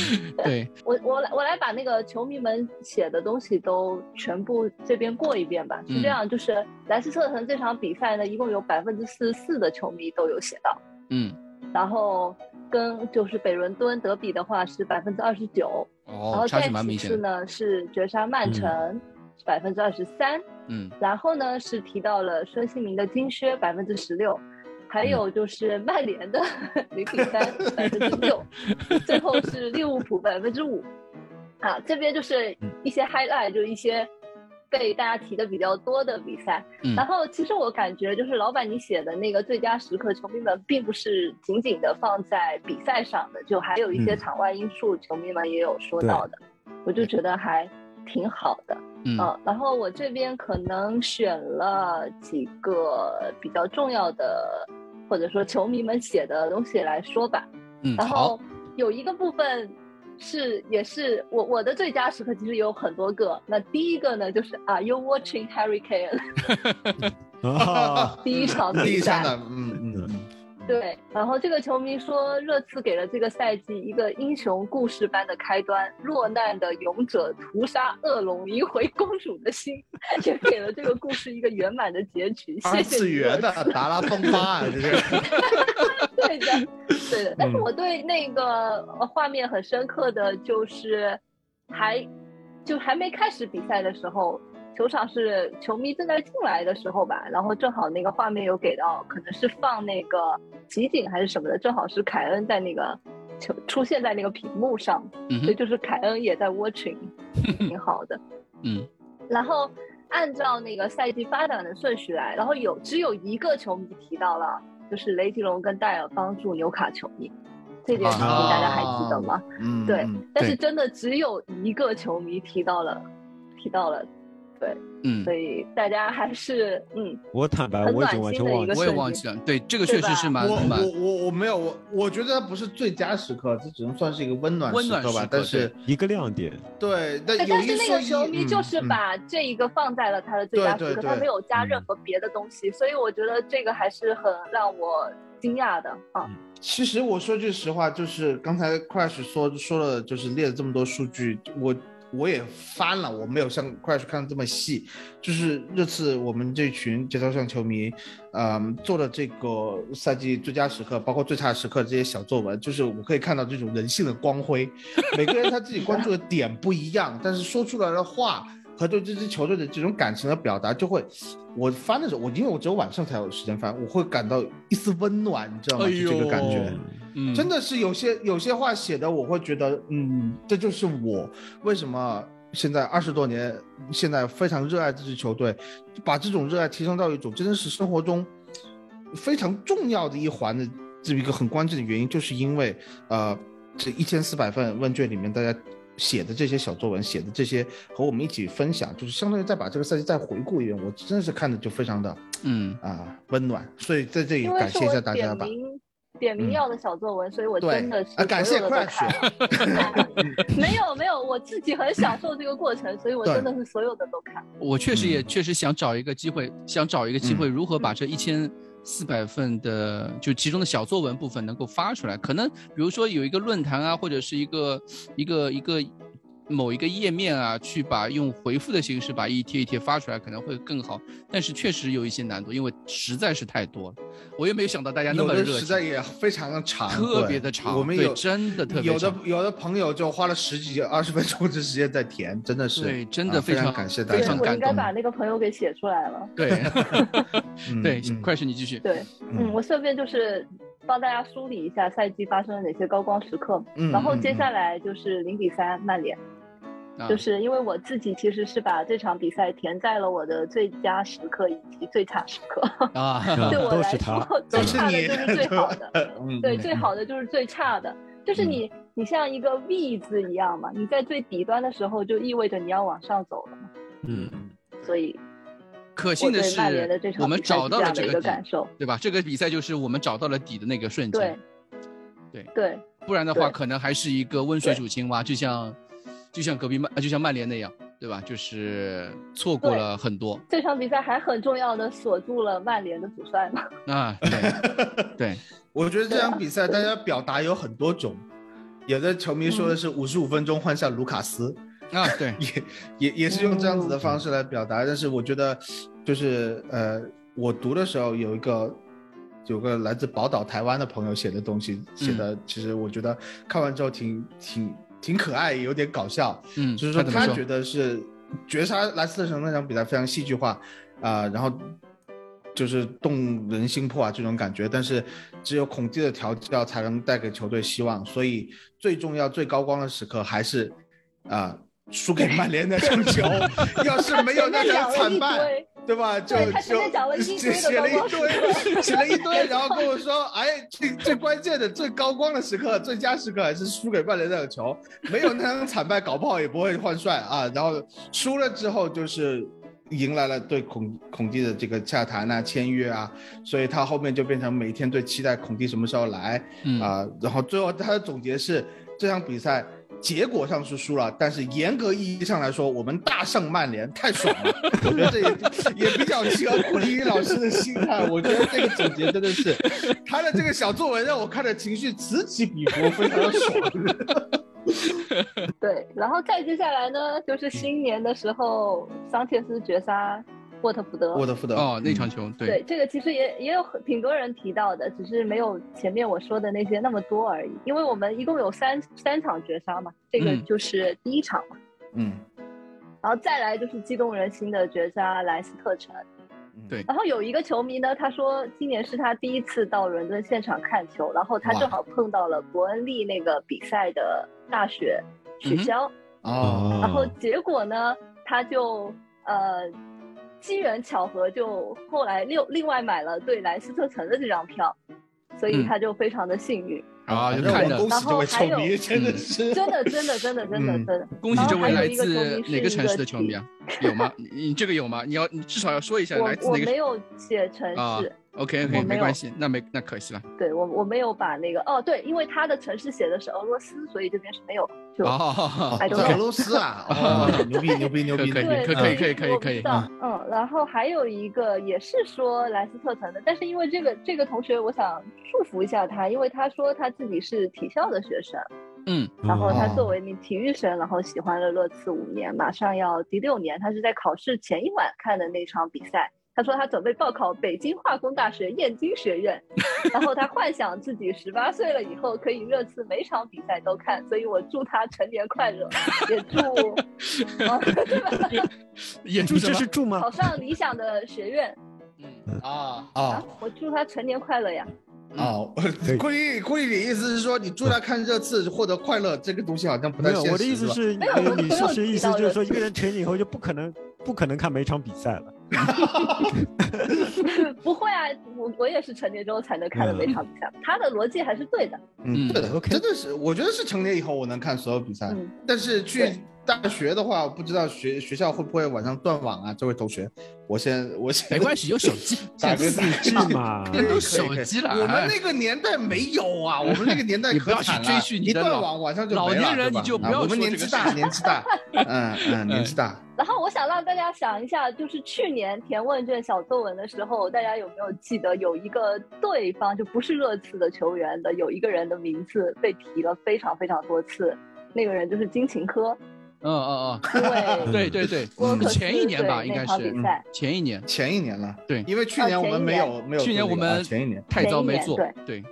Speaker 6: 对，
Speaker 7: 我我来我来把那个球迷们写的东西都全部这边过一遍吧。是
Speaker 5: 嗯
Speaker 7: 这样，就是莱斯特城这场比赛呢，一共有百分之四十四的球迷都有写到，
Speaker 6: 嗯，
Speaker 7: 然后跟就是北伦敦德比的话是百分之二十九，然
Speaker 6: 哦
Speaker 7: 后
Speaker 6: 差
Speaker 7: 再
Speaker 6: 距蛮明
Speaker 7: 其次
Speaker 6: 显的，
Speaker 7: 呢是绝杀曼城百分之二十三，
Speaker 6: 嗯
Speaker 7: 然后呢是提到了孙兴民的金靴百分之十六，还有就是曼联的 零比三百分之六，最后是利物浦百分之五。啊，这边就是一些 highlight，就是一些被大家提的比较多的比赛。
Speaker 6: 嗯
Speaker 7: 然后其实我感觉就是老板你写的那个最佳时刻，球迷们并不是仅仅的放在比赛上的，就还有一些
Speaker 5: 嗯
Speaker 7: 场外因素，球迷们也有说到的，我就觉得还挺好的。
Speaker 6: 嗯
Speaker 7: 嗯，然后我这边可能选了几个比较重要的，或者说球迷们写的东西来说吧。
Speaker 6: 嗯，
Speaker 7: 然
Speaker 6: 好
Speaker 7: 后，有一个部分是也是我我的最佳时刻，其实有很多个。那第一个呢，就是 Are you watching Harry Kane？
Speaker 5: 啊，
Speaker 7: 第一场
Speaker 8: 第
Speaker 7: 比
Speaker 8: 三
Speaker 7: 赛
Speaker 8: 的，嗯嗯嗯，
Speaker 7: 对，然后这个球迷说，热刺给了这个赛季一个英雄故事般的开端，落难的勇者屠杀恶龙，赢回公主的心， 也给了这个故事一个圆满的结局。谢
Speaker 4: 二
Speaker 7: 谢
Speaker 4: 次
Speaker 7: 你
Speaker 4: 元
Speaker 7: 热
Speaker 4: 的
Speaker 7: 刺
Speaker 4: 达拉崩吧 啊，这是
Speaker 7: 对的，对的。但是我对那个呃画面很深刻的就是还，就还没开始比赛的时候，球场是球迷正在进来的时候吧，然后正好那个画面有给到，可能是放那个集锦还是什么的，正好是凯恩在那个球出现在那个屏幕上，
Speaker 6: 嗯
Speaker 7: 所以
Speaker 6: 哼，
Speaker 7: 就是凯恩也在 watching，挺好的。
Speaker 6: 嗯，
Speaker 7: 然后按照那个赛季发展的顺序来，然后有只有一个球迷提到了，就是雷吉隆跟戴尔帮助纽卡球迷这件事情，
Speaker 6: 啊
Speaker 7: 大家还记得吗？
Speaker 4: 嗯
Speaker 7: 对
Speaker 4: 嗯，
Speaker 7: 但是真的只有一个球迷提到了，提到了，
Speaker 6: 嗯
Speaker 7: 所，以大家还是嗯，
Speaker 5: 我坦白
Speaker 7: 很
Speaker 5: 我已
Speaker 7: 暖
Speaker 5: 经完
Speaker 7: 心
Speaker 5: 全
Speaker 7: 的一
Speaker 5: 忘
Speaker 7: 个
Speaker 5: 记
Speaker 6: 我也
Speaker 5: 了
Speaker 7: 瞬
Speaker 6: 忘
Speaker 7: 间
Speaker 6: 记了，对，这个
Speaker 7: 对
Speaker 6: 确实
Speaker 7: 吧
Speaker 6: 是蛮
Speaker 8: 我
Speaker 6: 蛮
Speaker 8: 我我我没有，我我觉得不是最佳时刻，这只能算是一个温暖
Speaker 6: 温
Speaker 8: 时
Speaker 6: 暖
Speaker 8: 刻吧
Speaker 6: 时刻。
Speaker 8: 但是
Speaker 5: 一个亮点，
Speaker 8: 对，
Speaker 7: 哎
Speaker 8: 但有
Speaker 7: 但
Speaker 8: 一
Speaker 7: 是那
Speaker 8: 说
Speaker 7: 个
Speaker 8: 一，
Speaker 7: 球迷就是
Speaker 8: 嗯嗯
Speaker 7: 把这一个放在了他的最佳
Speaker 8: 对
Speaker 7: 时刻，
Speaker 8: 对
Speaker 7: 他
Speaker 8: 对嗯
Speaker 7: 没有加任何别的东西，所以我觉得这个还是很让我惊讶的啊。
Speaker 8: 其实我说句实话，就是刚才 Crash 说说了，就是列了这么多数据，我我也翻了，我没有像 Crash 看的这么细。就是这次我们这群节操上球迷，嗯、做的这个赛季最佳时刻，包括最差时刻这些小作文，就是我可以看到这种人性的光辉。 每个人他自己关注的点不一样，但是说出来的话和对这支球队的这种感情的表达，就会，我翻的时候，我因为我只有晚上才有时间翻，我会感到一丝温暖，你知道吗？
Speaker 6: 哎
Speaker 8: 就这个感觉。
Speaker 6: 呦嗯
Speaker 8: 真的是有些有些话写的，我会觉得，嗯，这就是我为什么现在二十多年，现在非常热爱这支球队，把这种热爱提升到一种真的是生活中非常重要的一环的这么一个很关键的原因，就是因为呃，这一千四百份问卷里面大家。写的这些小作文，写的这些和我们一起分享，就是相当于再把这个赛季再回顾一遍，我真的是看着就非常的啊、
Speaker 6: 嗯
Speaker 8: 温暖，所以在这里
Speaker 7: 因为
Speaker 8: 感
Speaker 7: 是
Speaker 8: 谢一
Speaker 7: 我
Speaker 8: 下大家
Speaker 7: 点
Speaker 8: 吧。
Speaker 7: 名点
Speaker 8: 嗯
Speaker 7: 名要的小作文，所以我
Speaker 8: 对
Speaker 7: 真的是
Speaker 8: 啊感谢
Speaker 7: 所有的都
Speaker 8: Crash
Speaker 7: 看了 没有没有，我自己很享受这个过程，所以我
Speaker 8: 对
Speaker 7: 真的是所有的都看。
Speaker 6: 我确实也
Speaker 8: 嗯
Speaker 6: 确实想找一个机会，想找一个机会，如何把这一千四百份的就其中的小作文部分能够发出来。可能比如说有一个论坛啊，或者是一个一个一个某一个页面啊，去把用回复的形式把一贴一贴发出来，可能会更好。但是确实有一些难度，因为实在是太多了。我也没有想到大家那
Speaker 8: 有
Speaker 6: 么
Speaker 8: 的
Speaker 6: 热
Speaker 8: 时间
Speaker 6: 情，
Speaker 8: 也非常的长，
Speaker 6: 特别
Speaker 8: 对
Speaker 6: 的长，
Speaker 8: 我们
Speaker 6: 对
Speaker 8: 有
Speaker 6: 真的特别
Speaker 8: 有的
Speaker 6: 长。
Speaker 8: 有的朋友就花了十几二十分钟的时间在填，真的是
Speaker 6: 对，真
Speaker 8: 啊
Speaker 6: 的
Speaker 8: 非
Speaker 6: 常、
Speaker 8: 感谢大
Speaker 6: 非
Speaker 8: 家
Speaker 6: 常
Speaker 7: 我
Speaker 6: 感
Speaker 7: 应该
Speaker 6: 动。
Speaker 7: 把那个朋友给写出来了。
Speaker 6: 对，
Speaker 8: 嗯
Speaker 6: 对
Speaker 8: 嗯，
Speaker 6: 快是你继续。
Speaker 7: 对，嗯，我顺便就是帮大家梳理一下赛季发生了哪些高光时刻嘛。
Speaker 8: 嗯
Speaker 7: 然后
Speaker 8: 嗯
Speaker 7: 接
Speaker 8: 嗯
Speaker 7: 下来就是零比三曼联，
Speaker 6: 啊
Speaker 7: 就是因为我自己其实是把这场比赛填在了我的最佳时刻以及最差时刻。
Speaker 6: 啊，
Speaker 7: 对我
Speaker 5: 都
Speaker 7: 来
Speaker 5: 是他
Speaker 7: 说，
Speaker 8: 都
Speaker 7: 最
Speaker 8: 是
Speaker 7: 差的
Speaker 8: 你
Speaker 7: 就是最好 的。
Speaker 8: 嗯
Speaker 7: 对，
Speaker 8: 嗯
Speaker 7: 最好的就是最差的，
Speaker 6: 嗯
Speaker 7: 就是你，你像一个 V 字一样嘛，你在最底端的时候就意味着你要往上走了嘛，
Speaker 5: 嗯，
Speaker 7: 所以
Speaker 6: 可
Speaker 7: 我
Speaker 6: 幸
Speaker 7: 对
Speaker 6: 是
Speaker 7: 曼联的这
Speaker 6: 我
Speaker 7: 场
Speaker 6: 们
Speaker 7: 比赛
Speaker 6: 找
Speaker 7: 是
Speaker 6: 到
Speaker 7: 这
Speaker 6: 了
Speaker 7: 样
Speaker 6: 这
Speaker 7: 的一
Speaker 6: 个
Speaker 7: 个
Speaker 6: 底，
Speaker 7: 感受，
Speaker 6: 对吧？这个比赛就是我们找到了底的那个瞬
Speaker 7: 对
Speaker 6: 间，，对
Speaker 7: 对，
Speaker 6: 不然的话
Speaker 7: 对
Speaker 6: 可能还是一个温水
Speaker 7: 对
Speaker 6: 煮青蛙，就像就像隔壁曼，呃就像曼联那样，对吧？就是错过
Speaker 7: 对
Speaker 6: 了很多
Speaker 7: 这场比赛还很重要的锁住了曼联的主帅嘛，
Speaker 6: 啊，对对，
Speaker 8: 我觉得这场比赛大家表达有很多种，有的球迷说的是五十五分钟换下卢卡斯，
Speaker 6: 啊对，
Speaker 8: 也也也是用这样子的方式来表达，但是我觉得就是呃，我读的时候有一个。有个来自宝岛台湾的朋友写的东西，写的其实我觉得看完之后挺挺挺可爱，也有点搞笑。
Speaker 6: 嗯，
Speaker 8: 就是说
Speaker 6: 他怎么
Speaker 8: 他
Speaker 6: 说
Speaker 8: 觉得是绝杀莱斯特城那场比赛非常戏剧化啊、然后就是动人心魄啊这种感觉，但是只有孔蒂的调教才能带给球队希望，所以最重要、最高光的时刻还是啊、输给曼联那场球，要是 没有哎那
Speaker 7: 前面
Speaker 8: 场
Speaker 7: 讲了
Speaker 8: 惨
Speaker 7: 一
Speaker 8: 败。
Speaker 7: 堆，
Speaker 8: 对吧？就
Speaker 7: 对他前
Speaker 8: 就
Speaker 7: 面讲了一
Speaker 8: 写
Speaker 7: 堆的
Speaker 8: 写了一
Speaker 7: 高光
Speaker 8: 堆，写了一堆，然后跟我说，哎，最最关键的、最高光的时刻、最佳时刻还是输给曼联那场球，没有那场惨败，搞不好也不会换帅啊。然后输了之后就是迎来了对孔孔蒂的这个洽谈啊、签约啊，所以他后面就变成每天对期待孔蒂什么时候来
Speaker 6: 嗯
Speaker 8: 啊、然后最后他的总结是这场比赛。结果上是输了，但是严格意义上来说，我们大胜曼联，太爽了！我觉得这也也比较契合孔蒂老师的心态。我觉得这个总结真的是，他的这个小作文让我看着情绪此起彼伏，非常的爽。
Speaker 7: 对，然后再接下来呢，
Speaker 6: 嗯
Speaker 7: 就是新年的时候，桑切斯绝杀沃特福德。
Speaker 8: 沃特福德
Speaker 6: 哦，那场球对
Speaker 7: 对，这个其实也也有很挺多人提到的，只是没有前面我说的那些那么多而已。因为我们一共有三三场绝杀嘛，这个
Speaker 6: 嗯
Speaker 7: 就是第一场嘛，
Speaker 8: 嗯，
Speaker 7: 然后再来就是激动人心的绝杀莱斯特城。
Speaker 8: 嗯
Speaker 6: 对
Speaker 7: 然后有一个球迷呢，他说今年是他第一次到伦敦现场看球，然后他
Speaker 8: 哇
Speaker 7: 正好碰到了伯恩利那个比赛的大雪取
Speaker 6: 嗯哼
Speaker 7: 消，
Speaker 8: 哦，
Speaker 7: 然
Speaker 6: 嗯
Speaker 7: 后结果呢，他就呃机缘巧合就后来另另外买了对莱斯特城的这张票，所以
Speaker 6: 嗯
Speaker 7: 他就非常的幸运，
Speaker 6: 啊，就
Speaker 8: 让
Speaker 6: 看
Speaker 8: 我
Speaker 6: 着
Speaker 8: 恭喜这位球迷，真的是
Speaker 7: 真的真的真的真的真
Speaker 8: 嗯
Speaker 7: 的。
Speaker 6: 恭喜这位
Speaker 7: 然后啊
Speaker 6: 来
Speaker 7: 还有一个球迷
Speaker 6: 自
Speaker 7: 是
Speaker 6: 哪个
Speaker 7: 一
Speaker 6: 城
Speaker 7: 个
Speaker 6: 市的球迷啊？有吗？你你这个有吗？你要你至少要说一下来自
Speaker 7: 我我
Speaker 6: 哪
Speaker 7: 没
Speaker 6: 个
Speaker 7: 有写城市，
Speaker 6: 啊？OK OK，
Speaker 7: 我没
Speaker 6: 没
Speaker 7: 有
Speaker 6: 关系，那没那可惜了。
Speaker 7: 对我我没有把那个哦对，因为他的城市写的是俄罗斯，所以这边是没有就。
Speaker 6: 哦，
Speaker 7: 哎
Speaker 8: 在
Speaker 7: 都
Speaker 8: 俄罗 斯啊，哦，牛逼牛逼牛逼！
Speaker 6: 可以
Speaker 7: 对，
Speaker 6: 可以
Speaker 7: 所
Speaker 6: 可以可以
Speaker 7: 我不
Speaker 6: 可以
Speaker 7: 知道嗯，然后还有一个也是说莱斯特城的，但是因为这个这个同学，我想祝福一下他，因为他说他自己是体校的学生，
Speaker 6: 嗯，
Speaker 7: 然后他
Speaker 8: 哦
Speaker 7: 作为你体育生，然后喜欢了热刺五年，马上要第六年，他是在考试前一晚看的那场比赛。他说他准备报考北京化工大学燕京学 院，然后他幻想自己十八岁了以后可以热刺每场比赛都看，所以我祝他成年快乐，也 祝，啊对吧？
Speaker 6: 演出
Speaker 5: 你这是住吗
Speaker 7: 考？上理想的学院
Speaker 6: 嗯啊，
Speaker 7: 啊
Speaker 8: 哦！
Speaker 7: 我祝他成年快乐呀！
Speaker 6: 嗯
Speaker 8: 哦， 估计估计你意思是说，你祝他看热刺获得快乐，这个东西好像不
Speaker 5: 没
Speaker 8: 太
Speaker 5: 有，
Speaker 8: 现实。
Speaker 5: 我的意思
Speaker 8: 吧，
Speaker 5: 是，
Speaker 7: 没有我
Speaker 5: 呃
Speaker 7: 们
Speaker 5: 你
Speaker 7: 不
Speaker 5: 是
Speaker 7: 用
Speaker 5: 是意
Speaker 7: 提
Speaker 5: 思
Speaker 7: 到
Speaker 5: 就是
Speaker 7: 热
Speaker 5: 说，一
Speaker 7: 刺
Speaker 5: 个人成年以后就不可能不可能看每一场比赛了。
Speaker 7: 不会啊，我我也是成年之后才能看的每场比赛，他的逻辑还是对的。
Speaker 8: 嗯，对的，
Speaker 5: OK
Speaker 8: 真的是，我觉得是成年以后我能看所有比赛
Speaker 7: 嗯，
Speaker 8: 但是去
Speaker 7: 对
Speaker 8: 大学的话，我不知道学学校会不会晚上断网啊？这位同学，我先我先
Speaker 6: 没关系，有手 机， 嗯
Speaker 8: 打
Speaker 6: 现
Speaker 8: 个
Speaker 6: 在
Speaker 8: 字据
Speaker 5: 是 嘛？
Speaker 6: 现在都手机哎了，
Speaker 8: 我们那个年代没有啊，我们那个年 代
Speaker 6: 你不
Speaker 8: 可
Speaker 6: 要去
Speaker 8: 惨了，
Speaker 6: 追寻你
Speaker 8: 一
Speaker 6: 的
Speaker 8: 断
Speaker 6: 老
Speaker 8: 网晚上就
Speaker 6: 老
Speaker 8: 没了
Speaker 6: 年人
Speaker 8: 对吧
Speaker 6: 你就不
Speaker 8: 啊
Speaker 6: 要
Speaker 8: 我
Speaker 6: 说
Speaker 8: 们年
Speaker 6: 这个
Speaker 8: 纪
Speaker 6: 事
Speaker 8: 大，年 纪大，嗯嗯，年纪大，
Speaker 7: 然后我想让大家想一下，就是去年填问卷小作文的时候，大家有没有记得有一个对方就不是热刺的球员的有一个人的名字被提了非常非常多次，那个人就是金琴科，
Speaker 6: 嗯嗯
Speaker 7: 因为
Speaker 6: 嗯， 对对对，
Speaker 7: 沃克斯
Speaker 6: 前一年吧，
Speaker 7: 对
Speaker 6: 应该
Speaker 7: 那场比
Speaker 6: 是嗯
Speaker 7: 赛
Speaker 6: 前一年，
Speaker 8: 前一年了，
Speaker 6: 对
Speaker 8: 因为
Speaker 7: 哦
Speaker 8: 去年我们没有没有做那个啊，
Speaker 6: 去年我们
Speaker 8: 前一年，
Speaker 6: 太早没做
Speaker 7: 前一，
Speaker 6: 对，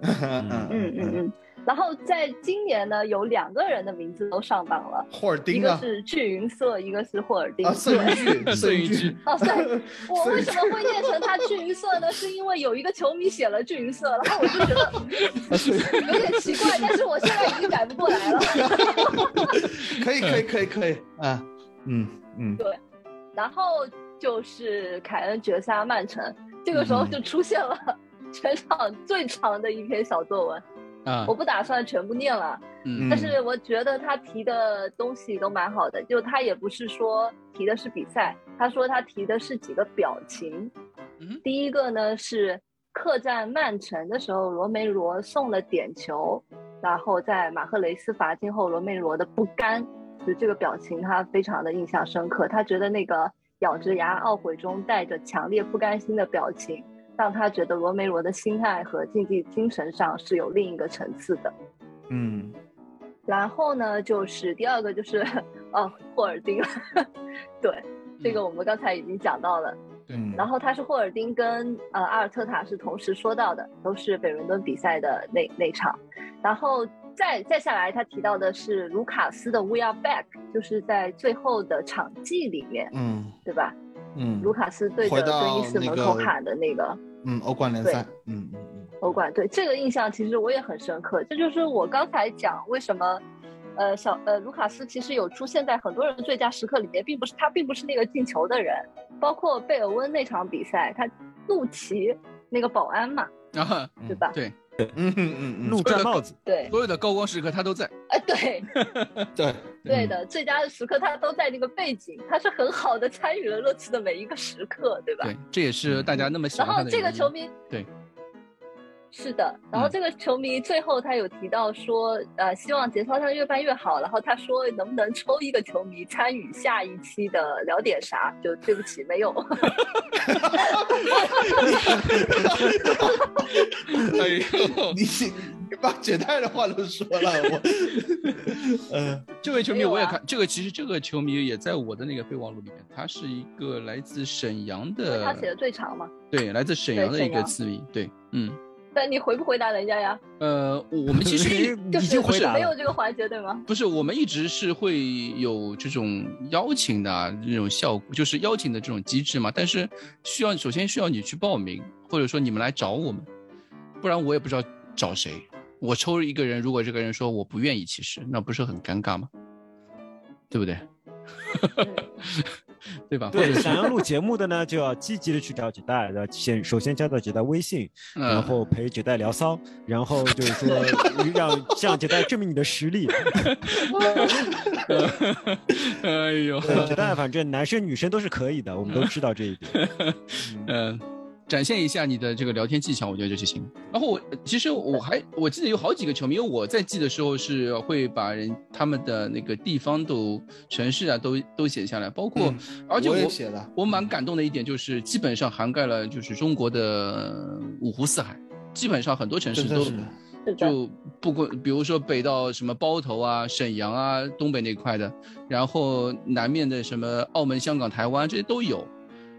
Speaker 8: 嗯
Speaker 7: 嗯嗯嗯。然后在今年呢，有两个人的名字都上榜了，
Speaker 8: 霍尔
Speaker 7: 一
Speaker 8: 丁
Speaker 7: 个
Speaker 8: 啊
Speaker 7: 是去云社，一个是霍尔丁。
Speaker 8: 啊，
Speaker 7: 对。
Speaker 8: 剩一句，剩一句，
Speaker 7: 哦， 对，我
Speaker 8: 所以
Speaker 7: 为什么会念成他巨鱼色呢？是因为有一个球迷写了巨鱼色，然后我就觉得
Speaker 8: 啊
Speaker 7: 嗯有点奇怪，但是我现在已经改不过来了。
Speaker 8: 可以可以可以可以啊，嗯嗯，
Speaker 7: 然后就是凯恩绝杀曼城，这个时候就出现了全场最长的一篇小作文，
Speaker 6: 啊
Speaker 7: 我，不打算全部念了。
Speaker 6: 嗯
Speaker 7: 但是我觉得他提的东西都蛮好的，就他也不是说提的是比赛，他说他提的是几个表情。
Speaker 6: 嗯
Speaker 7: 第一个呢是客战曼城的时候，罗梅罗送了点球，然后在马赫雷斯罚进后，罗梅罗的不甘，就这个表情他非常的印象深刻。他觉得那个咬着牙懊悔中带着强烈不甘心的表情，让他觉得罗梅罗的心态和竞技精神上是有另一个层次的。
Speaker 8: 嗯
Speaker 7: 然后呢，就是第二个就是哦，霍尔丁，对，这
Speaker 6: 啊
Speaker 7: 个我们刚才已经讲到了。
Speaker 8: 嗯，
Speaker 7: 然后他是霍尔丁跟呃阿尔特塔是同时说到的，都是北伦敦比赛的那那场。然后再再下来，他提到的是卢卡斯的 We Are Back，就是在最后的场记里面，
Speaker 8: 嗯
Speaker 7: 对吧？卢
Speaker 8: 嗯
Speaker 7: 卡斯对着
Speaker 8: 回到
Speaker 7: 更衣室门口
Speaker 8: 那个
Speaker 7: 喊的那个
Speaker 8: 嗯，欧冠联赛，嗯嗯嗯。
Speaker 7: 欧冠，对这个印象其实我也很深刻。这就是我刚才讲为什么，呃，小呃卢卡斯其实有出现在很多人的最佳时刻里面，并不是他并不是那个进球的人，包括贝尔温那场比赛，他怒骑那个保安嘛，
Speaker 6: 啊，
Speaker 7: 对吧？
Speaker 6: 对，
Speaker 8: 嗯嗯嗯，
Speaker 5: 怒
Speaker 8: 嗯
Speaker 5: 摘帽子，
Speaker 7: 对，
Speaker 6: 所有的高光时刻他都在，
Speaker 7: 呃，对，
Speaker 8: 对，
Speaker 7: 对的，最佳的时刻他都在那个背景，他是很好的参与了热刺的每一个时刻，对吧？
Speaker 6: 对，这也是大家那么喜
Speaker 7: 然
Speaker 6: 欢他
Speaker 7: 后
Speaker 6: 的
Speaker 7: 这个
Speaker 6: 原因
Speaker 7: 球迷
Speaker 6: 对，嗯
Speaker 7: 是的，然后这个球迷最后他有提到说，呃，希望节操上越办越好。然后他说，能不能抽一个球迷参与下一期的聊点啥？就对不起，没有。
Speaker 8: 哎呦，你你把简太的话都说了，我，呃，
Speaker 6: 这位球
Speaker 7: 没
Speaker 6: 迷
Speaker 7: 有
Speaker 6: 我也
Speaker 7: 啊
Speaker 6: 看，这个其实这个球迷也在我的那个备忘录里面，他是一个来自沈阳
Speaker 7: 因为 他写
Speaker 6: 的
Speaker 7: 的，最长嘛。
Speaker 6: 对，来自沈
Speaker 7: 对
Speaker 6: 阳的
Speaker 7: 沈
Speaker 6: 一个
Speaker 7: 阳
Speaker 6: 球迷，对，嗯，
Speaker 7: 但你回不回答人家呀？
Speaker 6: 呃，我我们其 实
Speaker 7: 就
Speaker 5: 已
Speaker 7: 是
Speaker 5: 经回答
Speaker 7: 没有
Speaker 5: 了，
Speaker 7: 这个环节对吗？
Speaker 6: 不是，我们一直是会有这种邀请的啊这种效果，就是邀请的这种机制嘛。但是需要首先需要你去报名，或者说你们来找我们，不然我也不知道找谁。我抽一个人，如果这个人说我不愿意，其实那不是很尴尬吗？对不对？ 对吧？或
Speaker 5: 对啊
Speaker 6: 者是
Speaker 5: 想要录节目的呢，就要积极的去找九代，然后先首先加到九代微信，然
Speaker 6: 嗯，
Speaker 5: 后陪九代聊 骚，然后就是说让向九代证明你的实 力。
Speaker 6: 哎呦，
Speaker 5: 对九代反正男生女生都是可以的，我们都知道这一点。
Speaker 6: 嗯，展现一下你的这个聊天技巧，我觉得这就行。然后我其实我还我记得有好几个球迷，因为我在记的时候是会把人他们的那个地方都、城市啊都都写下来，包括、而且
Speaker 8: 嗯我也
Speaker 6: 我
Speaker 8: 写了，
Speaker 6: 我蛮感动的一点就是，基本上涵盖了就是中国的五湖四海，基本上很多城市
Speaker 8: 真
Speaker 6: 都
Speaker 8: 的是的，
Speaker 7: 是的，
Speaker 6: 就不管，比如说北到什么包头啊、沈阳啊、东北那块的，然后南面的什么澳门、香港、台湾这些都有，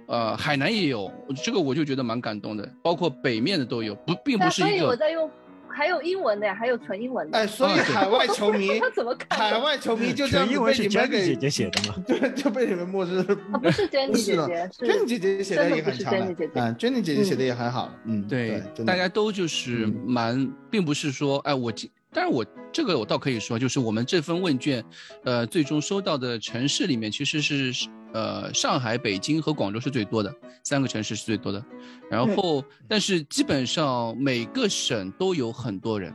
Speaker 6: 呃，海南也有，这个我就觉得蛮感动的。包括北面的都有，不并
Speaker 7: 但
Speaker 6: 不是
Speaker 7: 所
Speaker 6: 一
Speaker 7: 以我
Speaker 6: 个
Speaker 7: 在用，还有英文的呀，还有纯英文的。
Speaker 8: 哎，所以
Speaker 6: 啊对
Speaker 8: 海外球 迷
Speaker 7: 他，怎么看
Speaker 8: 海
Speaker 7: 的？
Speaker 8: 外球迷 就这样
Speaker 5: 全
Speaker 8: 子
Speaker 5: 英文是
Speaker 8: 被你
Speaker 5: j e
Speaker 8: 们
Speaker 5: n 姐
Speaker 8: 给，
Speaker 5: 姐写的嘛？
Speaker 8: 对，就被你们漠视了。
Speaker 7: 啊，不是 Jenny
Speaker 8: 不是
Speaker 7: 姐
Speaker 8: 了
Speaker 7: 姐，
Speaker 8: Jenny
Speaker 7: 是
Speaker 8: 姐姐写的也很长
Speaker 7: 真的不是 Jenny 姐姐
Speaker 8: 了，嗯，Jenny 姐姐写的也很好，嗯，
Speaker 6: 对，
Speaker 8: 真的
Speaker 6: 大家都就是
Speaker 8: 嗯
Speaker 6: 蛮，并不是说，哎，我今，当然我这个我倒可以说，就是我们这份问卷，呃，最终收到的城市里面其实是。呃，上海、北京和广州是最多的，三个城市是最多的。然后，但是基本上每个省都有很多人，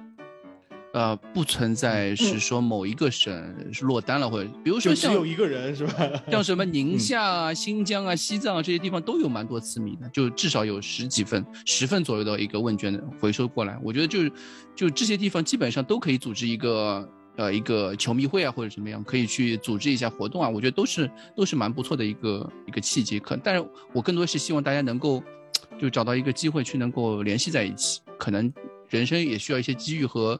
Speaker 6: 呃，不存在是说某一个省是落单了，或者比如说
Speaker 8: 嗯就只
Speaker 6: 像
Speaker 8: 有一个 人是吧？
Speaker 6: 像什么宁夏啊、新疆啊、西藏啊这些地方都有蛮多次米的，就至少有十几份、十份左右的一个问卷回收过来。我觉得就是，就这些地方基本上都可以组织一个呃一个球迷会啊，或者什么样，可以去组织一下活动啊。我觉得都是都是蛮不错的一个一个契机。可，但是我更多是希望大家能够就找到一个机会去能够联系在一起，可能人生也需要一些机遇和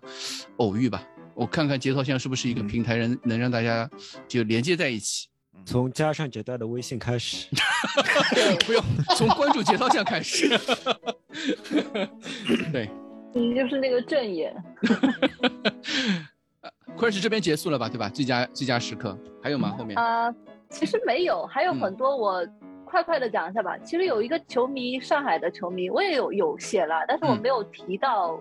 Speaker 6: 偶遇吧。我看看节操现在是不是一个平台人，能让大家就连接在一起。
Speaker 5: 从加上九代的微信 开始，
Speaker 7: 对，
Speaker 6: 不用从关注节操酱开 始。对，
Speaker 7: 你嗯就是那个正眼。
Speaker 6: 昆士这边结束了吧？对吧？最佳最佳时刻还有吗？后面
Speaker 7: 啊、其实没有，还有
Speaker 6: 嗯
Speaker 7: 很多我快快的讲一下吧。其实有一个球迷，上海的球迷，我也有有写了，但是我
Speaker 6: 嗯
Speaker 7: 没有提到。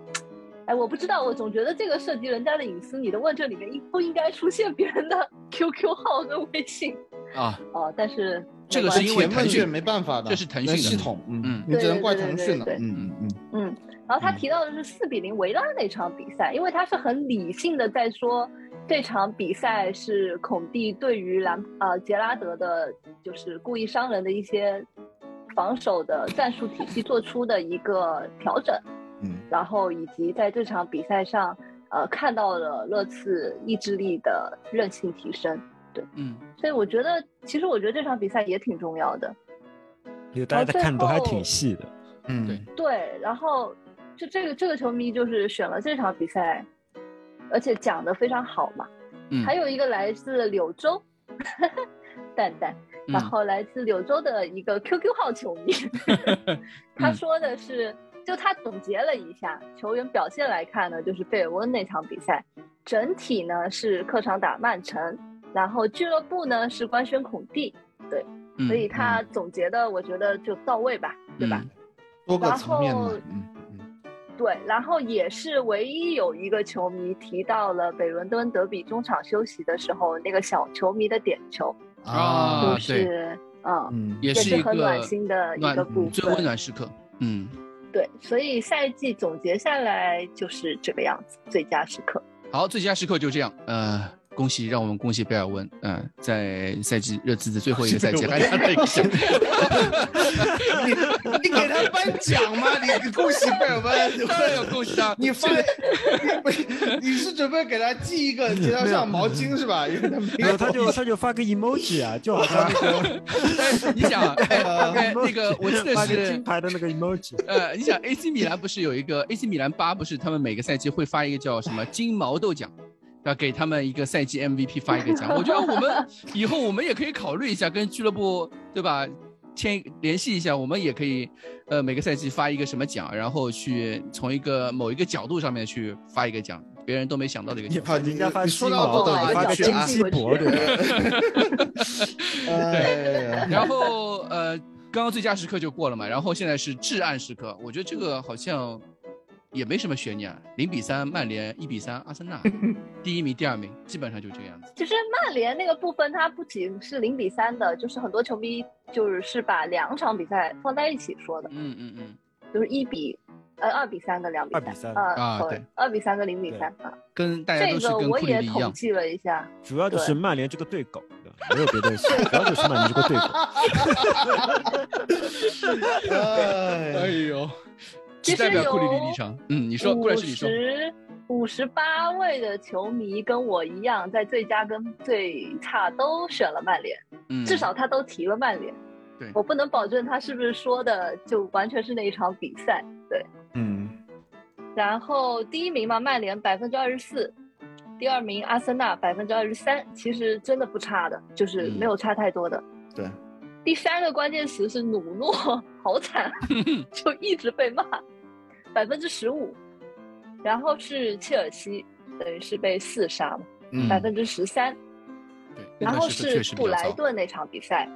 Speaker 7: 哎，我不知道，我总觉得这个涉及人家的隐私，你的问卷里面应不应该出现别人的 QQ 号跟微信？
Speaker 6: 啊，
Speaker 7: 哦，但是
Speaker 6: 这个
Speaker 7: 没
Speaker 6: 是
Speaker 7: 关系
Speaker 6: 因为
Speaker 8: 填问
Speaker 6: 腾讯
Speaker 8: 卷没办法的，
Speaker 6: 这是腾讯的
Speaker 8: 系统，
Speaker 6: 嗯
Speaker 8: 嗯，你只能怪腾讯了，
Speaker 7: 对对对对对
Speaker 8: 嗯嗯
Speaker 7: 嗯，然后他提到的是四比零维拉那场比赛，因为他是很理性的在说这场比赛是孔蒂对于兰呃杰拉德的，就是故意伤人的一些防守的战术体系做出的一个调整，
Speaker 8: 嗯，
Speaker 7: 然后以及在这场比赛上，呃看到了热刺意志力的韧性提升，
Speaker 6: 嗯，
Speaker 7: 所以我觉得其实我觉得这场比赛也挺重要的，
Speaker 5: 因为大家
Speaker 7: 最
Speaker 5: 看的都还
Speaker 7: 后
Speaker 5: 挺细的。
Speaker 8: 嗯，
Speaker 6: 对，
Speaker 7: 对，然后就这个这个球迷就是选了这场比赛，而且讲的非常好嘛。
Speaker 6: 嗯
Speaker 7: 还有一个来自柳州， 蛋蛋，
Speaker 6: 嗯
Speaker 7: 然后来自柳州的一个 QQ 号球 迷，
Speaker 6: 嗯
Speaker 7: 他说的是，就他总结了一下球员表现来看呢，就是贝尔温那场比赛，整体呢是客场打曼城，然后俱乐部呢是官宣孔蒂，
Speaker 6: 嗯嗯
Speaker 7: 所以他总结的我觉得就到位吧，对吧？？
Speaker 8: 多个层面
Speaker 7: 然
Speaker 8: 嘛
Speaker 7: 后，
Speaker 8: 嗯嗯
Speaker 7: 对，然后也是唯一有一个球迷提到了北伦敦德比中场休息的时候那个小球迷的点球，
Speaker 6: 嗯啊，
Speaker 7: 就
Speaker 6: 对，
Speaker 7: 是嗯，
Speaker 8: 嗯，
Speaker 6: 也
Speaker 7: 也
Speaker 6: 是一
Speaker 7: 很暖
Speaker 6: 个
Speaker 7: 心的一
Speaker 6: 暖嗯
Speaker 7: 个部
Speaker 6: 最温
Speaker 7: 分。
Speaker 6: 暖时刻。嗯，
Speaker 7: 对，所以赛季总结下来就是这个样子，最佳时刻。
Speaker 6: 好，最佳时刻就这样。呃，恭喜，让我们恭喜贝尔温，嗯、在赛季热刺的最后一个赛季
Speaker 5: 恭
Speaker 6: 还
Speaker 5: 喜
Speaker 6: 拿 了一个小
Speaker 8: 你 你给他颁奖吗？你你恭喜贝尔温，
Speaker 6: 当然要恭喜他，
Speaker 8: 你发，你不是你是准备给他寄一 个街道上毛巾是吧？因为他没
Speaker 5: 然后他就他就发个 emoji 啊，就好像 那个
Speaker 6: 但是你 想，哎哎，那个我记
Speaker 5: 发
Speaker 6: 得
Speaker 5: 个
Speaker 6: 是
Speaker 5: 金。牌的那个 emoji，
Speaker 6: 呃，你想 AC 米兰不是有一个 AC 米兰八，不是他们每个赛季会发一个叫什么金毛豆奖，要给他们一个赛季 MVP 发一个奖。我觉得我们以后我们也可以考虑一下，跟俱乐部对吧签联系一下，我们也可以呃每个赛季发一个什么奖，然后去从一个某一个角度上面去发一个奖，别人都没想到的一个奖。
Speaker 8: 好 你
Speaker 5: 人家发
Speaker 8: 你说
Speaker 5: 金
Speaker 8: 到
Speaker 5: 毛
Speaker 8: 这
Speaker 5: 豆，
Speaker 8: 儿
Speaker 5: 你发
Speaker 8: 了
Speaker 5: 个
Speaker 8: 去
Speaker 5: 金
Speaker 8: 啊
Speaker 5: 鸡脖，对吧？
Speaker 8: 哎呀，
Speaker 6: 然后呃，刚刚最佳时刻就过了嘛，然后现在是至暗时刻，我觉得这个好像也没什么悬念，啊零比三曼联，一比三阿森纳，第一名、第二名，基本上就这个样子。
Speaker 7: 其实曼联那个部分，它不仅是零比三的，就是很多球迷就是是把两场比赛放在一起说的，
Speaker 6: 嗯嗯嗯，
Speaker 7: 就是一比呃二比三跟两比
Speaker 5: 2比
Speaker 7: 三
Speaker 5: 3
Speaker 6: 啊
Speaker 7: 对
Speaker 6: 对，
Speaker 7: 二比三跟零比三啊，
Speaker 6: 跟大家
Speaker 7: 这
Speaker 6: 都是
Speaker 7: 个
Speaker 6: 跟
Speaker 7: 我
Speaker 6: 库里
Speaker 7: 也
Speaker 6: 尼一
Speaker 7: 统
Speaker 6: 样，
Speaker 7: 计了一下，
Speaker 5: 主要就是曼联这个对狗，对吧没有别的事，主要就是曼联这个对狗。
Speaker 8: 哎呀
Speaker 6: 呦，
Speaker 7: 其
Speaker 6: 只
Speaker 7: 实
Speaker 6: 代表库里尼
Speaker 7: 有
Speaker 6: 立场。嗯，你说，
Speaker 7: 五
Speaker 6: 布莱什你说，
Speaker 7: 十五十八位的球迷跟我一样，在最佳跟最差都选了曼联，
Speaker 6: 嗯，
Speaker 7: 至少他都提了曼联。
Speaker 6: 对
Speaker 7: 我不能保证他是不是说的就完全是那一场比赛。
Speaker 8: 嗯，
Speaker 7: 然后第一名嘛，曼联百分之二十四，第二名阿森纳百分之二十三，其实真的不差的，就是没有差太多的。
Speaker 8: 嗯对，
Speaker 7: 第三个关键词是努诺，好 惨，啊就一直被骂，百分之十五。然后是切尔西，等于是被四杀嘛，
Speaker 8: 嗯
Speaker 7: 百分之十三。
Speaker 6: 对，
Speaker 7: 然
Speaker 6: 布莱
Speaker 7: 后
Speaker 6: 什确实
Speaker 7: 是
Speaker 6: 比
Speaker 7: 布
Speaker 6: 较
Speaker 7: 莱
Speaker 6: 糟。
Speaker 7: 顿那场比赛，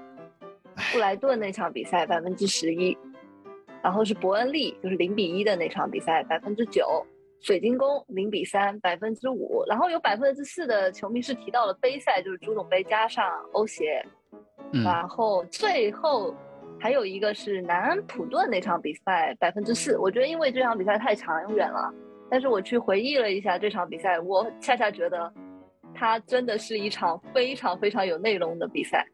Speaker 7: 布莱顿那场比赛百分之十一，然后是伯恩利，就是零比一的那场比赛百分之九，水晶宫零比三百分之五，然后有百分之四的球迷是提到了杯赛，就是足总杯加上欧协，
Speaker 6: 嗯
Speaker 7: 然后最后还有一个是南安普顿那场比赛百分之四，我觉得因为这场比赛太长远了，但是我去回忆了一下这场比赛，我恰恰觉得它真的是一场非常非常有内容的比赛。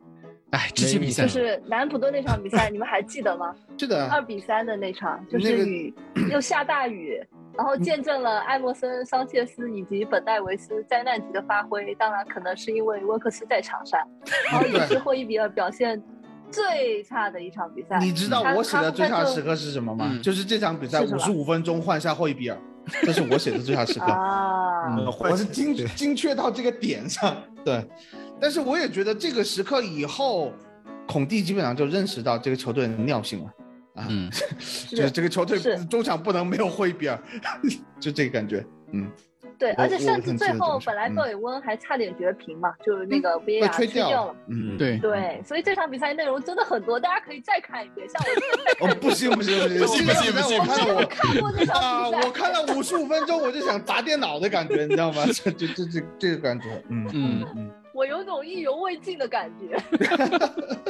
Speaker 6: 哎，这些比赛
Speaker 7: 就，
Speaker 8: 嗯
Speaker 7: 是南安普顿那场比赛，你们还记得吗？
Speaker 8: 是的，
Speaker 7: 二比三的那场，就
Speaker 8: 嗯那个嗯
Speaker 7: 是雨、又下大雨，然后见证了艾默森、桑切斯以及本戴维斯灾难级的发挥。当然，可能是因为温克斯在场上，然后也是霍伊比尔表现最差的一场比赛。
Speaker 8: 你知道
Speaker 7: 他
Speaker 8: 我写
Speaker 7: 他
Speaker 8: 的
Speaker 7: 不
Speaker 8: 最
Speaker 7: 太
Speaker 8: 差
Speaker 7: 就
Speaker 8: 时刻是什么吗？
Speaker 6: 嗯
Speaker 8: 就是这场比赛
Speaker 7: 是什
Speaker 8: 五
Speaker 7: 么
Speaker 8: 十五分钟换下霍伊比尔，这是我写的最差时刻。
Speaker 7: 啊，
Speaker 8: 嗯，
Speaker 5: 换
Speaker 8: 我是
Speaker 5: 血
Speaker 8: 精
Speaker 5: 对
Speaker 8: 精确到这个点上，对。但是我也觉得这个时刻以后，孔蒂基本上就认识到这个球队的尿性了，
Speaker 6: 嗯，
Speaker 8: 就是这个球队
Speaker 7: 是
Speaker 8: 中场不能没有霍伊比尔，就这个感觉。嗯，
Speaker 7: 对，
Speaker 8: 我
Speaker 7: 而且
Speaker 8: 我
Speaker 7: 甚至
Speaker 8: 很记
Speaker 7: 最
Speaker 8: 得这
Speaker 7: 后
Speaker 8: 个事
Speaker 7: 本来
Speaker 8: 嗯
Speaker 7: 鲍里温还差点绝平嘛，就是那个 VR
Speaker 8: 被吹
Speaker 7: 掉
Speaker 8: 掉
Speaker 7: 了。
Speaker 8: 嗯，
Speaker 6: 对，
Speaker 7: 对，所以这场比赛内容真的很多，大家可以再看一遍。像我 现在
Speaker 8: 哦，不行不行不行
Speaker 6: 不行不行不行
Speaker 8: 我看
Speaker 7: 没
Speaker 8: 了
Speaker 7: 有看
Speaker 8: 我。
Speaker 7: 过这
Speaker 8: 啊！
Speaker 7: 场比赛，
Speaker 8: 我看了五十五分钟，我就想砸电脑的感觉，你知道吗？这这这这这个感觉，嗯
Speaker 6: 嗯
Speaker 8: 嗯，
Speaker 7: 我有种意犹未尽的感 觉。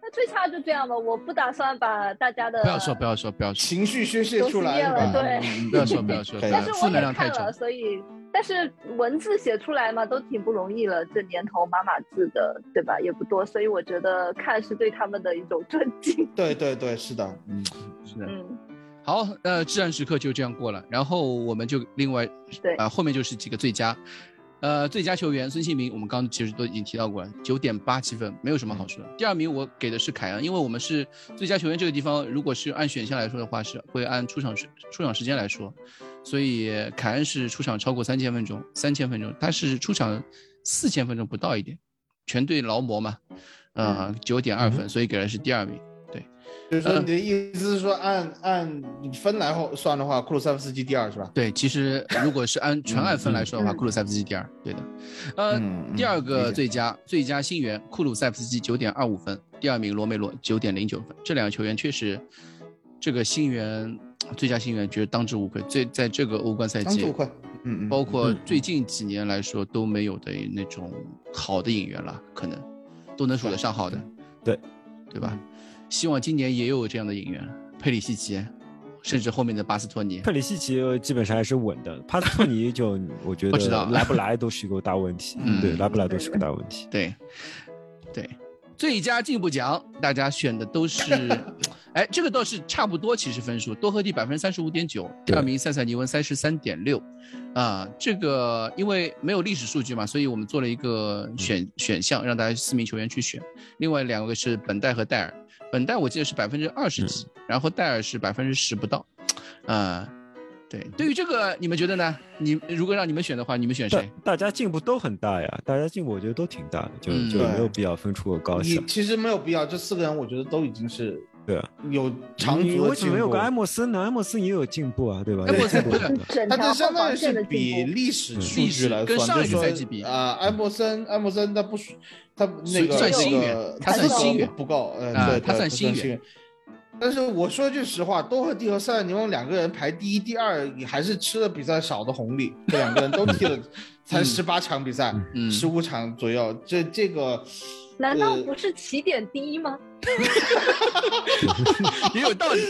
Speaker 7: 那最差就这样吧，我不打算把大家的
Speaker 6: 不要说，不要说，不要说，
Speaker 8: 情绪宣泄出来是吧？
Speaker 7: 都是
Speaker 8: 嗯
Speaker 6: 不要说，不要 说，
Speaker 8: 可以
Speaker 6: 不要
Speaker 7: 但是
Speaker 6: 说负
Speaker 7: 我
Speaker 6: 能
Speaker 7: 也
Speaker 6: 量太
Speaker 7: 看
Speaker 6: 重
Speaker 7: 了，。所以但是文字写出来嘛，都挺不容易了。这年头码码字的，对吧？也不多，所以我觉得看是对他们的一种尊敬。
Speaker 8: 对对对，是的，嗯，
Speaker 6: 是的。
Speaker 7: 嗯，
Speaker 6: 好，呃，至暗时刻就这样过了，然后我们就另外，
Speaker 7: 对
Speaker 6: 啊、后面就是几个最佳，呃，最佳球员孙兴民，我们刚刚其实都已经提到过了，九点八七分，没有什么好说的。第二名我给的是凯恩，因为我们是最佳球员这个地方，如果是按选项来说的话，是会按出场时出场时间来说，所以凯恩是出场超过三千分钟，三千分钟，他是出场四千分钟不到一点，全队劳模嘛，呃，九点二分，所以给的是第二名。
Speaker 8: 就
Speaker 6: 嗯
Speaker 8: 是说你的意思是说按按分来后算的话，库鲁塞夫斯基第二是吧？
Speaker 6: 对，其实如果是按纯按分来说的话，
Speaker 7: 嗯
Speaker 6: 库鲁塞夫斯基第二，对的。呃，
Speaker 8: 嗯
Speaker 6: 第二
Speaker 8: 理
Speaker 6: 个
Speaker 8: 解
Speaker 6: 最佳最佳新援库鲁塞夫斯基九点二五分，第二名罗梅罗九点零九分，这两个球员确实，这个新援最佳新援觉得当之无愧，最在这个欧冠赛
Speaker 8: 当之
Speaker 6: 季
Speaker 8: 无，愧。嗯嗯，
Speaker 6: 包括
Speaker 5: 嗯
Speaker 6: 最近几年来说都没有的那种好的引援了，可能都能数得上好的，
Speaker 5: 对
Speaker 6: 对吧？希望今年也有这样的引援，佩里西奇，甚至后面的巴斯托尼。
Speaker 5: 克里希奇呃基本上还是稳的，帕斯托尼就我觉
Speaker 6: 不知道
Speaker 5: 得来不来都是一个大问题，
Speaker 6: 嗯
Speaker 5: 对，来不来都是个大问题。
Speaker 6: 对，对，最佳进步奖大家选的都是，哎，这个倒是差不多，其实分数多和第百分之三十五点九，第二
Speaker 5: 对
Speaker 6: 名塞塞尼文三十三点六，啊，这个因为没有历史数据嘛，所以我们做了一个选选项，让大家四名球员去选，另外两个是本代和戴尔，本代我记得是百分之二十几，然后戴尔是百分之十不到，啊。对，对于这个你们觉得呢？你如果让你们选的话，你们选
Speaker 5: 大
Speaker 6: 谁？
Speaker 5: 大家进步都很大呀，大家进步我觉得都挺大的，就
Speaker 6: 嗯
Speaker 5: 就
Speaker 8: 对
Speaker 5: 没有必要分出个高下
Speaker 8: 你。其实没有必要，这四个人我觉得都已经是
Speaker 5: 对啊，
Speaker 8: 有长
Speaker 5: 你
Speaker 8: 足的
Speaker 5: 为什
Speaker 8: 进
Speaker 5: 么没有
Speaker 8: 步
Speaker 5: 个。埃莫森呢？埃莫森也有进步啊，对吧？
Speaker 6: 埃莫森
Speaker 5: 也有进步
Speaker 6: 不
Speaker 7: 是整
Speaker 8: 他
Speaker 7: 条
Speaker 8: 这
Speaker 7: 后
Speaker 8: 相当
Speaker 7: 防
Speaker 8: 于
Speaker 7: 线的
Speaker 8: 是比
Speaker 7: 进步。
Speaker 8: 历史数
Speaker 6: 历史
Speaker 8: 据来
Speaker 6: 跟
Speaker 8: 算，
Speaker 6: 上一
Speaker 8: 就
Speaker 6: 个
Speaker 8: 说
Speaker 6: 赛季比
Speaker 8: 啊，埃莫森，埃莫森他不属，他那个
Speaker 7: 算新
Speaker 8: 那
Speaker 6: 援
Speaker 8: 个
Speaker 6: 他
Speaker 7: 算
Speaker 8: 不
Speaker 7: 新
Speaker 6: 援
Speaker 8: 不够，嗯，
Speaker 6: 啊
Speaker 8: 对，
Speaker 6: 他
Speaker 8: 对
Speaker 6: 算
Speaker 8: 不
Speaker 6: 新援
Speaker 8: 援。但是我说句实话，多赫蒂和塞尔尼翁两个人排第一、第二，也还是吃了比赛少的红利。这两个人都踢了才
Speaker 6: 嗯
Speaker 8: 十八场比赛，
Speaker 6: 嗯
Speaker 8: 十五场左右。这这个
Speaker 7: 难道
Speaker 8: 呃
Speaker 7: 不是起点低吗？
Speaker 6: 也有道理。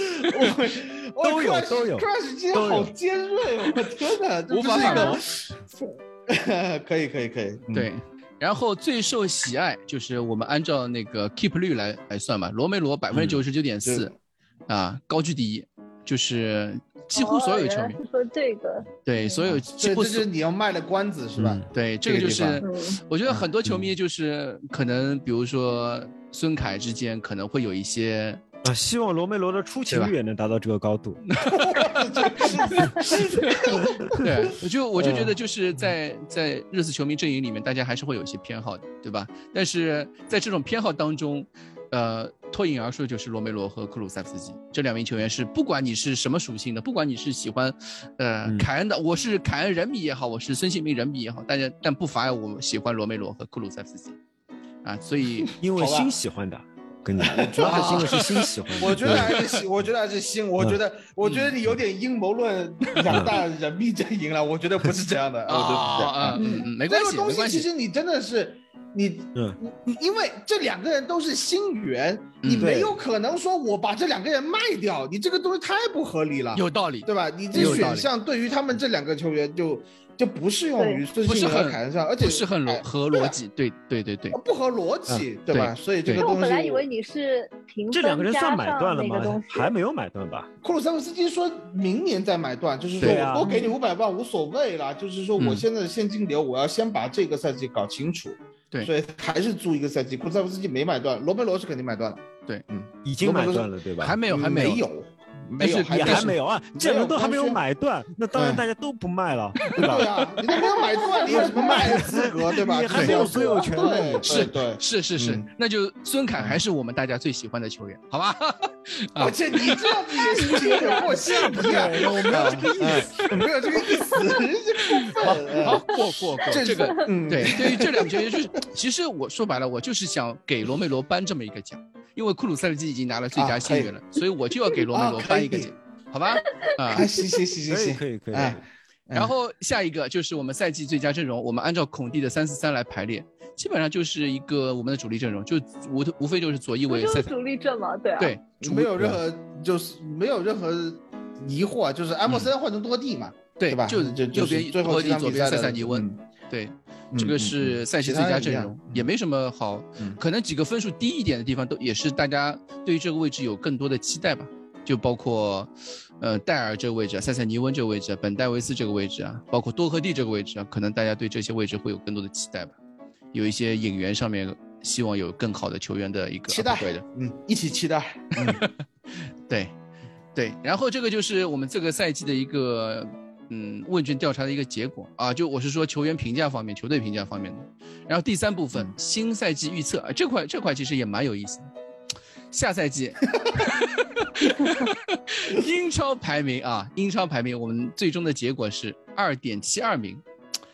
Speaker 8: 我
Speaker 5: 都有都有
Speaker 8: c r u s 今天
Speaker 5: 都有
Speaker 8: 好尖锐哦，我天哪，这
Speaker 6: 无法反驳
Speaker 8: 不是一个。 可以可以可以，嗯
Speaker 6: 对，然后最受喜爱就是我们按照那个 keep 率来来算吧，罗梅罗百分
Speaker 8: 嗯
Speaker 6: 之九十九点四，啊，高居第一，就是几乎所有球
Speaker 7: 哦
Speaker 6: 迷
Speaker 7: 原来，是说这个，
Speaker 6: 对所有几
Speaker 8: 啊这
Speaker 6: 乎
Speaker 8: 这
Speaker 6: 所
Speaker 8: 就是你要卖的关子是吧？
Speaker 6: 对这
Speaker 8: 这
Speaker 6: 个
Speaker 8: 个
Speaker 6: 就
Speaker 8: 地
Speaker 6: 是
Speaker 8: 方
Speaker 7: 嗯，
Speaker 6: 我觉得很多球迷就是可能比如说孙凯之间可能会有一些
Speaker 5: 啊，希望罗梅罗的出勤
Speaker 6: 对吧
Speaker 5: 率也能达到这个高度。
Speaker 6: 对，我就我就觉得，
Speaker 8: 嗯
Speaker 6: 就是在在热刺球迷阵营里面，大家还是会有一些偏好的，对吧？但是在这种偏好当中，呃，脱颖而出的就是罗梅罗和克鲁塞夫斯基这两名球员是，不管你是什么属性的，不管你是喜欢，呃，
Speaker 5: 嗯
Speaker 6: 凯恩的，我是凯恩人迷也好，我是孙兴民人迷也好，但是但不乏我喜欢罗梅罗和克鲁塞夫斯基，啊，所 以
Speaker 5: 因为
Speaker 8: 好吧
Speaker 5: 新喜欢的，跟你讲，主要还是因为是新喜欢的。
Speaker 8: 我觉得还是新，我觉得还是新，我觉得我觉得你有点阴谋论两大人命阵营了，我觉得不是这样的，我
Speaker 6: 啊
Speaker 8: 觉得不是这样。
Speaker 6: 啊嗯嗯，没关
Speaker 8: 这个
Speaker 6: 系，
Speaker 8: 东
Speaker 6: 没
Speaker 8: 西
Speaker 6: 关
Speaker 8: 其
Speaker 6: 系，
Speaker 8: 实你真的是你。
Speaker 5: 嗯
Speaker 8: 你你因为这两个人都是新援，
Speaker 6: 嗯
Speaker 8: 你没有可能说我把这两个人卖掉，你这个东西太不合理了，
Speaker 6: 有道理，
Speaker 8: 对吧？你
Speaker 6: 有
Speaker 8: 这
Speaker 6: 道理
Speaker 8: 选项对于他们这两个球员就就不适用于孙
Speaker 6: 不是
Speaker 8: 兴慜和
Speaker 6: 很
Speaker 8: 凯恩上，而且
Speaker 6: 不是很
Speaker 8: 哎
Speaker 6: 逻合
Speaker 8: 对
Speaker 6: 逻
Speaker 8: 啊
Speaker 6: 辑，对对对对，
Speaker 8: 不合逻辑，对吧？所以这
Speaker 6: 对
Speaker 8: 个
Speaker 7: 因为我
Speaker 8: 东
Speaker 7: 本
Speaker 8: 西，
Speaker 7: 来以为你是评分
Speaker 5: 这两个人算买断了
Speaker 7: 加上那个
Speaker 5: 吗
Speaker 7: 东？西
Speaker 5: 还没有买断吧？
Speaker 8: 库鲁塞夫斯基说明年再买断，就是说
Speaker 5: 对啊
Speaker 8: 我多给你五百万无所谓啦，就是说我
Speaker 6: 嗯
Speaker 8: 现在的现金流，我要先把这个赛季搞清楚。
Speaker 6: 对
Speaker 8: 所以还是租一个赛季。库鲁塞夫斯基没买断，罗梅罗是肯定买断了，
Speaker 5: 已经买断了，对吧？
Speaker 6: 还没有还
Speaker 8: 没
Speaker 6: 没有，
Speaker 8: 没有，
Speaker 6: 但是
Speaker 5: 也
Speaker 6: 但
Speaker 5: 还
Speaker 6: 是
Speaker 5: 没有啊，这人都还没有
Speaker 8: 没有
Speaker 5: 买断，那当然
Speaker 8: 哎
Speaker 5: 大家都不卖了，对吧
Speaker 8: 对？啊，你都没有买断，你有什么卖的资格，对吧？
Speaker 5: 你还没有所有权呢
Speaker 8: 对，对
Speaker 6: 是啊
Speaker 8: 对。
Speaker 6: 是是是，
Speaker 8: 嗯
Speaker 6: 那就孙凯还是我们大家最喜欢的球员，好吧？ 啊
Speaker 8: 而且你这样子也是有点过线了，我没有这个意思，哎没有这个意思，这过分。
Speaker 6: 好，
Speaker 8: 哎
Speaker 6: 过过过，这个。
Speaker 8: 嗯
Speaker 6: 对，对于这两个球员，就是其实我说白了，我就是想给罗梅罗颁这么一个奖，因为库鲁塞夫斯基已经拿了最佳新援了，所以我就要给罗梅罗
Speaker 8: 啊可以
Speaker 6: 颁一个奖，好吧？啊
Speaker 8: 哎，，行行行行
Speaker 5: 可以
Speaker 8: 行，
Speaker 5: 可以可以，
Speaker 8: 哎，
Speaker 6: 然后下一个就是我们赛季最佳阵容，我们按照孔蒂的三四三来排列，基本上就是一个我们的主力阵容，就无无非就是左翼
Speaker 7: 不
Speaker 6: 为
Speaker 7: 就是
Speaker 6: 塞，
Speaker 7: 主力阵吗？对啊，
Speaker 6: 对，
Speaker 8: 没有任何就是没有任何疑惑，啊就是埃莫森换成多蒂嘛，
Speaker 6: 嗯对
Speaker 8: 对吧？嗯
Speaker 6: 就
Speaker 8: 就
Speaker 6: 右
Speaker 8: 就
Speaker 6: 边
Speaker 8: 是最后
Speaker 6: 托
Speaker 8: 这
Speaker 6: 蒂，
Speaker 8: 场
Speaker 6: 左
Speaker 8: 比
Speaker 6: 边
Speaker 8: 赛
Speaker 6: 塞
Speaker 8: 的
Speaker 6: 塞尼翁，
Speaker 8: 嗯
Speaker 6: 对，
Speaker 8: 嗯
Speaker 6: 这个
Speaker 8: 嗯
Speaker 6: 是
Speaker 8: 嗯
Speaker 6: 赛季
Speaker 8: 其
Speaker 6: 最
Speaker 8: 他
Speaker 6: 佳
Speaker 8: 人一
Speaker 6: 阵
Speaker 8: 样
Speaker 6: 容，
Speaker 8: 嗯
Speaker 6: 也没什么好
Speaker 8: 嗯，
Speaker 6: 可能几个分数低一点的地方都也是大家对于这个位置有更多的期待吧，就包括，呃，戴尔这个位置啊，塞塞尼翁这个位置啊，本戴维斯这个位置啊，包括多赫蒂这个位置啊，可能大家对这些位置会有更多的期待吧，有一些引援上面希望有更好的球员啊的一个
Speaker 8: 期待
Speaker 6: upgrade
Speaker 8: 嗯，一起期待。
Speaker 6: 对，对，然后这个就是我们这个赛季的一个嗯问卷调查的一个结果啊，就我是说球员评价方面、球队评价方面的。然后第三部分新赛季预测啊，这块这块其实也蛮有意思的。下赛季，英超排名啊，英超排名，我们最终的结果是二点七二名，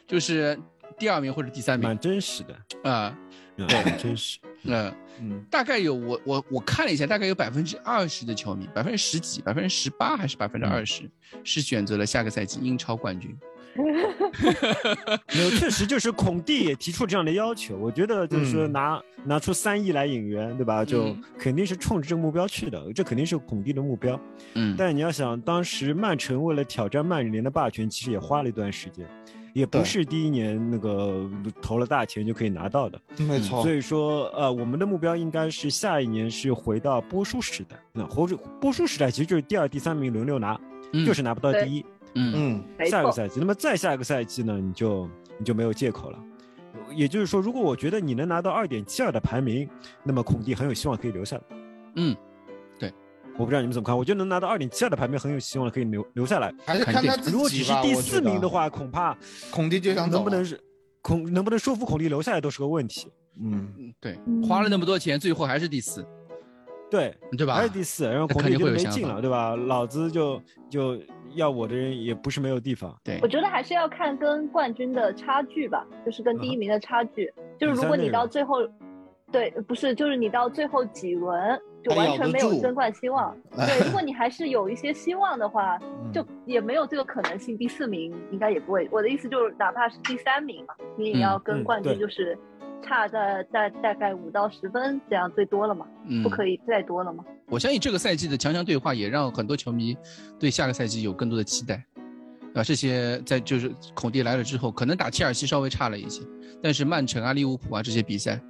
Speaker 6: 就是第二名或者第三名
Speaker 5: 蛮真实的，
Speaker 6: 啊，
Speaker 5: 嗯蛮真实。
Speaker 6: 嗯。
Speaker 8: 嗯，
Speaker 6: 大概有我我我看了一下，大概有百分之二十的
Speaker 5: 嗯
Speaker 6: 球迷，百分之十几，百分之十八还是百分之二十，是选择了下个赛季英超冠军。
Speaker 5: 没有，确实就是孔蒂也提出这样的要求。我觉得就是说
Speaker 6: 嗯
Speaker 5: 拿、拿出三亿来引援，对吧？就
Speaker 6: 嗯
Speaker 5: 肯定是冲着这个目标去的，这肯定是孔蒂的目标。
Speaker 6: 嗯，
Speaker 5: 但你要想，当时曼城为了挑战曼联的霸权，其实也花了一段时间，也
Speaker 8: 对
Speaker 5: 不是第一年那个投了大钱就可以拿到的。
Speaker 8: 没错
Speaker 5: 所，以说，呃，我们的目标应该是下一年是回到波叔时代。那或者波叔时代其实就是第二、第三名轮流拿，
Speaker 6: 嗯
Speaker 5: 就是拿不到
Speaker 7: 对
Speaker 5: 第一。
Speaker 6: 嗯
Speaker 8: 嗯，
Speaker 7: 没
Speaker 5: 下一个
Speaker 7: 错，
Speaker 5: 赛季，那么再下一个赛季呢，你就你就没有借口了。也就是说，如果我觉得你能拿到二点七二的排名，那么孔蒂很有希望可以留下来。
Speaker 6: 嗯，对，
Speaker 5: 我不知道你们怎么看，我觉得能拿到二点七二的排名很有希望可以留留下来。
Speaker 8: 还是看他自己吧。
Speaker 5: 如果只是第四名
Speaker 8: 我觉
Speaker 5: 的话，恐怕
Speaker 8: 得，孔蒂就想走啊
Speaker 5: 能
Speaker 8: 了
Speaker 5: 不能是孔能不能说服孔蒂留下来都是个问题。
Speaker 8: 嗯，
Speaker 6: 对，
Speaker 7: 嗯
Speaker 6: 花了那么多钱，最后还是第四，
Speaker 5: 对，
Speaker 6: 对吧
Speaker 5: 还是？第四，然后
Speaker 6: 那
Speaker 5: 孔
Speaker 6: 肯
Speaker 5: 蒂
Speaker 6: 定
Speaker 5: 就
Speaker 6: 会有
Speaker 5: 没
Speaker 6: 想
Speaker 5: 劲
Speaker 6: 法
Speaker 5: 了，对吧？老子就就要我的人也不是没有地方。
Speaker 6: 对
Speaker 7: 我，觉得还是要看跟冠军的差距吧，就是
Speaker 5: 嗯
Speaker 7: 跟第一名的差距。就是如果你到最后，对，不是，就是你到最后几轮就完全没有争冠希望。对，如果你还是有一些希望的话，
Speaker 5: 嗯
Speaker 7: 就也没有这个可能性。第四名应该也不会。我的意思就是，哪怕是第三名嘛，你也要
Speaker 5: 嗯
Speaker 7: 跟冠军
Speaker 5: 对
Speaker 7: 就是差在大大概五到十分这样最多了嘛，
Speaker 6: 嗯
Speaker 7: 不可以再多了嘛。
Speaker 6: 我相信这个赛季的强强对话也让很多球迷对下个赛季有更多的期待，啊，这些在就是孔蒂来了之后，可能打切尔西稍微差了一些，但是曼城啊、利物浦啊这些比赛，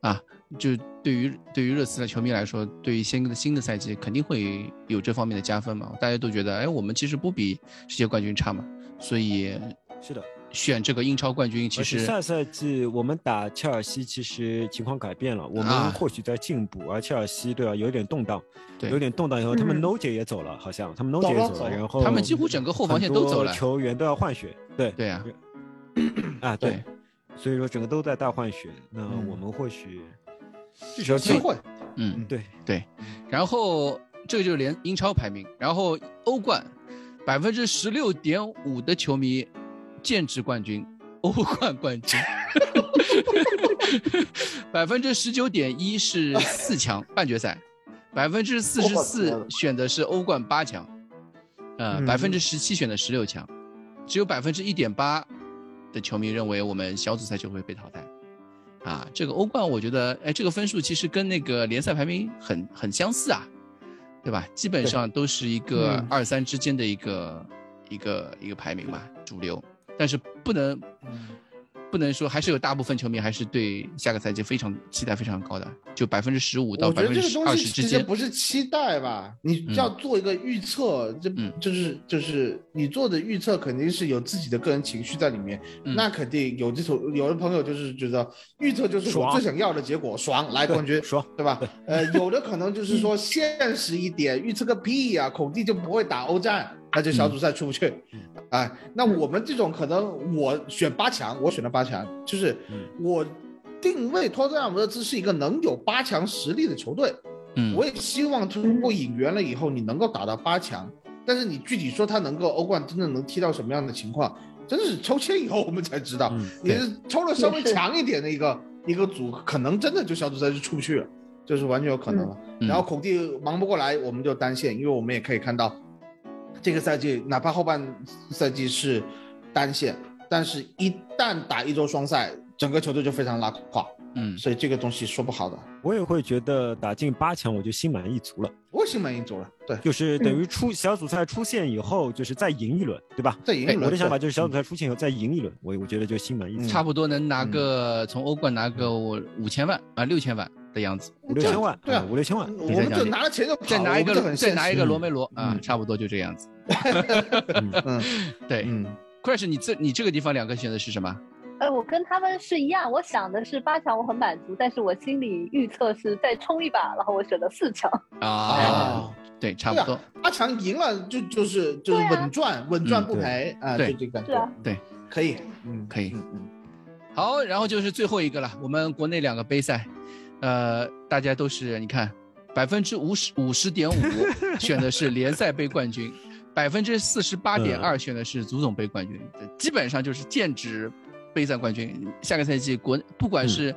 Speaker 6: 啊，就对于对于热刺的球迷来说，对于新的新的赛季肯定会有这方面的加分嘛，大家都觉得，哎，我们其实不比世界冠军差嘛，所以
Speaker 5: 是的，
Speaker 6: 选这个英超冠军其
Speaker 5: 而且
Speaker 6: 实
Speaker 5: 下赛季我们打切尔西，其实情况改变了，我
Speaker 6: 啊
Speaker 5: 们或许在进步，而切尔西对吧、有点动荡，
Speaker 6: 对
Speaker 5: 有点动荡以后，他们
Speaker 7: 嗯
Speaker 5: No 姐也走了，好像他们 No
Speaker 8: 走
Speaker 5: 姐也
Speaker 8: 了
Speaker 5: 走
Speaker 8: 走
Speaker 5: 了，
Speaker 8: 了
Speaker 5: 然后
Speaker 6: 他们几乎整个后防线都走了
Speaker 5: 很多，球员都要换血，对
Speaker 6: 对啊，
Speaker 5: 啊
Speaker 6: 对
Speaker 5: 对，所以说整个都在大换血，那
Speaker 8: 嗯
Speaker 5: 我们或许至
Speaker 8: 有
Speaker 5: 少
Speaker 8: 机会，
Speaker 6: 嗯。
Speaker 5: 对
Speaker 6: 然后这个就是联英超排名，然后欧冠百分之十六点五的球迷剑指冠军，欧冠冠 军，百分之十九点一是四 强半决赛，百分之四十四选的是欧冠八强，呃，
Speaker 8: 嗯
Speaker 6: 百分之十七选的十六强，只有百分之一点八的球迷认为我们小组赛就会被淘汰。啊，这个欧冠我觉得，哎，这个分数其实跟那个联赛排名很很相似啊，对吧？基本上都是一个
Speaker 8: 嗯
Speaker 6: 二三之间的一个、一个一个排名吧，主流。但是不能不能说，还是有大部分球迷还是对下个赛季非常期待非常高的，就百分之十五到
Speaker 8: 我觉
Speaker 6: 百
Speaker 8: 得
Speaker 6: 分
Speaker 8: 这个
Speaker 6: 之
Speaker 8: 东
Speaker 6: 二
Speaker 8: 西
Speaker 6: 十之
Speaker 8: 其实
Speaker 6: 间。
Speaker 8: 不是期待吧，你
Speaker 6: 嗯
Speaker 8: 要做一个预测，这
Speaker 6: 嗯
Speaker 8: 就是就是你做的预测肯定是有自己的个人情绪在里面，
Speaker 6: 嗯
Speaker 8: 那肯定有这种有的朋友就是觉得预测就是我
Speaker 5: 爽
Speaker 8: 最想要的结果，爽来冠军
Speaker 5: 对，。嗯说
Speaker 8: 对吧？呃，有的可能就是说现实一点，预测个屁呀、孔蒂就不会打欧战，那就小组赛出不去。
Speaker 5: 嗯
Speaker 8: 哎，那我们这种可能我选八强，我选了八强，就是
Speaker 5: 嗯
Speaker 8: 我定位托特纳姆热刺是一个能有八强实力的球队，
Speaker 6: 嗯
Speaker 8: 我也希望通过引援了以后你能够打到八强，但是你具体说他能够欧冠真的能踢到什么样的情况，真的是抽签以后我们才知道。
Speaker 5: 嗯
Speaker 8: 你是抽了稍微强一点的一个一个组，可能真的就小组赛就出不去了，这是完全有可能的。
Speaker 6: 嗯
Speaker 8: 然后孔蒂忙不过来，我们就单线，因为我们也可以看到，这个赛季哪怕后半赛季是单线，但是一旦打一周双赛，整个球队就非常拉胯，
Speaker 6: 嗯
Speaker 8: 所以这个东西说不好的。
Speaker 5: 我也会觉得打进八强我就心满意足了，
Speaker 8: 我心满意足了，对，
Speaker 7: 嗯
Speaker 5: 就是等于出小组赛出线以后，就是再赢一轮，对吧？
Speaker 8: 再赢一轮。
Speaker 5: 哎
Speaker 8: 嗯
Speaker 5: 我的想法
Speaker 8: 对
Speaker 5: 就是小组赛出线以后再赢一轮，我我觉得就心满意足，
Speaker 6: 差不多能拿个、从欧冠拿个我五千万啊六千万的样子，
Speaker 5: 五六千万，
Speaker 8: 对啊
Speaker 5: 嗯五六千万，
Speaker 8: 我们就拿了钱就跑了
Speaker 6: 再拿一
Speaker 8: 我们就
Speaker 6: 个
Speaker 8: 很
Speaker 6: 再拿一个
Speaker 8: 现实
Speaker 6: 罗梅罗啊，
Speaker 8: 嗯
Speaker 6: 差不多就这样子。
Speaker 8: 嗯
Speaker 6: 对，
Speaker 8: 嗯，
Speaker 6: Crash，你这你这个地方两个选择是什么？
Speaker 7: 哎，我跟他们是一样，我想的是八强我很满足，但是我心里预测是再冲一把，然后我选了四强。
Speaker 6: 啊
Speaker 8: 啊，，
Speaker 6: 对，差不多。
Speaker 8: 八强赢了就就是就是
Speaker 7: 对啊
Speaker 8: 稳赚，稳赚不赔啊，
Speaker 6: 对
Speaker 8: 就这个感
Speaker 7: 是啊
Speaker 8: 觉，
Speaker 6: 对，
Speaker 8: 可以，嗯，
Speaker 6: 可以
Speaker 8: 嗯嗯
Speaker 6: 好，然后就是最后一个了，我们国内两个杯赛，呃，大家都是你看，百分之五十五十点五选的是联赛杯冠军，百分之四十八点二选的是足总杯冠军，基本上就是剑指杯赛冠军。下个赛季国不管是、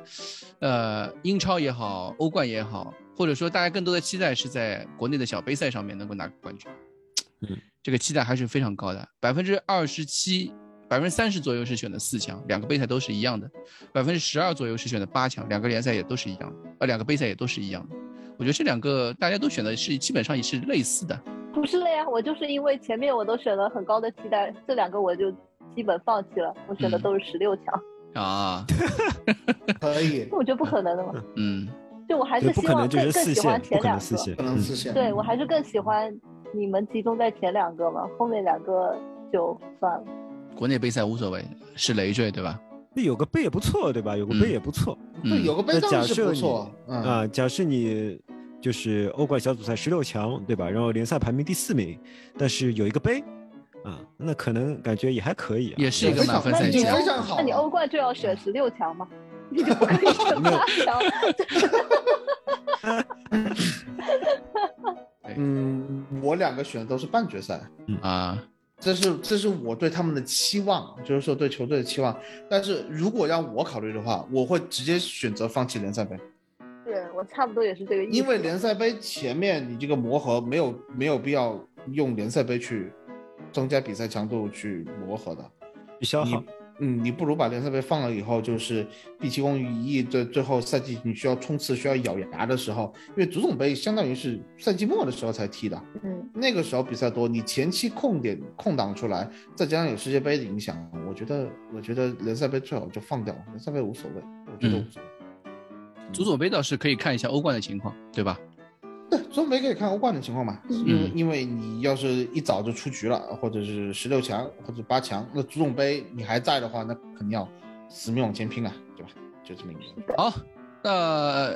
Speaker 6: 呃英超也好，欧冠也好，或者说大家更多的期待是在国内的小杯赛上面能够拿冠军，
Speaker 5: 嗯，
Speaker 6: 这个期待还是非常高的，百分之二十七百分之三十左右是选的四强，两个杯赛都是一样的；百分之十二左右是选的八强，两个联赛也都是一样的，呃，两个杯赛也都是一样的。我觉得这两个大家都选的是基本上也是类似的。
Speaker 7: 不是的呀，我就是因为前面我都选了很高的期待，这两个我就基本放弃了，我
Speaker 5: 嗯
Speaker 7: 选的都是十六强，
Speaker 6: 啊，
Speaker 8: 嗯可以，
Speaker 7: 我觉得不可能的嘛。
Speaker 6: 嗯，
Speaker 7: 就我还
Speaker 5: 对，
Speaker 7: 是
Speaker 5: 不
Speaker 7: 希
Speaker 5: 可
Speaker 7: 望
Speaker 5: 能就
Speaker 7: 更
Speaker 5: 是
Speaker 7: 更
Speaker 5: 四
Speaker 7: 喜
Speaker 5: 线
Speaker 7: 欢，
Speaker 5: 不
Speaker 7: 前
Speaker 5: 可
Speaker 7: 两
Speaker 5: 能四
Speaker 7: 个，
Speaker 5: 线，
Speaker 8: 可能
Speaker 5: 嗯
Speaker 8: 四线。
Speaker 7: 对我还是更喜欢你们集中在前两个嘛，后面两个就算了。
Speaker 6: 国内杯赛无所谓，是累赘对吧？那
Speaker 5: 那有个背也不错，对吧？有个
Speaker 6: 嗯
Speaker 5: 背也不错。
Speaker 8: 对，
Speaker 6: 嗯，
Speaker 8: 有个杯
Speaker 5: 那
Speaker 8: 当
Speaker 5: 假
Speaker 8: 然是
Speaker 5: 设
Speaker 8: 不
Speaker 5: 你
Speaker 8: 错，嗯，
Speaker 5: 啊，假设你就是欧冠小组赛十六强，对吧？然后联赛排名第四名，但是有一个杯，啊，那可能感觉也还可以、啊。
Speaker 6: 也是一个
Speaker 8: 非
Speaker 6: 满
Speaker 8: 常
Speaker 6: 分
Speaker 7: 那
Speaker 6: 赛
Speaker 7: 你
Speaker 6: 季
Speaker 8: 就
Speaker 6: 啊。
Speaker 8: 非常好
Speaker 7: 那你
Speaker 8: 了
Speaker 7: 欧冠就要选十六强 吗？你就不可以选八强，
Speaker 8: 嗯，我两个选的都是半决赛，
Speaker 5: 嗯
Speaker 6: 啊，
Speaker 8: 这是这是我对他们的期望，就是说对球队的期望。但是如果让我考虑的话，我会直接选择放弃联赛杯，
Speaker 7: 对我差不多也是这个意思。
Speaker 8: 因为联赛杯前面你这个磨合没有没有必要用联赛杯去增加比赛强度去磨合的。
Speaker 5: 取消
Speaker 8: 你
Speaker 5: 好，
Speaker 8: 嗯，你不如把联赛杯放了以后，就是毕其功于一役，最最后赛季你需要冲刺、需要咬牙的时候，因为足总杯相当于是赛季末的时候才踢的，
Speaker 7: 嗯，
Speaker 8: 那个时候比赛多，你前期空点空档出来，再加上有世界杯的影响，我觉得我觉得联赛杯最好就放掉，联赛杯无所谓，我觉得无所谓。
Speaker 6: 足总杯倒是可以看一下欧冠的情况，对吧？
Speaker 8: 对，足总杯可以看欧冠的情况嘛，
Speaker 5: 嗯
Speaker 8: 因为、因为你要是一早就出局了，或者是十六强或者八强，那足总杯你还在的话，那肯定要死命往前拼啊，对吧？就这么一个。
Speaker 6: 好，那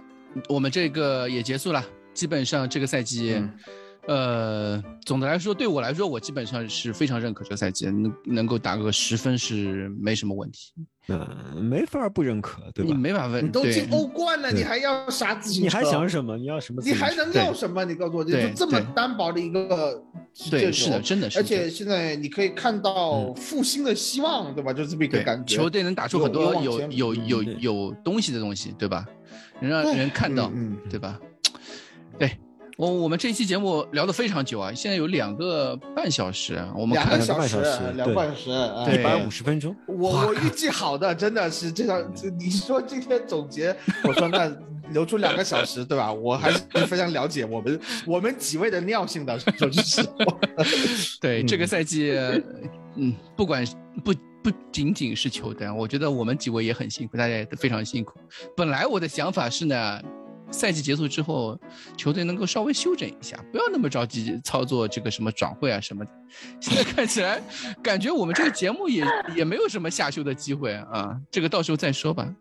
Speaker 6: 我们这个也结束了，基本上这个赛季。
Speaker 8: 嗯
Speaker 6: 呃，总的来说，对我来说，我基本上是非常认可这个赛季，能能够打个十分是没什么问题。
Speaker 5: 嗯，没法不认可，对
Speaker 6: 你
Speaker 5: 吧？
Speaker 6: 没法问，
Speaker 8: 你都
Speaker 6: 对嗯
Speaker 8: 进欧冠了，
Speaker 5: 对
Speaker 8: 你还要啥自行车？
Speaker 5: 你还想什么？你要什么自
Speaker 8: 你
Speaker 5: 行车？
Speaker 8: 还能要什么？你告诉我，就
Speaker 6: 对
Speaker 8: 这么
Speaker 6: 对
Speaker 8: 单薄的一个
Speaker 6: 对，
Speaker 8: 阵
Speaker 6: 是的，
Speaker 8: 容
Speaker 6: 真的是
Speaker 8: 而
Speaker 6: 的，
Speaker 8: 且现在你可以看到复兴的希望，对吧？就这么一个
Speaker 6: 对
Speaker 8: 感觉。
Speaker 6: 球队能打出很
Speaker 8: 有
Speaker 6: 多
Speaker 8: 有往
Speaker 6: 有
Speaker 8: 前
Speaker 6: 有有
Speaker 5: 嗯对
Speaker 6: 有东西的东西，对吧？能让
Speaker 8: 对
Speaker 6: 人看到，
Speaker 8: 嗯
Speaker 6: 对吧？对我我们这一期节目聊得非常久啊，现在有两个半小时啊，我们
Speaker 8: 两
Speaker 6: 看
Speaker 8: 个
Speaker 6: 看
Speaker 8: 小时
Speaker 5: 两个半
Speaker 8: 两个半小
Speaker 5: 小时，对
Speaker 8: 时，哎
Speaker 5: 一
Speaker 6: 对
Speaker 5: 百五十分钟，
Speaker 8: 我我预计好的，真的是这场。这你说今天总结，我说那留出两个小时， 对吧？我还是非常了解我们我们几位的尿性的，说句实话。
Speaker 6: 对
Speaker 8: 嗯
Speaker 6: 这个赛季，嗯，不管是不不仅仅是球队啊，我觉得我们几位也很辛苦，大家也都非常辛苦。本来我的想法是呢，赛季结束之后，球队能够稍微休整一下，不要那么着急操作这个什么转会啊什么的。现在看起来，感觉我们这个节目也也没有什么下修的机会啊，这个到时候再说吧。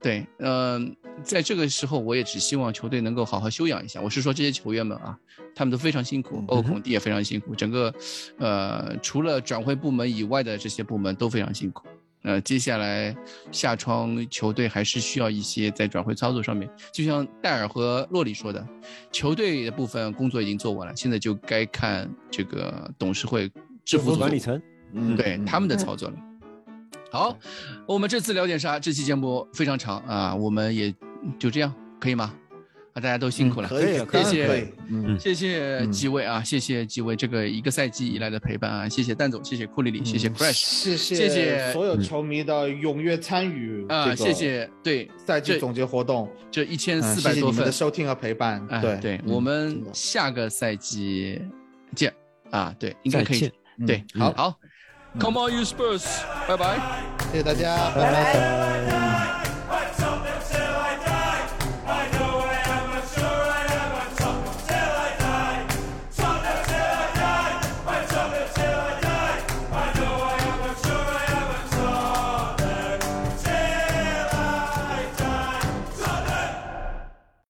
Speaker 6: 对，嗯、在这个时候，我也只希望球队能够好好休养一下。我是说这些球员们啊，他们都非常辛
Speaker 5: 嗯
Speaker 6: 苦，包括孔蒂也非常辛苦，整个，呃，除了转会部门以外的这些部门都非常辛苦。呃，接下来下窗球队还是需要一些在转会操作上面，就像戴尔和洛里说的，球队的部分工作已经做完了，现在就该看这个董事会、制服组
Speaker 5: 管理层。
Speaker 8: 嗯
Speaker 6: 对他们的操作了。好，我们这次聊点啥？这期节目非常长啊，我们也就这样，可以吗？啊，大家都辛苦了，
Speaker 8: 嗯可以，
Speaker 5: 可
Speaker 8: 可
Speaker 5: 以
Speaker 8: 以，
Speaker 6: 谢谢
Speaker 8: 可以嗯，
Speaker 6: 谢谢
Speaker 8: 嗯
Speaker 6: 几位啊，谢谢几位这个一个赛季以来的陪伴啊，谢谢蛋总，谢谢库里里，谢谢 Crash
Speaker 8: 嗯谢谢
Speaker 6: 谢谢
Speaker 8: 所有球迷的踊跃参与
Speaker 6: 啊，
Speaker 8: 这个
Speaker 6: 谢谢对
Speaker 8: 赛季
Speaker 6: 这
Speaker 8: 总结活动，
Speaker 6: 这一千
Speaker 8: 嗯
Speaker 6: 四
Speaker 8: 谢
Speaker 6: 百
Speaker 8: 谢
Speaker 6: 多
Speaker 8: 你们
Speaker 6: 份
Speaker 8: 的，收听和陪伴
Speaker 6: 哎，。
Speaker 8: 对
Speaker 6: 对，
Speaker 8: 嗯
Speaker 6: 我们
Speaker 8: 真的
Speaker 6: 下个赛季见啊，对，应该
Speaker 5: 再
Speaker 6: 可以
Speaker 5: 见，
Speaker 8: 嗯
Speaker 6: 嗯对，好好，Come on you Spurs，拜拜。
Speaker 8: 谢谢大家，拜
Speaker 7: 拜拜。
Speaker 5: 拜